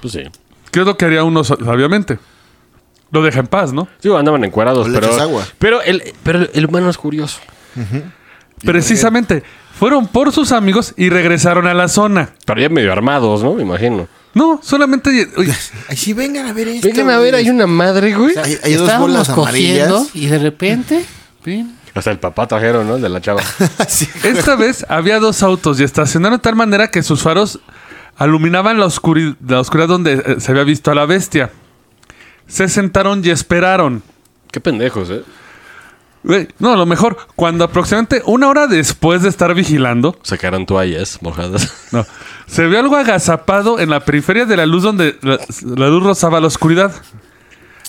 Speaker 3: Pues sí.
Speaker 2: ¿Qué es lo que haría uno sa- sabiamente? Lo deja en paz, ¿no?
Speaker 3: Sí, andaban encuerados,
Speaker 4: O le
Speaker 3: pero.
Speaker 4: echas agua.
Speaker 3: Pero el, pero el humano es curioso.
Speaker 2: Precisamente, fueron por sus amigos y regresaron a la zona.
Speaker 3: Pero ya medio armados, ¿no? Me imagino.
Speaker 2: No, solamente... oye,
Speaker 4: Ay, sí, vengan a ver esto.
Speaker 3: Vengan a ver, hay una madre, güey.
Speaker 4: Hay, hay dos bolas amarillas.
Speaker 5: y de repente. pin.
Speaker 3: Hasta el papá trajero, ¿no? El de la chava.
Speaker 4: Sí.
Speaker 2: Esta vez había dos autos y estacionaron de tal manera que sus faros aluminaban la, oscuri- la oscuridad donde eh, se había visto a la bestia. Se sentaron y esperaron.
Speaker 3: Qué pendejos, ¿eh?
Speaker 2: Güey, No, lo mejor, cuando aproximadamente una hora después de estar vigilando,
Speaker 3: Sacaron toallas mojadas.
Speaker 2: no, se vio algo agazapado en la periferia de la luz donde la, la luz rozaba la oscuridad.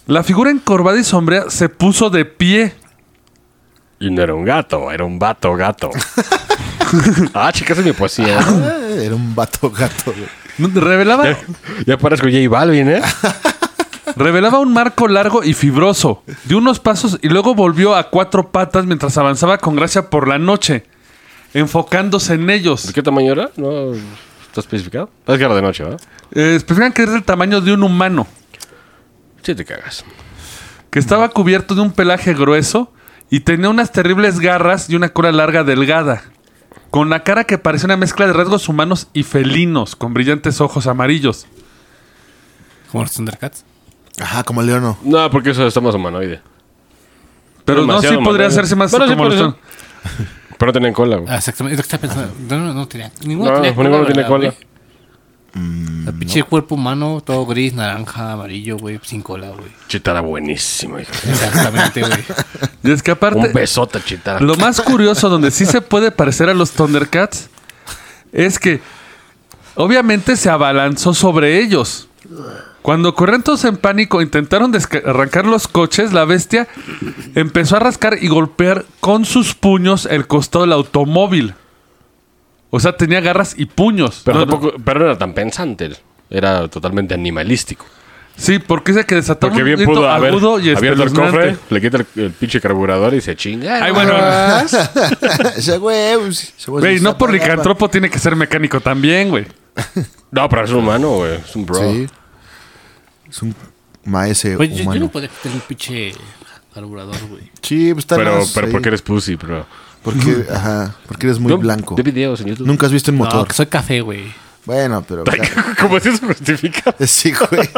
Speaker 2: La figura encorvada y sombría se puso de pie.
Speaker 3: Y no era un gato, era un vato gato. ah, chicas, es mi poesía.
Speaker 4: Eh, Era un vato gato. güey.
Speaker 2: Revelaba,
Speaker 3: ya, ya parezco J Balvin, ¿eh?
Speaker 2: revelaba un marco largo y fibroso. Dio unos pasos y luego volvió a cuatro patas mientras avanzaba con gracia por la noche, enfocándose en
Speaker 3: ¿De
Speaker 2: ellos.
Speaker 3: qué tamaño era? No está especificado. Es que era de noche, ¿verdad?
Speaker 2: Eh, especifican que es del tamaño de un humano.
Speaker 3: Sí, te cagas.
Speaker 2: que estaba cubierto de un pelaje grueso y tenía unas terribles garras y una cola larga delgada, con la cara que parecía una mezcla de rasgos humanos y felinos, con brillantes ojos amarillos.
Speaker 5: Como los Thundercats.
Speaker 4: Ajá, como el leono.
Speaker 3: No, porque eso está más humanoide.
Speaker 2: Pero no, sí
Speaker 3: Demasiado
Speaker 2: podría
Speaker 3: humanoide.
Speaker 2: hacerse más
Speaker 3: Pero sí
Speaker 2: como los-
Speaker 3: podría Pero no tenían cola, güey.
Speaker 5: Ah, exactamente. Es lo que estaba pensando. No, no, no tenía. Ninguno
Speaker 3: No,
Speaker 5: tenía
Speaker 3: ninguno tiene cola.
Speaker 5: ¿verdad, güey?
Speaker 3: Mm,
Speaker 5: El pinche cuerpo humano, todo gris, naranja, amarillo, güey, sin cola, güey.
Speaker 3: Chitara buenísima, hijo.
Speaker 5: Exactamente, güey.
Speaker 2: Y es que
Speaker 3: Un
Speaker 2: aparte,
Speaker 3: besote, chitara.
Speaker 2: lo más curioso donde sí se puede parecer a los Thundercats es que obviamente se abalanzó sobre ellos. Cuando corrieron todos en pánico, intentaron desca- arrancar los coches, la bestia empezó a rascar y golpear con sus puños el costado del automóvil. O sea, tenía garras y puños.
Speaker 3: Pero
Speaker 2: No, no.
Speaker 3: tampoco, pero no era tan pensante. Era totalmente animalístico.
Speaker 2: Sí, porque dice que desató
Speaker 3: Porque
Speaker 2: un
Speaker 3: bien
Speaker 2: grito
Speaker 3: pudo haber
Speaker 2: agudo y
Speaker 3: abierto el
Speaker 2: espeluznante.
Speaker 3: cofre, le quita el, el pinche carburador y se chinga.
Speaker 2: Ay, bueno,
Speaker 4: Ese güey. ese güey
Speaker 2: güey,
Speaker 4: se
Speaker 2: no por
Speaker 4: zaparraba.
Speaker 2: licantropo tiene que ser mecánico también, güey.
Speaker 3: No, pero es un humano, güey. Es un bro.
Speaker 4: Sí. Es un maese
Speaker 5: Pues yo, yo
Speaker 4: humano.
Speaker 5: no podía tener un pinche al obrador, güey.
Speaker 4: Sí, pues está
Speaker 3: Pero,
Speaker 4: más
Speaker 3: pero
Speaker 4: ahí.
Speaker 3: ¿por qué eres pussy, bro?
Speaker 4: Porque, ajá, porque eres muy
Speaker 3: No,
Speaker 4: blanco.
Speaker 3: De videos en YouTube.
Speaker 4: Nunca has visto el
Speaker 5: No,
Speaker 4: motor.
Speaker 5: que soy café, güey.
Speaker 4: Bueno, pero.
Speaker 3: ¿Cómo se justifica?
Speaker 4: Sí, güey.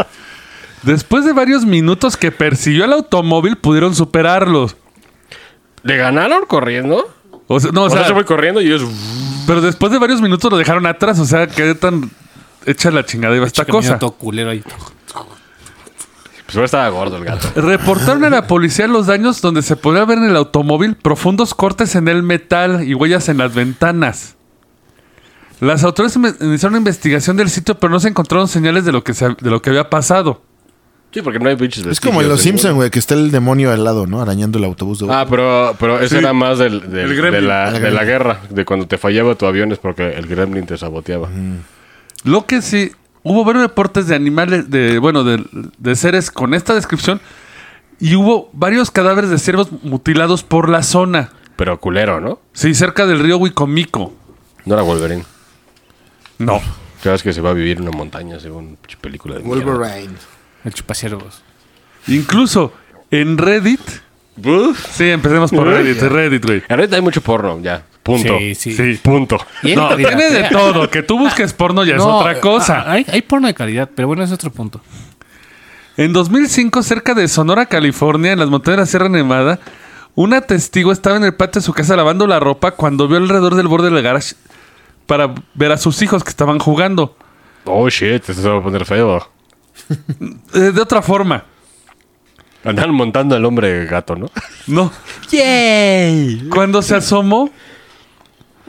Speaker 2: Después de varios minutos que persiguió el automóvil, pudieron superarlos.
Speaker 3: ¿Le ganaron corriendo?
Speaker 2: O sea, no,
Speaker 3: O
Speaker 2: o
Speaker 3: sea,
Speaker 2: sea,
Speaker 3: se fue corriendo y ellos...
Speaker 2: pero después de varios minutos lo dejaron atrás. O sea, qué tan hecha la chingada iba esta
Speaker 5: Chico, mira,
Speaker 2: cosa.
Speaker 5: Todo culero ahí.
Speaker 3: Pues ahora estaba gordo el gato.
Speaker 2: Reportaron a la policía los daños donde se podía ver en el automóvil profundos cortes en el metal y huellas en las ventanas. Las autoridades me- iniciaron una investigación del sitio, pero no se encontraron señales de lo que, se- de lo que había pasado.
Speaker 3: Sí, porque no hay pinches
Speaker 4: Es como en Los Simpsons, güey, que está el demonio al lado, ¿no? Arañando el autobús de
Speaker 3: Ah, pero, pero eso
Speaker 2: Sí.
Speaker 3: era más del, del-
Speaker 2: El gremlin.
Speaker 3: de, la,
Speaker 4: El
Speaker 3: de la guerra, de cuando te fallaba tu avión es porque el gremlin te saboteaba.
Speaker 2: Lo que sí, hubo varios reportes de animales, de, bueno, de, de seres con esta descripción y hubo varios cadáveres de ciervos mutilados por la zona.
Speaker 3: Pero culero, ¿no?
Speaker 2: Sí, cerca del río Huicomico.
Speaker 3: No era Wolverine.
Speaker 2: No.
Speaker 3: Sabes que se va a vivir en una montaña, según una pinche película de mierda.
Speaker 4: Wolverine.
Speaker 5: El chupaciervos.
Speaker 2: Incluso en Reddit.
Speaker 3: Uf.
Speaker 2: Sí, empecemos por Reddit, Reddit, güey.
Speaker 3: En realidad hay mucho porno, ya. Punto.
Speaker 5: Sí, sí.
Speaker 2: Sí.
Speaker 3: Punto.
Speaker 5: Y
Speaker 2: No,
Speaker 5: en realidad,
Speaker 2: tiene de
Speaker 5: eh,
Speaker 2: todo. Que tú busques porno ya
Speaker 5: no,
Speaker 2: es otra
Speaker 5: ah,
Speaker 2: cosa.
Speaker 5: Hay, hay porno de calidad, pero bueno, es otro punto.
Speaker 2: En 2005, cerca de Sonora, California, en las montañas de la Sierra Nevada, una testigo estaba en el patio de su casa lavando la ropa cuando vio alrededor del borde del garage para ver a sus hijos que estaban jugando.
Speaker 3: Oh, shit, esto se va a poner feo.
Speaker 2: Eh, de otra forma.
Speaker 3: Andan montando al hombre gato, ¿no?
Speaker 2: No. Cuando se asomó,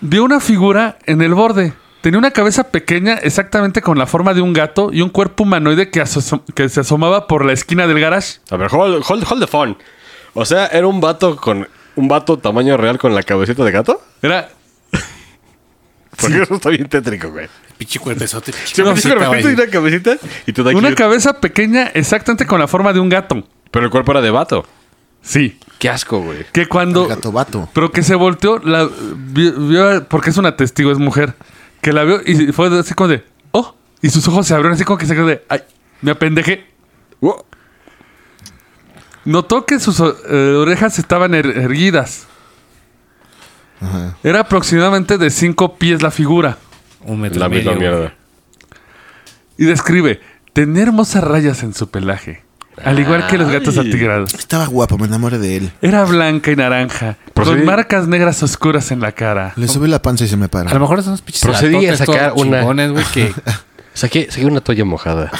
Speaker 2: vio una figura en el borde. Tenía una cabeza pequeña, exactamente con la forma de un gato, y un cuerpo humanoide que, aso- que se asomaba por la esquina del garage.
Speaker 3: A ver, hold, hold, hold the phone. O sea, era un vato con... Un vato tamaño real con la cabecita de gato.
Speaker 2: Era.
Speaker 3: Porque eso está bien tétrico, güey.
Speaker 5: Pinche cuerpezote. pinche
Speaker 3: Se me dice que
Speaker 5: cabecita,
Speaker 3: de repente hay
Speaker 5: güey.
Speaker 3: una cabecita y te da
Speaker 2: Una
Speaker 3: aquí-
Speaker 2: cabeza pequeña, exactamente con la forma de un gato.
Speaker 3: Pero el cuerpo era de vato.
Speaker 2: Sí.
Speaker 3: Qué asco, güey.
Speaker 2: Que cuando.
Speaker 4: Gato vato.
Speaker 2: Pero que se volteó, la vio, vio- porque es una testigo, es mujer. Que la vio y fue así como de. ¡Oh! Y sus ojos se abrieron así como que se quedó de. ¡Ay! Me apendejé.
Speaker 3: Uh,
Speaker 2: Notó que sus o- eh, orejas estaban er- erguidas. Era aproximadamente de 5 pies la figura.
Speaker 5: Un metro
Speaker 3: la
Speaker 5: y medio,
Speaker 3: misma
Speaker 5: güey.
Speaker 3: mierda.
Speaker 2: Y describe, tenía hermosas rayas en su pelaje, al igual que los gatos atigrados.
Speaker 4: Estaba guapo, me enamoré de él.
Speaker 2: Era blanca y naranja,
Speaker 3: Pero
Speaker 2: con
Speaker 3: Pues sí.
Speaker 2: marcas negras oscuras en la cara.
Speaker 4: Le subí la panza y se me para.
Speaker 5: A lo mejor son unos pinches
Speaker 3: Procedí a
Speaker 5: latotes
Speaker 3: sacar
Speaker 5: todos
Speaker 3: una-
Speaker 5: chingones, güey, que
Speaker 3: Saqué, saqué una toalla mojada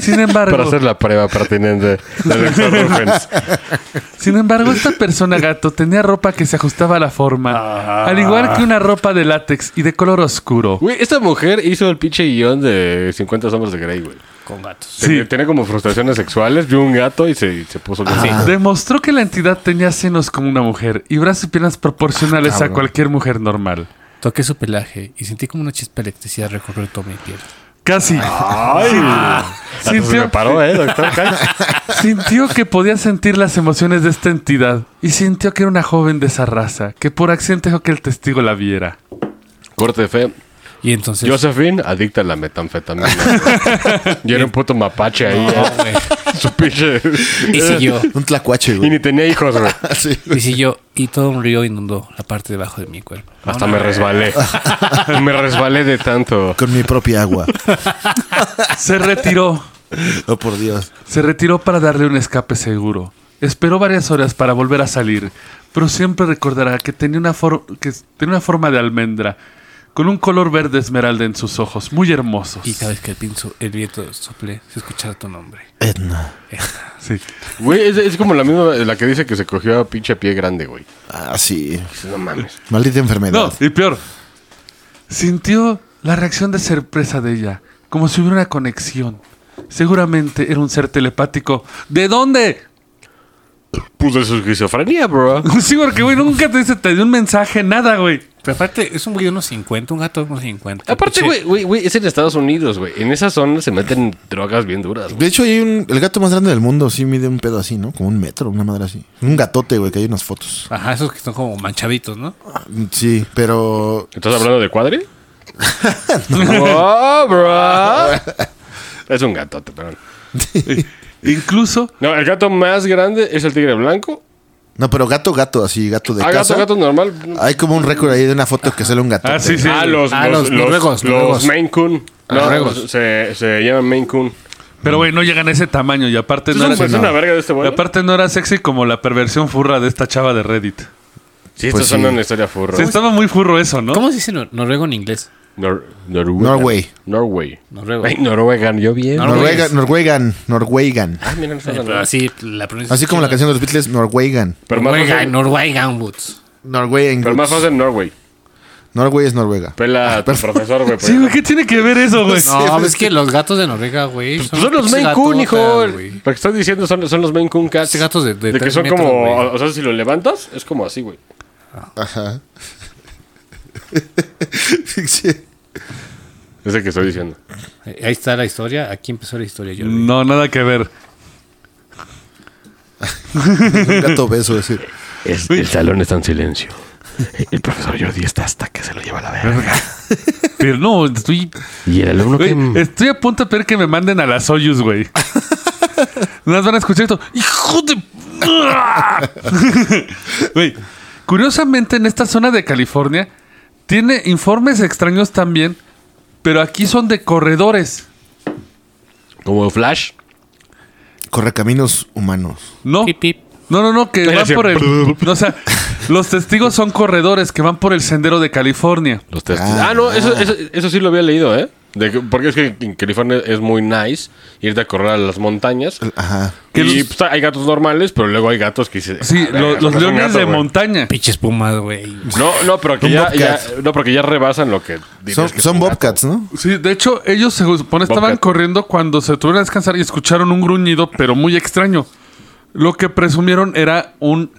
Speaker 2: Sin embargo,
Speaker 3: para hacer la prueba pertinente del doctor Rubens.
Speaker 2: sin embargo, esta persona gato tenía ropa que se ajustaba a la
Speaker 3: Ah.
Speaker 2: forma, al igual que una ropa de látex y de color oscuro.
Speaker 3: Güey, esta mujer hizo el pinche guión de 50 sombras de Grey, güey.
Speaker 5: con gatos.
Speaker 2: Sí.
Speaker 3: Sí. Tiene como frustraciones sexuales, vio un gato y se, y se puso bien.
Speaker 2: Demostró que la entidad tenía senos como una mujer y brazos y piernas
Speaker 3: Ah,
Speaker 2: proporcionales a
Speaker 4: Cabrón.
Speaker 2: cualquier mujer normal.
Speaker 5: Toqué su pelaje y sentí como una chispa de electricidad recorrer toda mi piel.
Speaker 2: Casi.
Speaker 3: ¡Ay! Hasta se me
Speaker 2: Sintió,
Speaker 3: paró, ¿eh, doctor?
Speaker 2: sintió que podía sentir las emociones de esta entidad y sintió que era una joven de esa raza, que por accidente dejó que el testigo la viera.
Speaker 3: Corte de fe.
Speaker 5: Y entonces.
Speaker 3: Josephine, adicta a la metanfetamina. Yo era un puto mapache ahí. ¿eh?
Speaker 5: No, güey.
Speaker 3: Su pinche...
Speaker 5: Y siguió.
Speaker 4: Un tlacuache,
Speaker 3: Y
Speaker 4: güey.
Speaker 3: ni tenía hijos, güey.
Speaker 4: Sí, güey.
Speaker 5: Y siguió. Y todo un río inundó la parte debajo de mi cuerpo.
Speaker 3: Hasta me resbalé. me resbalé de tanto.
Speaker 4: Con mi propia agua.
Speaker 2: Se retiró.
Speaker 4: Oh, por Dios.
Speaker 2: Se retiró para darle un escape seguro. Esperó varias horas para volver a salir, pero siempre recordará que tenía una, for- que tenía una forma de almendra, con un color verde esmeralda en sus ojos, muy hermosos.
Speaker 5: Y cada vez que el, pinzo, el viento sople, se escuchaba tu nombre.
Speaker 4: Edna.
Speaker 2: Sí.
Speaker 3: Güey, es, es como la misma, la que dice que se cogió a pinche pie grande, güey.
Speaker 4: Ah, sí.
Speaker 3: No mames.
Speaker 4: Maldita enfermedad.
Speaker 2: No, y peor. Sintió la reacción de sorpresa de ella, como si hubiera una conexión. Seguramente era un ser telepático. ¿De dónde?
Speaker 3: Pues de su esquizofrenia, bro.
Speaker 2: Sí, porque, güey, nunca te dice, te dio un mensaje, nada, güey.
Speaker 5: Pero aparte, es un güey de unos 50, un gato de unos 50.
Speaker 3: Aparte,
Speaker 5: Pinche-
Speaker 3: güey, güey, güey, es en Estados Unidos, güey. En esa zona se meten drogas bien duras, güey.
Speaker 4: De hecho, hay un, el gato más grande del mundo sí mide un pedo así, ¿no? Como un metro, una madre así. Un gatote, güey, que hay unas fotos.
Speaker 5: Ajá, esos que son como manchaditos, ¿no?
Speaker 4: Sí, pero...
Speaker 3: ¿Estás hablando de cuadri? no, bro. es un gatote, perdón.
Speaker 2: Incluso
Speaker 3: No, el gato más grande es el tigre blanco.
Speaker 4: No, pero gato, gato, así, gato de
Speaker 3: Ah,
Speaker 4: casa.
Speaker 3: gato, gato normal.
Speaker 4: Hay como un récord ahí de una foto que sale un gato.
Speaker 2: Ah, sí, sí.
Speaker 3: Ah, los,
Speaker 5: Ah,
Speaker 3: los,
Speaker 5: los noruegos,
Speaker 3: los,
Speaker 5: noruegos.
Speaker 3: Maine Coon.
Speaker 5: Ah,
Speaker 3: No,
Speaker 5: noruegos.
Speaker 3: se, se llaman Maine Coon.
Speaker 2: Pero, güey, no llegan a ese tamaño. Y aparte
Speaker 3: Es
Speaker 2: no,
Speaker 3: un-
Speaker 2: era,
Speaker 3: es una verga de este
Speaker 2: y
Speaker 3: güey.
Speaker 2: aparte no era sexy como la perversión furra de esta chava de Reddit.
Speaker 3: Sí, esto
Speaker 4: Pues
Speaker 3: suena
Speaker 4: sí.
Speaker 3: una historia furro.
Speaker 2: Sí, estaba muy furro eso, ¿no?
Speaker 5: ¿Cómo se dice nor- noruego en inglés?
Speaker 3: Nor- Noruega.
Speaker 4: Norway.
Speaker 3: Norway.
Speaker 5: Noruego.
Speaker 3: Ay, Noruegan, yo bien.
Speaker 5: Nor-
Speaker 4: Noruega, Norwegan, Norwegan.
Speaker 3: Ah, mira, no suena
Speaker 5: Eh, pero
Speaker 3: nada.
Speaker 5: así la pronunciación.
Speaker 4: Así como la canción de los Beatles, Norwegan.
Speaker 3: Pero más
Speaker 5: Noruega,
Speaker 3: fácil-
Speaker 5: Noruega, Woods.
Speaker 4: Norwegan.
Speaker 3: Pero más fácil en Norway.
Speaker 4: Norway es Noruega.
Speaker 3: Pela a tu profesor, güey.
Speaker 2: Sí, güey,
Speaker 3: porque-
Speaker 2: ¿qué tiene que ver eso, güey?
Speaker 5: No, es que los gatos de Noruega, güey.
Speaker 3: Pues son los
Speaker 5: pinches
Speaker 3: Maine Coon,
Speaker 5: gatotas,
Speaker 3: hijo.
Speaker 5: güey.
Speaker 3: Lo que estás diciendo son, son los Maine Coon cats.
Speaker 5: Estos gatos de- de
Speaker 3: que
Speaker 5: tres
Speaker 3: son
Speaker 5: metros,
Speaker 3: como.
Speaker 5: güey.
Speaker 3: o- O sea, si lo levantas, es como así, güey.
Speaker 4: Ajá. Sí.
Speaker 3: Es el que estoy diciendo.
Speaker 5: Eh, Ahí está la historia. Aquí empezó la historia, Jordi.
Speaker 2: No, nada que ver.
Speaker 4: un gato beso, sí.
Speaker 3: el salón está en silencio. El profesor Jordi está hasta que se lo lleva a la verga.
Speaker 2: Pero no, estoy.
Speaker 3: Y el alumno
Speaker 2: güey, estoy a punto de pedir que me manden a las Soyuz, güey. Nada más van a escuchar esto. ¡Hijo de. Güey, curiosamente en esta zona de California tiene informes extraños también, pero aquí son de corredores.
Speaker 3: Como Flash.
Speaker 4: Correcaminos humanos.
Speaker 2: No.
Speaker 5: Pip, pip.
Speaker 2: No, no, no, que
Speaker 3: Era
Speaker 2: van
Speaker 3: así,
Speaker 2: por el.
Speaker 3: brr.
Speaker 2: no, o sea, los testigos son corredores que van por el sendero de California.
Speaker 3: Los testes.
Speaker 4: Ah,
Speaker 3: Ah, no,
Speaker 4: ah.
Speaker 3: Eso, eso, eso sí lo había leído, ¿eh? De que- porque es que en California es muy nice irte a correr a las montañas.
Speaker 4: Ajá.
Speaker 2: Que
Speaker 3: y
Speaker 2: los-
Speaker 3: pues, hay gatos normales, pero luego hay gatos que se.
Speaker 2: Sí,
Speaker 3: Ah,
Speaker 2: lo-
Speaker 3: verga,
Speaker 2: los
Speaker 3: no son
Speaker 2: leones
Speaker 3: gatos,
Speaker 2: de
Speaker 3: güey.
Speaker 2: montaña.
Speaker 5: Pinche espuma, güey.
Speaker 3: No, no, pero que
Speaker 4: Son
Speaker 3: ya, ya-
Speaker 4: bobcats.
Speaker 3: no, porque ya rebasan lo que. dirías
Speaker 4: Son,
Speaker 3: que es
Speaker 4: son
Speaker 3: un gato.
Speaker 4: Bobcats, ¿no?
Speaker 2: Sí, de hecho, ellos se supone estaban
Speaker 3: Bobcat.
Speaker 2: corriendo cuando se tuvieron a descansar y escucharon un gruñido, pero muy extraño. Lo que presumieron era un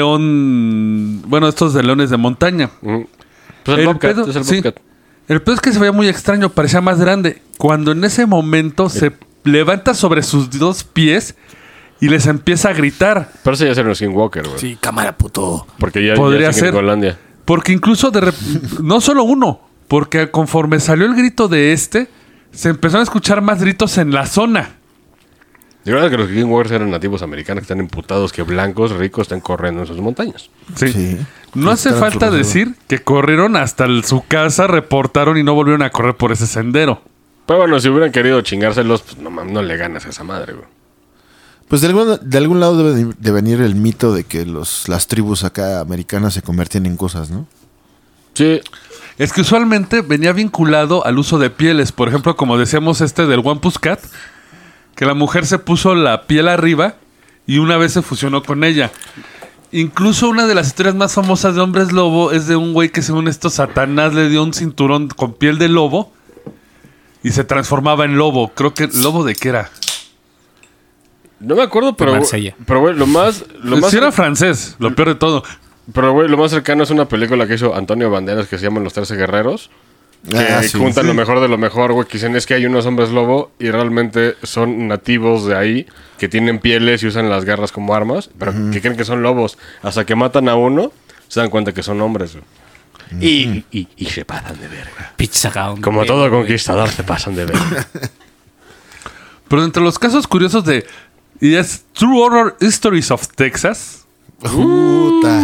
Speaker 2: león. Bueno, estos de leones de montaña.
Speaker 3: Ujú. Pues el, bobcat,
Speaker 2: pedo-
Speaker 3: es el
Speaker 2: sí.
Speaker 3: bobcat.
Speaker 2: El pedo es que se veía muy extraño, parecía más grande. Cuando en ese momento se levanta sobre sus dos pies y les empieza a gritar.
Speaker 3: Pero ese ya es el skinwalker, güey.
Speaker 5: Sí, cámara, puto.
Speaker 3: Porque ya,
Speaker 2: Podría
Speaker 3: ya siguen
Speaker 2: ser.
Speaker 3: en Groenlandia.
Speaker 2: Porque incluso de rep- no solo uno, porque conforme salió el grito de este, se empezaron a escuchar más gritos en la zona.
Speaker 3: Yo creo que los skinwalkers eran nativos americanos que están emputados que blancos ricos están corriendo en sus montañas.
Speaker 2: Sí.
Speaker 4: Sí.
Speaker 2: No hace
Speaker 4: Estaban
Speaker 2: falta
Speaker 4: súper
Speaker 2: decir que corrieron hasta el- su casa, reportaron y no volvieron a correr por ese sendero.
Speaker 3: Pero bueno, si hubieran querido chingárselos, pues no mames, no le ganas a esa madre, güey.
Speaker 4: Pues de algún, de algún lado debe de- de venir el mito de que los, las tribus acá americanas se convertían en cosas, ¿no?
Speaker 3: Sí,
Speaker 2: Es que usualmente venía vinculado al uso de pieles. Por ejemplo, como decíamos este del One Puss Cat, que la mujer se puso la piel arriba y una vez se fusionó con ella. Incluso una de las historias más famosas de Hombres Lobo es de un güey que según esto Satanás le dio un cinturón con piel de lobo y se transformaba en lobo. Creo que lobo de qué era.
Speaker 3: No me acuerdo, pero.
Speaker 5: Marsella.
Speaker 3: Pero, güey, lo más. Lo más
Speaker 2: Si era francés, lo peor de todo.
Speaker 3: pero, güey, lo más cercano es una película que hizo Antonio Banderas que se llama Los Trece Guerreros. Que
Speaker 4: Ah, sí.
Speaker 3: juntan
Speaker 4: Sí.
Speaker 3: lo mejor de lo mejor, güey. Que dicen es que hay unos hombres lobo y realmente son nativos de ahí que tienen pieles y usan las garras como armas, pero que creen que son lobos. Hasta que matan a uno, se dan cuenta que son hombres, güey. Y, y, y se pasan de verga.
Speaker 5: Pinche sacado.
Speaker 3: Como todo conquistador, se pasan de verga.
Speaker 2: Pero entre los casos curiosos de... Y es True Horror Histories of Texas.
Speaker 4: Puta.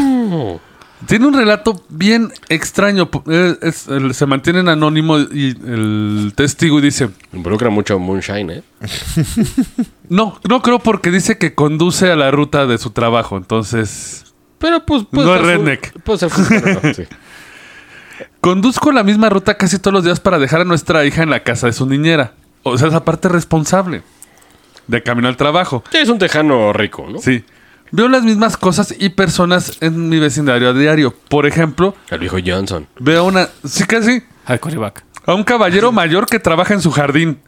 Speaker 2: Tiene un relato bien extraño. po- eh, es- el- se mantienen anónimo y el testigo dice:
Speaker 3: Involucra mucho Moonshine, ¿eh?
Speaker 2: No, no creo porque dice que conduce a la ruta de su trabajo. Entonces,
Speaker 3: Pero pues.
Speaker 2: No
Speaker 3: ser
Speaker 2: es
Speaker 3: full-
Speaker 2: redneck.
Speaker 3: Puede ser. full, pero no, sí.
Speaker 2: conduzco la misma ruta casi todos los días para dejar a nuestra hija en la casa de su niñera. O sea, esa parte responsable de camino al trabajo.
Speaker 3: Sí, Es un tejano rico, ¿no?
Speaker 2: Sí. Veo las mismas cosas y personas en mi vecindario a diario. Por ejemplo,
Speaker 3: El viejo Johnson.
Speaker 2: veo una. Sí, casi.
Speaker 5: Al coreback.
Speaker 2: A un caballero mayor que trabaja en su jardín.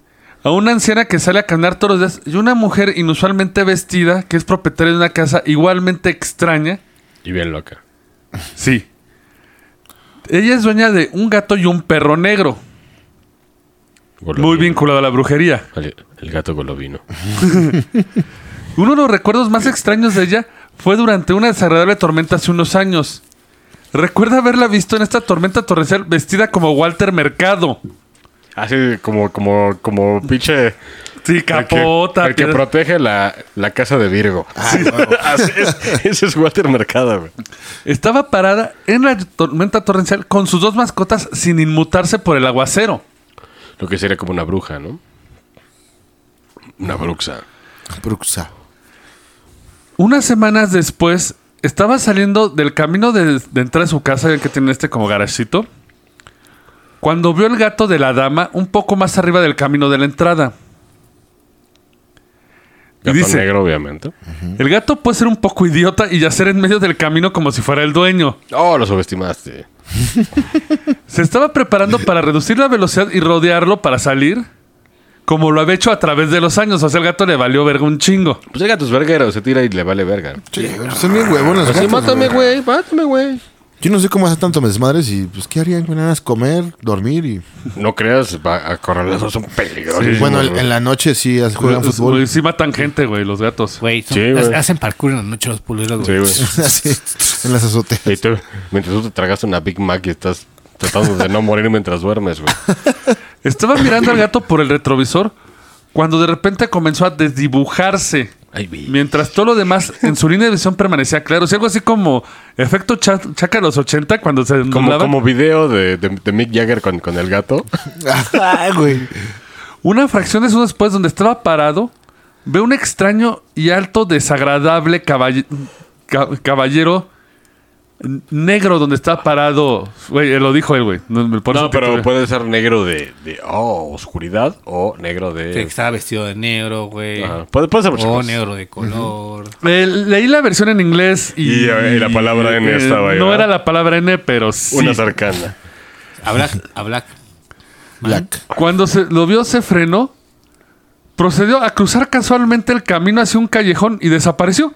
Speaker 2: A una anciana que sale a caminar todos los días. Y una mujer inusualmente vestida que es propietaria de una casa igualmente extraña.
Speaker 3: Y bien loca.
Speaker 2: Sí. Ella es dueña de un gato y un perro negro. Muy vinculado a la brujería.
Speaker 3: El, el gato golovino.
Speaker 2: Uno de los recuerdos más extraños de ella fue durante una desagradable tormenta hace unos años. Recuerda haberla visto en esta tormenta torrencial vestida como Walter Mercado.
Speaker 3: Así como, como, como pinche
Speaker 2: Sí, capota.
Speaker 3: El que, el que
Speaker 2: piedra-
Speaker 3: protege la, la casa de Virgo. Así es, ese es Walter Mercado, güey.
Speaker 2: Estaba parada en la tormenta torrencial con sus dos mascotas sin inmutarse por el aguacero.
Speaker 3: Lo que sería como una bruja, ¿no? Una bruxa.
Speaker 4: Bruxa.
Speaker 2: Unas semanas después, estaba saliendo del camino de, de entrar a su casa, el que tiene este como garajito, cuando vio el gato de la dama un poco más arriba del camino de la entrada. Y
Speaker 3: Gato
Speaker 2: dice,
Speaker 3: negro, obviamente.
Speaker 2: el gato puede ser un poco idiota y yacer en medio del camino como si fuera el dueño.
Speaker 3: Oh, lo subestimaste.
Speaker 2: Se estaba preparando para reducir la velocidad y rodearlo para salir, como lo había hecho a través de los años. O sea, el gato le valió verga un chingo.
Speaker 3: Pues llega a tus vergueros, se tira y le vale verga.
Speaker 4: Sí, son bien huevones. los
Speaker 3: Así,
Speaker 4: gatos,
Speaker 3: mátame,
Speaker 4: güey.
Speaker 3: güey, mátame, güey.
Speaker 4: Yo no sé cómo hacen tanto desmadres y pues qué harían, güey, nada más comer, dormir y...
Speaker 3: No creas, va- acorralados son peligrosos.
Speaker 4: bueno, el- en la noche sí as- juegan
Speaker 2: Güey,
Speaker 4: fútbol.
Speaker 2: Sí matan gente, güey, los gatos.
Speaker 5: Güey, son-
Speaker 3: Sí, güey.
Speaker 5: ha- hacen parkour en la noche los pulgueros,
Speaker 3: Sí,
Speaker 5: güey.
Speaker 3: güey.
Speaker 4: Así, en las azoteas.
Speaker 3: Y tú, mientras tú te tragaste una Big Mac y estás tratando de no morir mientras duermes, güey.
Speaker 2: Estaba mirando al gato por el retrovisor cuando de repente comenzó a desdibujarse.
Speaker 3: Ay, vi.
Speaker 2: Mientras todo lo demás en su línea de visión permanecía claro. O sea, algo así como efecto cha- chaca de los 80 cuando se
Speaker 3: Como,
Speaker 2: nublaba.
Speaker 3: como video de, de- de Mick Jagger con, con el gato.
Speaker 4: Ah, güey.
Speaker 2: Una fracción de segundos después, donde estaba parado, ve un extraño y alto, desagradable caballe- ca- caballero n- negro donde está parado. Güey, él lo dijo él, güey. No, me- por
Speaker 3: No,
Speaker 2: eso
Speaker 3: pero
Speaker 2: titulé.
Speaker 3: puede ser negro de, de oh, oscuridad o negro
Speaker 5: Que
Speaker 3: de...
Speaker 5: estaba vestido de negro, güey.
Speaker 3: Ajá. Puede, puede ser muchas
Speaker 5: O
Speaker 3: cosas.
Speaker 5: negro de color.
Speaker 2: Eh, leí la versión en inglés y,
Speaker 3: Y, eh, y la palabra N estaba ahí,
Speaker 2: No
Speaker 3: ¿verdad?
Speaker 2: era la palabra N, pero sí.
Speaker 3: Una cercana.
Speaker 5: A Black, a Black.
Speaker 4: Black.
Speaker 2: Cuando se lo vio, se frenó, procedió a cruzar casualmente el camino hacia un callejón y desapareció.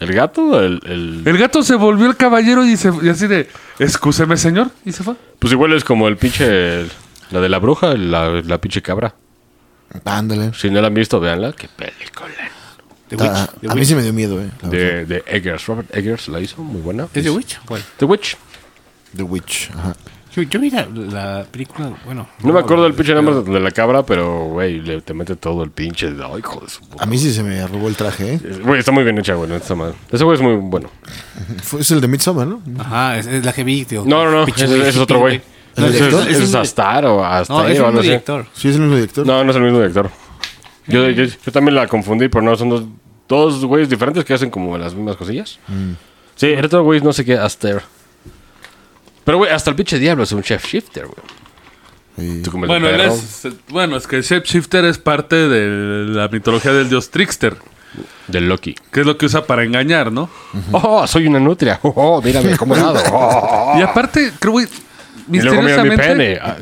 Speaker 3: ¿El gato? o El, el-
Speaker 2: El gato se volvió el caballero y, se, y así de, excúseme señor, y se fue.
Speaker 3: Pues igual es como el pinche... el- la de la bruja, la, la pinche cabra.
Speaker 4: Ándale.
Speaker 3: Si no la han visto, véanla. Qué película.
Speaker 5: The Witch.
Speaker 4: Ah,
Speaker 5: The
Speaker 4: a mí
Speaker 5: Witch.
Speaker 4: sí me dio miedo, eh. la verdad.
Speaker 3: De, de Eggers. Robert Eggers la hizo muy buena.
Speaker 5: ¿Es The Witch? Bueno.
Speaker 3: The Witch.
Speaker 4: The Witch. Ajá.
Speaker 5: Yo, yo vi la, la película, bueno.
Speaker 3: No me acuerdo del pinche nombre de la cabra, pero, güey, le- te mete todo el pinche. Ay, hijo de su puta.
Speaker 4: A mí sí se me robó el traje, eh.
Speaker 3: Güey, está muy bien hecha, güey. no está mal. Ese güey es muy bueno.
Speaker 4: Fue- es el de Midsommar, ¿no?
Speaker 5: Ajá, es, es la que vi, tío.
Speaker 3: No, no, no.
Speaker 5: Pinche
Speaker 3: Ese, ese es otro güey.
Speaker 4: ¿El
Speaker 3: Ese es-
Speaker 4: director?
Speaker 3: ese
Speaker 4: ¿Es
Speaker 3: es
Speaker 4: un-
Speaker 3: Astar o Astar
Speaker 5: No, es
Speaker 3: o
Speaker 5: un
Speaker 3: algo así.
Speaker 5: director.
Speaker 4: Sí, es el mismo director.
Speaker 3: No, no es el mismo director. Yo, yo, yo también la confundí, pero no, son dos, dos güeyes diferentes que hacen como las mismas cosillas. Sí, el otro güey es no sé qué, Astar. Pero, güey, hasta el pinche diablo es un chef shifter, güey.
Speaker 4: Sí.
Speaker 3: Tú como el
Speaker 2: Bueno, él
Speaker 3: perro.
Speaker 2: es, eh, bueno, es que el shapeshifter es parte de la mitología del dios trickster,
Speaker 3: Del Loki.
Speaker 2: que es lo que usa para engañar, ¿no?
Speaker 3: ¡Oh, soy una nutria! ¡Oh, oh mírame cómo he dado! ¡Oh!
Speaker 2: Y aparte, creo, güey,
Speaker 3: Y luego mira mi
Speaker 2: misteriosamente,
Speaker 3: pene. Ah,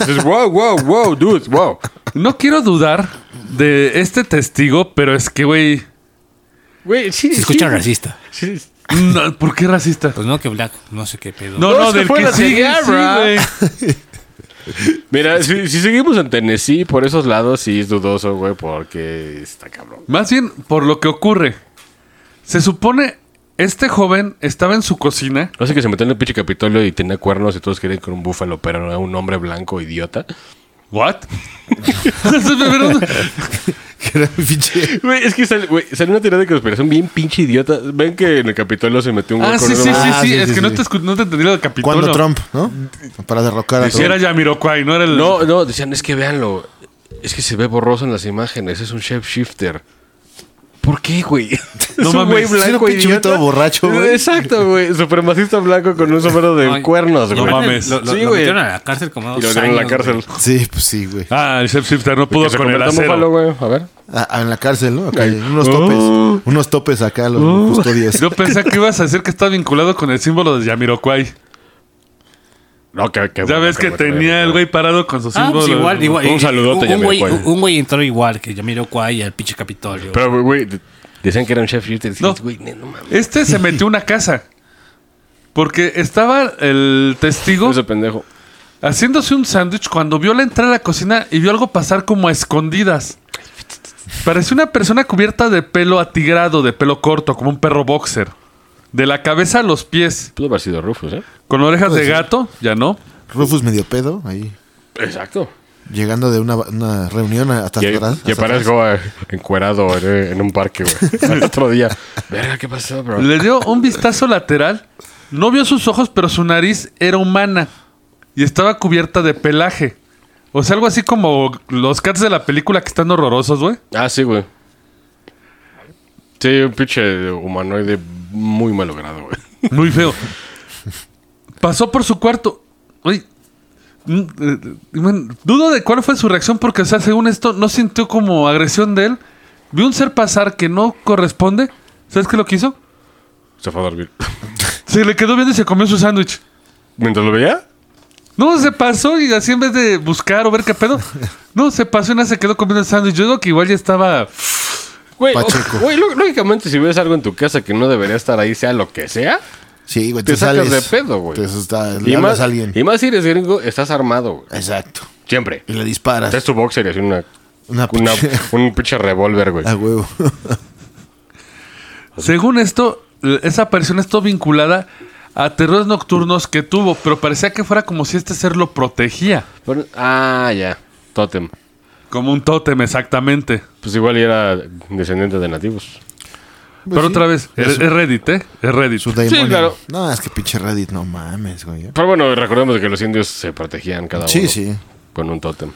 Speaker 3: dices, wow, wow, wow, dude, wow.
Speaker 2: no quiero dudar de este testigo, pero es que, güey,
Speaker 3: Güey, sí,
Speaker 5: Se escucha racista.
Speaker 2: no, ¿por qué racista?
Speaker 5: Pues no, que Black, no sé qué pedo.
Speaker 2: No,
Speaker 3: No,
Speaker 2: no,
Speaker 3: es que
Speaker 2: del
Speaker 3: fue
Speaker 2: que
Speaker 3: la
Speaker 2: sigue,
Speaker 3: señal,
Speaker 2: sí,
Speaker 3: bro.
Speaker 2: güey.
Speaker 3: Mira, si, si seguimos en Tennessee, por esos lados sí es dudoso, güey, porque está cabrón.
Speaker 2: Más bien por lo que ocurre. Se supone este joven estaba en su cocina.
Speaker 3: No sé que se metió en el pinche Capitolio y tenía cuernos y todos querían con un búfalo, pero era un hombre blanco idiota.
Speaker 2: ¿What? Se me vieron-
Speaker 4: Que era un pinche-
Speaker 3: Güey, es que sale, güey, sale una teoría de conspiración bien pinche idiota. Ven que en el Capitolio se metió un güey
Speaker 2: ah,
Speaker 3: con
Speaker 2: sí,
Speaker 3: una-
Speaker 2: sí, sí,
Speaker 4: Ah,
Speaker 2: sí.
Speaker 4: sí,
Speaker 2: Es
Speaker 4: sí,
Speaker 2: que no
Speaker 4: sí.
Speaker 2: te, escu- no te entendí lo del
Speaker 4: Cuando
Speaker 2: Capitolio.
Speaker 4: Trump, ¿no? Para derrocar a
Speaker 2: Si era
Speaker 4: Trump.
Speaker 2: Yamiroquai, no era el...
Speaker 3: No, no, decían, es que véanlo. Es que se ve borroso en las imágenes. Es un shape shifter. ¿Por qué, güey?
Speaker 2: No
Speaker 3: es un
Speaker 2: mames,
Speaker 3: güey
Speaker 2: es
Speaker 4: un
Speaker 3: blanco
Speaker 4: pinche güey
Speaker 3: idiota.
Speaker 4: todo borracho, güey.
Speaker 3: Exacto, güey. Supremacista blanco con un sombrero de
Speaker 5: Ay,
Speaker 3: cuernos,
Speaker 2: no
Speaker 3: güey.
Speaker 2: mames.
Speaker 5: Lo, lo-
Speaker 3: sí,
Speaker 5: lo
Speaker 3: güey.
Speaker 5: metieron a la cárcel como
Speaker 3: Y
Speaker 5: dos
Speaker 3: lo dieron en la
Speaker 5: años,
Speaker 3: cárcel.
Speaker 4: Sí, pues sí, güey.
Speaker 2: Ah, el shifter no pudo
Speaker 3: Pues Que se
Speaker 2: con el
Speaker 3: convirtió en búfalo,
Speaker 2: acero.
Speaker 3: güey. A ver.
Speaker 4: Ah, ah, en la cárcel, ¿no? Acá,
Speaker 3: Ay.
Speaker 4: unos topes.
Speaker 3: Oh.
Speaker 4: Unos topes acá, los custodios.
Speaker 2: Yo pensé que ibas a decir que estaba vinculado con el símbolo de Yamiroquai.
Speaker 3: No, que, que
Speaker 2: Ya
Speaker 3: bueno,
Speaker 2: ves
Speaker 3: qué
Speaker 2: que
Speaker 3: bueno,
Speaker 2: tenía
Speaker 3: qué
Speaker 2: el
Speaker 3: bueno.
Speaker 2: güey parado con su
Speaker 5: Ah,
Speaker 2: símbolo.
Speaker 5: pues igual, igual.
Speaker 3: Un saludote,
Speaker 5: Un- Un güey,
Speaker 3: Yamiroquai.
Speaker 5: un güey entró igual que Yamiroquai y al pinche Capitolio.
Speaker 3: Pero, güey, de- decían que era un shape shifter.
Speaker 2: No.
Speaker 3: No. Güey, no no mames.
Speaker 2: Este se metió a una casa. Porque estaba el testigo...
Speaker 3: Ese pendejo.
Speaker 2: haciéndose un sándwich cuando vio la entrada a la cocina y vio algo pasar como a escondidas. Parecía una persona cubierta de pelo atigrado, de pelo corto, como un perro boxer. De la cabeza a los pies,
Speaker 3: Pudo haber sido Rufus, ¿eh?
Speaker 2: con orejas
Speaker 4: Puede
Speaker 2: de
Speaker 4: ser.
Speaker 2: gato, ya no.
Speaker 4: Rufus medio pedo, ahí.
Speaker 3: Exacto.
Speaker 4: Llegando de una, una reunión a- hasta
Speaker 3: Y,
Speaker 4: atrás.
Speaker 3: y
Speaker 4: hasta atrás.
Speaker 3: aparezco eh, encuerado eh, en un parque, güey. Al otro día. Verga, ¿qué pasó, bro?
Speaker 2: Le dio un vistazo lateral. No vio sus ojos, pero su nariz era humana. Y estaba cubierta de pelaje. O sea, algo así como los cats de la película que están horrorosos, güey.
Speaker 3: Ah, sí, güey. Sí, un pinche humanoide muy malogrado, güey.
Speaker 2: Muy feo. Pasó por su cuarto. Uy. Mm, eh, bueno, Dudo de cuál fue su reacción porque, o sea, según esto, no sintió como agresión de él. Vio un ser pasar que no corresponde. ¿Sabes qué es lo que hizo?
Speaker 3: Se fue a dormir.
Speaker 2: Se le quedó viendo y se comió su sándwich.
Speaker 3: Mientras lo veía,
Speaker 2: No, se pasó y así en vez de buscar o ver qué pedo. No, se pasó y nada, se quedó comiendo el sándwich. Yo digo que igual ya estaba...
Speaker 3: Güey, o-
Speaker 4: Pacheco.
Speaker 3: güey, ló- lógicamente, si ves algo en tu casa que no debería estar ahí, sea lo que sea,
Speaker 4: Sí, güey,
Speaker 3: te,
Speaker 4: te,
Speaker 3: sacas
Speaker 4: sales.
Speaker 3: de pedo, güey.
Speaker 4: Te asusta,
Speaker 3: Y
Speaker 4: le hablas
Speaker 3: más,
Speaker 4: a alguien.
Speaker 3: y más si eres gringo, estás armado, güey.
Speaker 4: Exacto.
Speaker 3: Siempre. Este
Speaker 4: Y le disparas.
Speaker 3: Es tu boxer y así una,
Speaker 4: Una
Speaker 3: una-
Speaker 4: pinche-
Speaker 3: un pinche revólver, güey.
Speaker 4: A huevo.
Speaker 2: Según esto, l- esa aparición estuvo vinculada a terrores nocturnos que tuvo, pero parecía que fuera como si este ser lo protegía.
Speaker 3: Pero- ah, ya. Tótem.
Speaker 2: Como un tótem, exactamente.
Speaker 3: Pues igual y era descendiente de nativos.
Speaker 2: Pero otra vez, es, es Reddit, ¿eh? Es Reddit.
Speaker 3: Pues
Speaker 4: Su daemonium.
Speaker 3: claro.
Speaker 4: No, es que pinche Reddit, no mames, güey.
Speaker 3: Pero bueno, recordemos que los indios se protegían cada
Speaker 4: Sí,
Speaker 3: uno.
Speaker 4: sí.
Speaker 3: Con un tótem.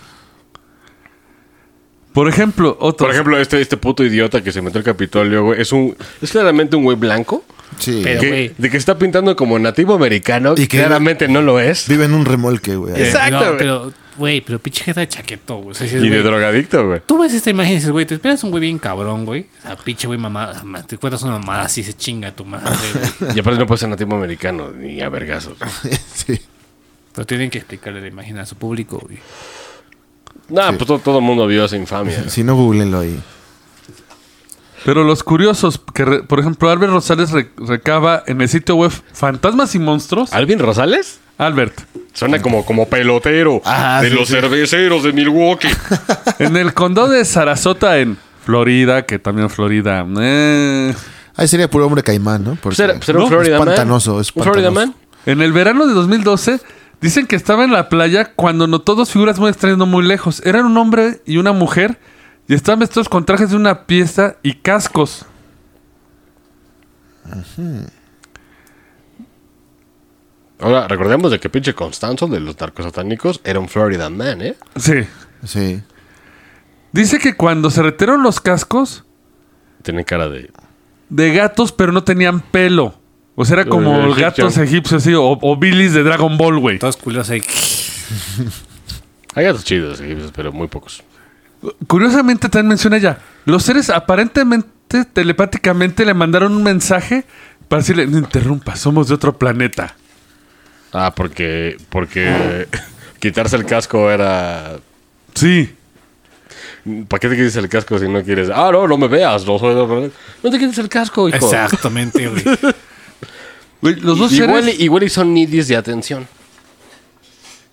Speaker 2: Por ejemplo, otro.
Speaker 3: Por ejemplo, este, este puto idiota que se metió al Capitolio, güey, es un. Es claramente un güey blanco.
Speaker 4: Sí.
Speaker 3: que-
Speaker 5: güey.
Speaker 3: de que está pintando como nativo americano.
Speaker 4: Y
Speaker 3: Y
Speaker 4: que-
Speaker 3: claramente no lo es.
Speaker 4: Vive en un remolque, güey.
Speaker 3: Yes. Exacto,
Speaker 5: No,
Speaker 3: güey.
Speaker 5: pero, güey, pero pinche jeta de chaqueto, güey. O sea, dices,
Speaker 3: Y de
Speaker 5: güey,
Speaker 3: drogadicto, güey.
Speaker 5: Tú ves esta imagen y dices, güey, te esperas un güey bien cabrón, güey. O sea, pinche güey mamada. ma- Te cuentas una mamada así, se chinga tu madre, güey.
Speaker 3: Y aparte no puede ser nativo americano, ni a vergazos.
Speaker 4: sí.
Speaker 5: Pero tienen que explicarle la imagen a su público, güey.
Speaker 3: Nah, pues todo, todo el mundo vio esa infamia.
Speaker 4: Si no, googleenlo ahí.
Speaker 2: Pero los curiosos, que re- por ejemplo, Albert Rosales re- recaba en el sitio web Fantasmas y Monstruos.
Speaker 3: ¿Alvin Rosales?
Speaker 2: Albert.
Speaker 3: Suena como, como pelotero
Speaker 4: Ah,
Speaker 3: de
Speaker 4: sí,
Speaker 3: los
Speaker 4: sí.
Speaker 3: cerveceros de Milwaukee.
Speaker 2: En el condado de Sarasota, en Florida, que también Florida. eh.
Speaker 4: Ahí sería puro hombre caimán, ¿no? Porque-
Speaker 3: Pues era, pues era un
Speaker 4: ¿no?
Speaker 3: Florida
Speaker 4: es
Speaker 3: Man.
Speaker 4: pantanoso, es
Speaker 3: un Florida
Speaker 4: pantanoso.
Speaker 3: Man.
Speaker 2: En el verano de 2012, dicen que estaba en la playa cuando notó dos figuras muy extrañas no muy lejos. Eran un hombre y una mujer y estaban vestidos con trajes de una pieza y cascos.
Speaker 3: Ahora, recordemos de que pinche Constanzo de los narcosatánicos era un Florida Man, ¿eh?
Speaker 2: Sí.
Speaker 4: Sí.
Speaker 2: Dice que cuando se retiraron los cascos
Speaker 3: Tiene cara de...
Speaker 2: de gatos, pero no tenían pelo. O sea, era como
Speaker 3: Eh,
Speaker 2: gatos
Speaker 3: egipcio.
Speaker 2: egipcios, sí, o, o bilis de Dragon Ball, güey.
Speaker 5: Todos culos ahí.
Speaker 3: Hay gatos chidos, sí, pero muy pocos.
Speaker 2: Curiosamente también menciona ella, los seres aparentemente telepáticamente le mandaron un mensaje para decirle, no interrumpa, somos de otro planeta.
Speaker 3: Ah, porque... Porque quitarse el casco era...
Speaker 2: Sí.
Speaker 3: ¿Para qué te quites el casco si no quieres? Ah, no, no me veas. No, soy de- no te quites el casco, hijo.
Speaker 5: Exactamente, güey.
Speaker 2: Güey, los dos
Speaker 3: Igual,
Speaker 2: seres,
Speaker 3: y- igual y son needies de atención.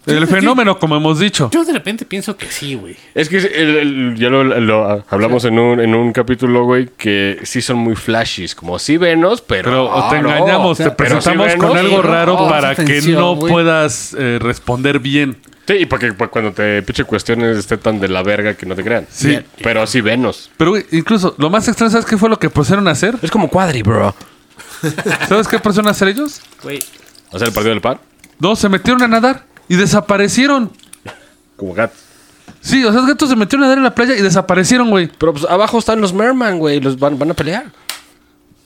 Speaker 2: el fenómeno, como hemos dicho.
Speaker 5: Yo de repente pienso que sí, güey.
Speaker 3: Es que el- el- ya lo, lo hablamos en, un, en un capítulo, güey, que sí son muy flashies. Como sí venos, pero.
Speaker 2: Pero o
Speaker 3: ah,
Speaker 2: te
Speaker 3: no.
Speaker 2: engañamos, te
Speaker 3: Pero sí
Speaker 2: presentamos
Speaker 3: venos,
Speaker 2: con algo
Speaker 3: sí,
Speaker 2: raro
Speaker 3: no.
Speaker 2: para que
Speaker 5: atención,
Speaker 2: no
Speaker 5: güey.
Speaker 2: puedas eh, responder bien.
Speaker 3: Sí, y para que para cuando te pinche cuestiones esté tan de la verga que no te crean.
Speaker 2: Sí.
Speaker 3: Pero sí venos.
Speaker 2: Pero güey, incluso, lo más extraño, ¿sabes qué fue lo que pusieron a hacer?
Speaker 3: Es como cuadri, bro.
Speaker 2: ¿Sabes qué pusieron a hacer ellos?
Speaker 5: Güey,
Speaker 3: Hacer el partido del pan.
Speaker 2: No, se metieron a nadar y desaparecieron.
Speaker 3: Como gato.
Speaker 2: Sí, o sea, los gatos se metieron a nadar en la playa y desaparecieron, güey.
Speaker 3: Pero pues abajo están los merman, güey. Los van, van a pelear.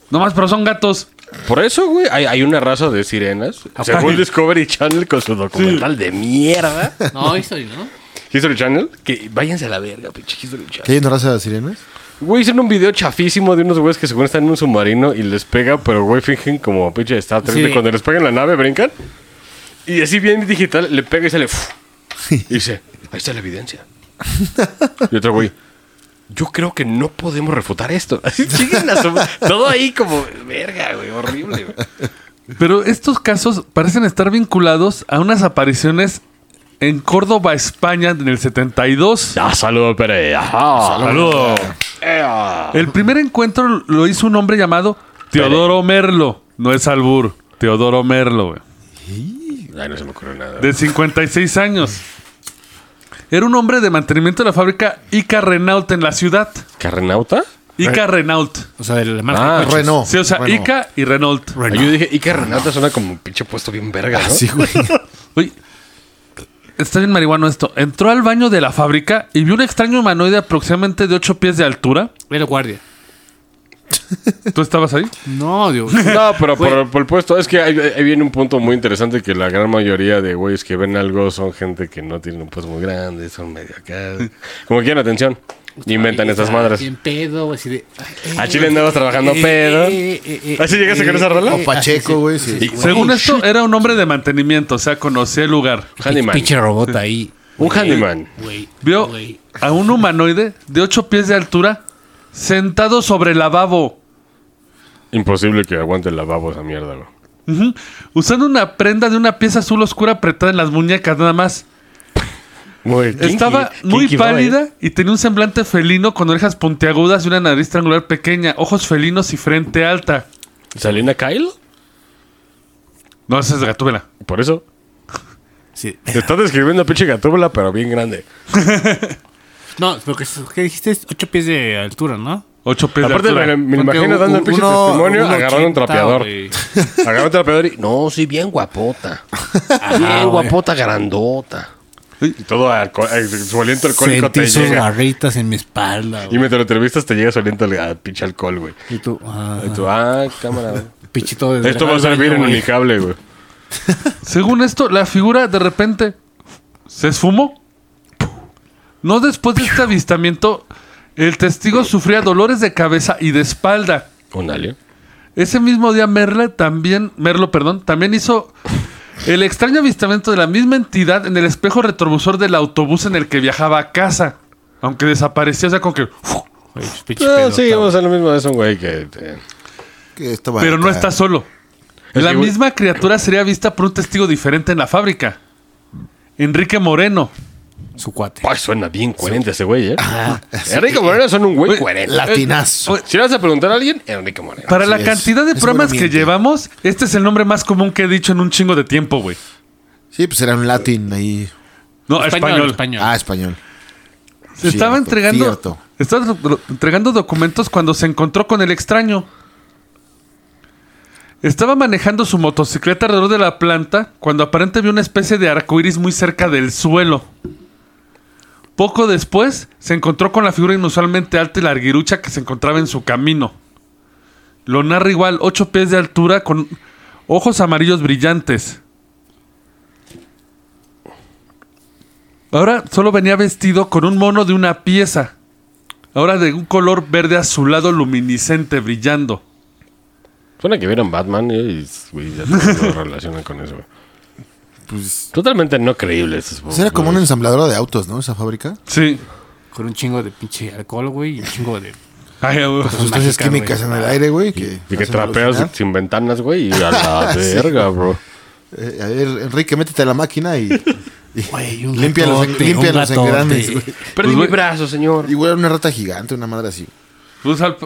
Speaker 2: Nomás, pero son gatos.
Speaker 3: Por eso, güey, hay, hay una raza de sirenas. Según Discovery Channel con su documental de mierda.
Speaker 5: no, History, ¿no?
Speaker 3: History Channel. Que váyanse a la verga, pinche History Channel.
Speaker 4: ¿Qué hay una raza de sirenas?
Speaker 3: Güey, hicieron un video chafísimo de unos güeyes que según están en un submarino y les pega, pero güey, fingen como pinche de Star Trek.
Speaker 5: Sí.
Speaker 3: de Cuando les pegan la nave, brincan. Y así bien digital, le pega y sale. ¡fuf! Y dice, ahí está la evidencia. Y otro güey, yo creo que no podemos refutar esto. Así siguen a su- Todo ahí como, verga, güey, horrible, güey.
Speaker 2: Pero estos casos parecen estar vinculados a unas apariciones en Córdoba, España, en el 72.
Speaker 3: Ah, saludo, Pere. Ajá.
Speaker 2: Saludo.
Speaker 3: Ea.
Speaker 2: El primer encuentro lo hizo un hombre llamado Teodoro Merlo. No es Albur, Teodoro Merlo, güey.
Speaker 3: Ay, no se me ocurrió nada.
Speaker 2: De 56 años. Era un hombre de mantenimiento de la fábrica Ica Renault en la ciudad.
Speaker 3: ¿Carrenauta?
Speaker 2: Ica Renault.
Speaker 5: O sea, de la marca.
Speaker 3: Ah,
Speaker 5: de coches.
Speaker 4: Renault.
Speaker 2: Sí, o sea,
Speaker 4: Renault.
Speaker 2: Ica y Renault.
Speaker 3: Ah, Yo dije, y Carrenauta suena como un pinche puesto bien verga, ¿no?
Speaker 4: Ah, Sí, güey.
Speaker 2: Uy, está bien marihuano esto. Entró al baño de la fábrica y vio un extraño humanoide aproximadamente de 8 pies de altura.
Speaker 5: Era guardia.
Speaker 2: ¿Tú estabas ahí?
Speaker 5: No, Dios.
Speaker 3: No, pero por, por el puesto, es que ahí, ahí viene un punto muy interesante que la gran mayoría de güeyes que ven algo son gente que no tienen un puesto muy grande, son medio acá. Como que quieren atención. Inventan estas madres.
Speaker 5: Bien pedo, así de. ay,
Speaker 3: A
Speaker 5: eh,
Speaker 3: Chile
Speaker 5: eh,
Speaker 3: andabas trabajando
Speaker 5: eh,
Speaker 3: pedo.
Speaker 5: eh, eh, eh,
Speaker 3: ¿Así llegaste
Speaker 5: eh,
Speaker 3: con esa rola?
Speaker 5: eh,
Speaker 4: O Pacheco, güey, ah, sí.
Speaker 5: sí,
Speaker 2: Según esto, era un hombre de mantenimiento, o sea, conocía el lugar.
Speaker 3: Handyman.
Speaker 5: Pinche robot ahí.
Speaker 3: Un
Speaker 5: Güey,
Speaker 3: handyman.
Speaker 5: Güey.
Speaker 2: Vio
Speaker 5: güey.
Speaker 2: a un humanoide de 8 pies de altura sentado sobre el lavabo,
Speaker 3: Imposible que aguante el lavabo esa mierda, güey.
Speaker 2: ujú, usando una prenda de una pieza azul oscura apretada en las muñecas nada más.
Speaker 3: Muy kinky,
Speaker 2: Estaba muy
Speaker 3: kinky boy.
Speaker 2: pálida y tenía un semblante felino con orejas puntiagudas y una nariz triangular pequeña, ojos felinos y frente alta.
Speaker 3: ¿Salina Kyle?
Speaker 2: No, esa es Gatúbela.
Speaker 3: Por eso.
Speaker 5: Sí.
Speaker 3: Te está describiendo a pinche gatúbela, pero bien grande.
Speaker 5: No, lo que, que dijiste es 8 pies de altura, ¿no?
Speaker 2: Ocho pies
Speaker 3: Aparte,
Speaker 2: de
Speaker 3: me,
Speaker 2: altura.
Speaker 3: me
Speaker 5: Ponte
Speaker 3: imagino
Speaker 5: un-
Speaker 3: dando el pinche
Speaker 5: uno-
Speaker 3: testimonio,
Speaker 5: uno
Speaker 3: agarrando un
Speaker 5: 80,
Speaker 3: trapeador.
Speaker 5: güey.
Speaker 3: Agarrando un trapeador y. No, sí, bien guapota. bien guapota, grandota. Y todo alco- eh, su aliento alcohólico
Speaker 5: Sentí
Speaker 3: te
Speaker 5: sus
Speaker 3: llega.
Speaker 5: garritas en mi espalda.
Speaker 3: Y
Speaker 5: güey.
Speaker 3: mientras lo entrevistas, te llega su aliento al- a pinche alcohol, güey.
Speaker 5: Y tú, ah,
Speaker 3: Y tú, ah, cámara. güey.
Speaker 5: pichito de
Speaker 3: Esto va a servir en unicable, güey.
Speaker 2: Según esto, la figura de repente se esfumó. No después de este avistamiento, el testigo sufría dolores de cabeza y de espalda.
Speaker 3: ¿Un alien?
Speaker 2: Ese mismo día Merle también, Merlo, perdón, también hizo el extraño avistamiento de la misma entidad en el espejo retrovisor del autobús en el que viajaba a casa. Aunque desapareció, o sea, con que... uf,
Speaker 3: Ah, sí, vamos a hacer lo mismo. Es un güey que. eh, te-
Speaker 4: Que estaba
Speaker 2: pero no
Speaker 4: acá.
Speaker 2: está solo.
Speaker 3: Es
Speaker 2: La
Speaker 3: que, güey-
Speaker 2: misma criatura sería vista por un testigo diferente en la fábrica. Enrique Moreno.
Speaker 5: Su cuate.
Speaker 3: Ay, suena bien coherente ese güey, ¿eh? Enrique Moreno suena un güey
Speaker 2: Güey,
Speaker 3: coherente.
Speaker 4: Latinazo.
Speaker 2: Eh,
Speaker 3: Si le vas a preguntar a alguien, Enrique Moreno.
Speaker 2: Para la
Speaker 4: es.
Speaker 2: cantidad de
Speaker 4: Es
Speaker 2: programas que
Speaker 4: buenamente.
Speaker 2: llevamos, este es el nombre más común que he dicho en un chingo de tiempo, güey.
Speaker 4: Sí, pues era un latín ahí.
Speaker 2: No, español.
Speaker 4: Ah, español.
Speaker 2: Se estaba
Speaker 4: Cierto,
Speaker 2: entregando.
Speaker 4: cierto.
Speaker 2: estaba do- entregando documentos cuando se encontró con el extraño. Estaba manejando su motocicleta alrededor de la planta cuando aparentemente vio una especie de arcoíris muy cerca del suelo. Poco después se encontró con la figura inusualmente alta y larguirucha que se encontraba en su camino. Lo narra igual, ocho pies de altura con ojos amarillos brillantes. Ahora solo venía vestido con un mono de una pieza. Ahora de un color verde azulado luminiscente brillando.
Speaker 3: Suena que vieron Batman eh, y, güey, ya todo lo relacionan con eso, güey.
Speaker 4: Pues,
Speaker 3: Totalmente no creíble. Esos,
Speaker 4: pues era como una
Speaker 3: güeyes.
Speaker 4: ensambladora de autos, ¿no? Esa fábrica.
Speaker 2: Sí.
Speaker 5: Con un chingo de pinche alcohol, güey. Y un chingo de.
Speaker 2: Ay, uh, güey.
Speaker 4: Sustancias
Speaker 5: mágica,
Speaker 4: químicas
Speaker 5: güey.
Speaker 4: en el aire, güey. Que
Speaker 3: Y que
Speaker 4: hacen
Speaker 3: trapeas
Speaker 4: alucinar.
Speaker 3: sin ventanas, güey, y a la verga, bro.
Speaker 4: Eh, a ver, Enrique, métete a la máquina y, y
Speaker 5: Güey, un
Speaker 4: limpia los,
Speaker 5: gatote,
Speaker 4: limpia
Speaker 5: un
Speaker 4: los
Speaker 5: gatote.
Speaker 4: engranes, güey.
Speaker 3: Pues,
Speaker 2: Perdí mi
Speaker 3: brazo, señor.
Speaker 4: Igual era una rata gigante, una madre así.
Speaker 2: Pues, al-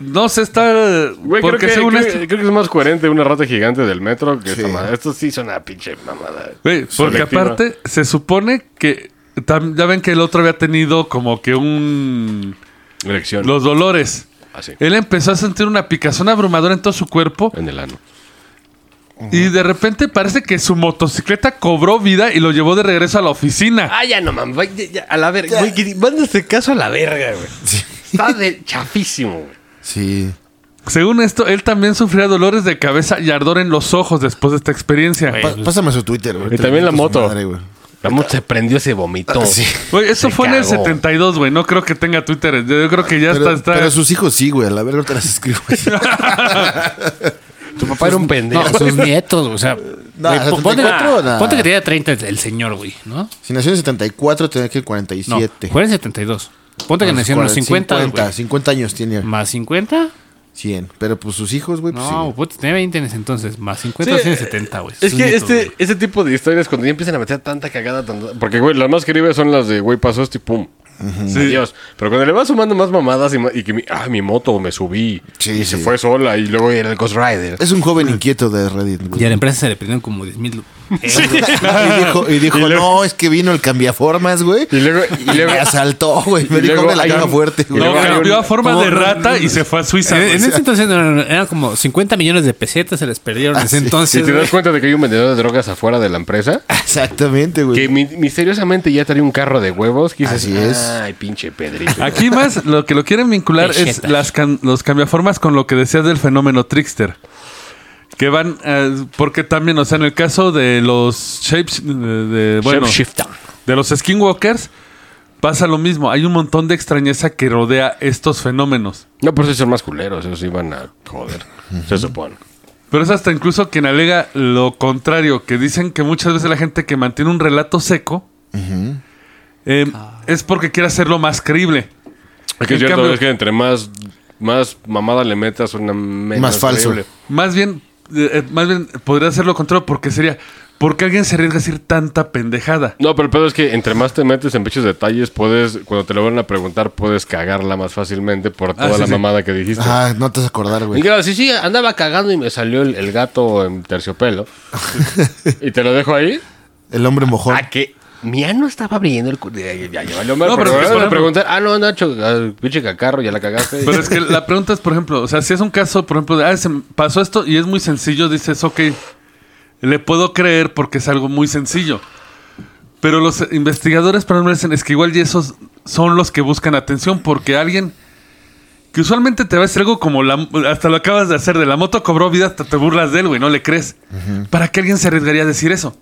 Speaker 2: no sé, está.
Speaker 3: Güey, creo
Speaker 2: porque
Speaker 3: que,
Speaker 2: según
Speaker 3: creo-
Speaker 2: esto.
Speaker 3: creo que es más coherente una rata gigante del metro que esta
Speaker 4: Sí.
Speaker 3: madre. Esto sí suena a pinche mamada.
Speaker 2: Güey, porque
Speaker 3: Selectiva.
Speaker 2: aparte, se supone que. tam- ya ven que el otro había tenido como que un.
Speaker 3: Elección.
Speaker 2: Los dolores.
Speaker 3: Así.
Speaker 2: Él empezó a sentir una picazón abrumadora en todo su cuerpo.
Speaker 3: En el ano.
Speaker 2: Y de repente parece que su motocicleta cobró vida y lo llevó de regreso a la oficina.
Speaker 6: Ah, ya no, man. va- ya- ya, a la verga. Güey, que- manda este caso a la verga, güey.
Speaker 3: Está de chafísimo, güey.
Speaker 4: Sí.
Speaker 2: Según esto, él también sufría dolores de cabeza y ardor en los ojos después de esta experiencia.
Speaker 5: Eh,
Speaker 4: Pa-
Speaker 5: pues,
Speaker 4: pásame su Twitter, güey.
Speaker 3: Y también la
Speaker 4: Su
Speaker 3: moto.
Speaker 4: madre, güey.
Speaker 3: La moto se prendió, se vomitó.
Speaker 4: Sí.
Speaker 2: Güey, eso
Speaker 3: Se
Speaker 2: fue en el
Speaker 3: cagó.
Speaker 2: 72, güey. No creo que tenga Twitter. Yo yo creo que ya
Speaker 4: Pero,
Speaker 2: está. está-
Speaker 4: pero sus hijos sí, güey. A la verga te las escribo. güey.
Speaker 3: Tu papá era un pendejo.
Speaker 5: Pues, No, sus nietos, o sea. güey,
Speaker 4: ¿setenta y
Speaker 5: ponte,
Speaker 4: cuatro? Nah.
Speaker 5: ponte que tenía 30 el, el señor, güey, ¿no?
Speaker 4: si nació en 74, tenía que ir
Speaker 5: No,
Speaker 4: 47.
Speaker 5: fue en 72. Ponte que nació en los 50,
Speaker 4: 50,
Speaker 5: güey.
Speaker 4: 50 años tiene.
Speaker 5: ¿Más 50?
Speaker 4: 100. Pero pues sus hijos, güey, pues
Speaker 5: No,
Speaker 4: sí.
Speaker 5: puta, tenía 20 en ese entonces. Más 50
Speaker 3: Sí,
Speaker 5: tiene 70, güey.
Speaker 3: Es
Speaker 5: Sus
Speaker 3: que
Speaker 5: nietos,
Speaker 3: este,
Speaker 5: güey.
Speaker 3: este tipo de historias, cuando ya empiezan a meter tanta cagada, tanta- porque, güey, las más queridas son las de, güey, pasó esto y pum. Adiós. Pero cuando le vas sumando más mamadas y, ma- y que, mi, ah, mi moto me subí
Speaker 4: Sí,
Speaker 3: y se
Speaker 4: sí.
Speaker 3: fue sola y luego era el Ghost Rider.
Speaker 4: Es un joven inquieto de Reddit,
Speaker 5: Y
Speaker 4: güey.
Speaker 5: a la empresa se le pidieron como 10 mil
Speaker 4: Y dijo, y dijo,
Speaker 3: Y luego-
Speaker 4: no, es que vino el cambiaformas, güey.
Speaker 3: Y luego- y luego-
Speaker 4: me asaltó, güey. Me
Speaker 3: y
Speaker 4: dijo
Speaker 3: luego
Speaker 4: de la
Speaker 3: hay
Speaker 4: cara
Speaker 3: un-
Speaker 4: fuerte,
Speaker 3: y
Speaker 4: güey.
Speaker 2: No,
Speaker 3: luego hay
Speaker 2: cambió
Speaker 3: un-
Speaker 2: a forma
Speaker 5: como-
Speaker 2: de rata y se fue a Suiza.
Speaker 5: En,
Speaker 2: güey.
Speaker 5: en ese entonces no, no, no, eran como 50 millones de pesetas, se les perdieron. en ese
Speaker 3: Ah,
Speaker 5: Ah,
Speaker 3: Si
Speaker 5: entonces.
Speaker 3: te
Speaker 5: güey.
Speaker 3: das cuenta de que hay un vendedor de drogas afuera de la empresa,
Speaker 4: Exactamente,
Speaker 3: que
Speaker 4: güey.
Speaker 3: mi- misteriosamente ya trae un carro de huevos, que dices,
Speaker 4: Así es.
Speaker 3: ay, pinche Pedrito.
Speaker 5: Ah,
Speaker 2: Aquí más lo que lo quieren vincular es
Speaker 5: Pechetas.
Speaker 2: las cam- los cambiaformas con lo que decías del fenómeno trickster. Que van, eh, porque también, o sea, en el caso de los shapes, de, de- bueno,
Speaker 5: Shapeshifter.
Speaker 2: de los skinwalkers, pasa lo mismo. Hay un montón de extrañeza que rodea estos fenómenos.
Speaker 3: No, por eso son más culeros, esos iban a joder, se supone.
Speaker 2: Pero es hasta incluso quien alega lo contrario, que dicen que muchas veces la gente que mantiene un relato seco eh, es porque quiere hacerlo más creíble.
Speaker 3: Es
Speaker 2: En
Speaker 3: que, es cierto,
Speaker 2: cambio-
Speaker 3: es que entre más, más mamada le metas, una menos
Speaker 4: Más falso.
Speaker 3: creíble.
Speaker 2: Más bien, eh, eh, más bien podría ser lo contrario porque sería, ¿por qué alguien se arriesga a decir tanta pendejada?
Speaker 3: No, pero el pedo es que entre más te metes en pinches detalles, puedes, cuando te lo van a preguntar, puedes cagarla más fácilmente por toda
Speaker 2: Ah, sí,
Speaker 3: la
Speaker 2: sí.
Speaker 3: mamada que dijiste.
Speaker 4: Ah, no te vas a acordar,
Speaker 3: Y
Speaker 4: güey.
Speaker 3: claro, sí, sí, andaba cagando y me salió el, el gato en terciopelo. y te lo dejo ahí.
Speaker 4: El hombre mojón.
Speaker 3: Ah, que mi ano estaba abriendo el cu- Ya, ya, ya, ya valió mal,
Speaker 2: No, pero
Speaker 3: pero
Speaker 2: es que, por
Speaker 3: me van a
Speaker 2: ejemplo-
Speaker 3: preguntar, ah, no, Nacho, ah, pinche cacarro, ya la cagaste.
Speaker 2: Pero es que la pregunta es, por ejemplo, o sea, si es un caso, por ejemplo, de, ah, se me pasó esto y es muy sencillo, dices, ok, le puedo creer porque es algo muy sencillo. Pero los investigadores, por ejemplo, dicen, es que igual y esos son los que buscan atención porque alguien que usualmente te va a hacer algo como la, hasta lo acabas de hacer, de la moto cobró vida, hasta te burlas de él, güey, no le crees. ¿Para qué alguien se arriesgaría a decir eso?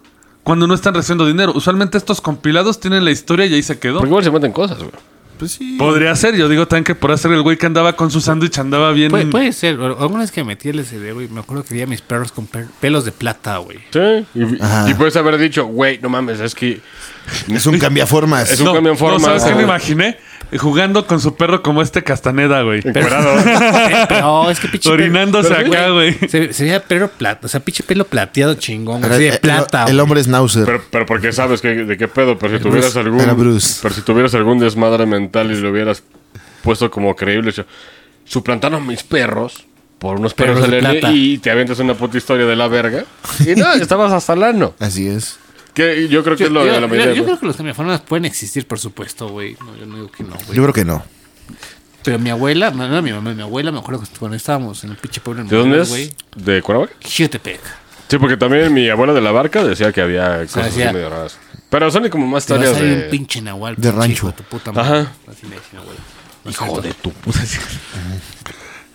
Speaker 2: Cuando no están recibiendo dinero. Usualmente estos compilados tienen la historia y ahí se quedó.
Speaker 3: Porque igual se meten cosas, güey.
Speaker 4: Pues sí.
Speaker 2: Podría ser, yo digo también que por hacer el güey que andaba con su sándwich andaba bien.
Speaker 5: Puede, puede ser. pero Alguna vez que me metí el SD, güey, me acuerdo que vi a mis perros con per- pelos de plata, güey.
Speaker 3: Sí. Y,
Speaker 4: Ajá.
Speaker 3: y puedes haber dicho, güey, no mames, es que
Speaker 4: Es un cambiaformas.
Speaker 3: Es un- cambio en forma.
Speaker 2: ¿Sabes qué me
Speaker 3: Ah.
Speaker 2: imaginé? Jugando con su perro como este Castaneda, güey.
Speaker 5: Pero, no, es que pinche perro-
Speaker 2: Orinándose
Speaker 5: pero,
Speaker 2: acá, güey.
Speaker 5: Se, se veía pelo plata, o sea, pinche pelo plateado chingón, güey,
Speaker 4: Pero
Speaker 5: así
Speaker 4: el-
Speaker 5: de
Speaker 4: el-
Speaker 5: plata.
Speaker 4: El,
Speaker 5: güey.
Speaker 4: hombre es náuser.
Speaker 3: Pero, pero porque sabes que, de qué pedo, pero si tuvieras
Speaker 4: Bruce,
Speaker 3: algún.
Speaker 4: era Bruce.
Speaker 3: Pero si tuvieras algún desmadre mental y lo hubieras puesto como creíble. yo, Suplantaron mis perros por unos perros
Speaker 5: Perros de
Speaker 3: LN
Speaker 5: plata.
Speaker 3: y te avientas una puta historia de la verga. Y no, estabas hasta lano.
Speaker 4: Así es.
Speaker 3: Que yo creo que es lo de la
Speaker 5: yo,
Speaker 3: mayoría.
Speaker 5: yo
Speaker 3: ¿no?
Speaker 5: creo que los cambiaformas pueden existir, por supuesto, güey. No, yo no digo que no,
Speaker 4: Yo
Speaker 5: güey.
Speaker 4: creo que no.
Speaker 5: Pero mi abuela, no, no mi mamá, mi abuela, me acuerdo que cuando estábamos en el pinche pueblo en
Speaker 3: ¿De dónde
Speaker 5: Morelos,
Speaker 3: es?
Speaker 5: güey,
Speaker 3: ¿De Cuernavaca?
Speaker 5: Jutepec.
Speaker 3: Sí, porque también mi abuela de la barca decía que había cosas así
Speaker 5: decía-
Speaker 3: medio raras. Pero son como más
Speaker 5: Te vas
Speaker 3: historias
Speaker 5: a ir un
Speaker 3: de.
Speaker 5: pinche nahual.
Speaker 4: de
Speaker 5: pinche
Speaker 4: rancho.
Speaker 5: hijo de tu puta madre.
Speaker 3: Ajá.
Speaker 5: Así le decía, güey.
Speaker 3: Hijo de tu puta.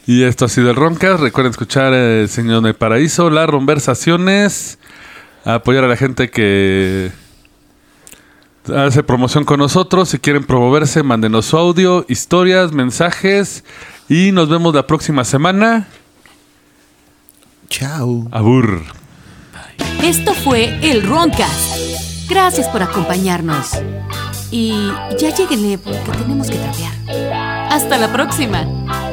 Speaker 2: Y esto ha sido el Roncas. Recuerden escuchar eh, Señor del Paraíso, las conversaciones. Apoyar a la gente que hace promoción con nosotros. Si quieren promoverse, mándenos su audio, historias, mensajes. Y nos vemos la próxima semana.
Speaker 4: Chao.
Speaker 2: Abur.
Speaker 1: Esto fue el Roncast. Gracias por acompañarnos. Y ya lleguenle porque tenemos que cambiar. Hasta la próxima.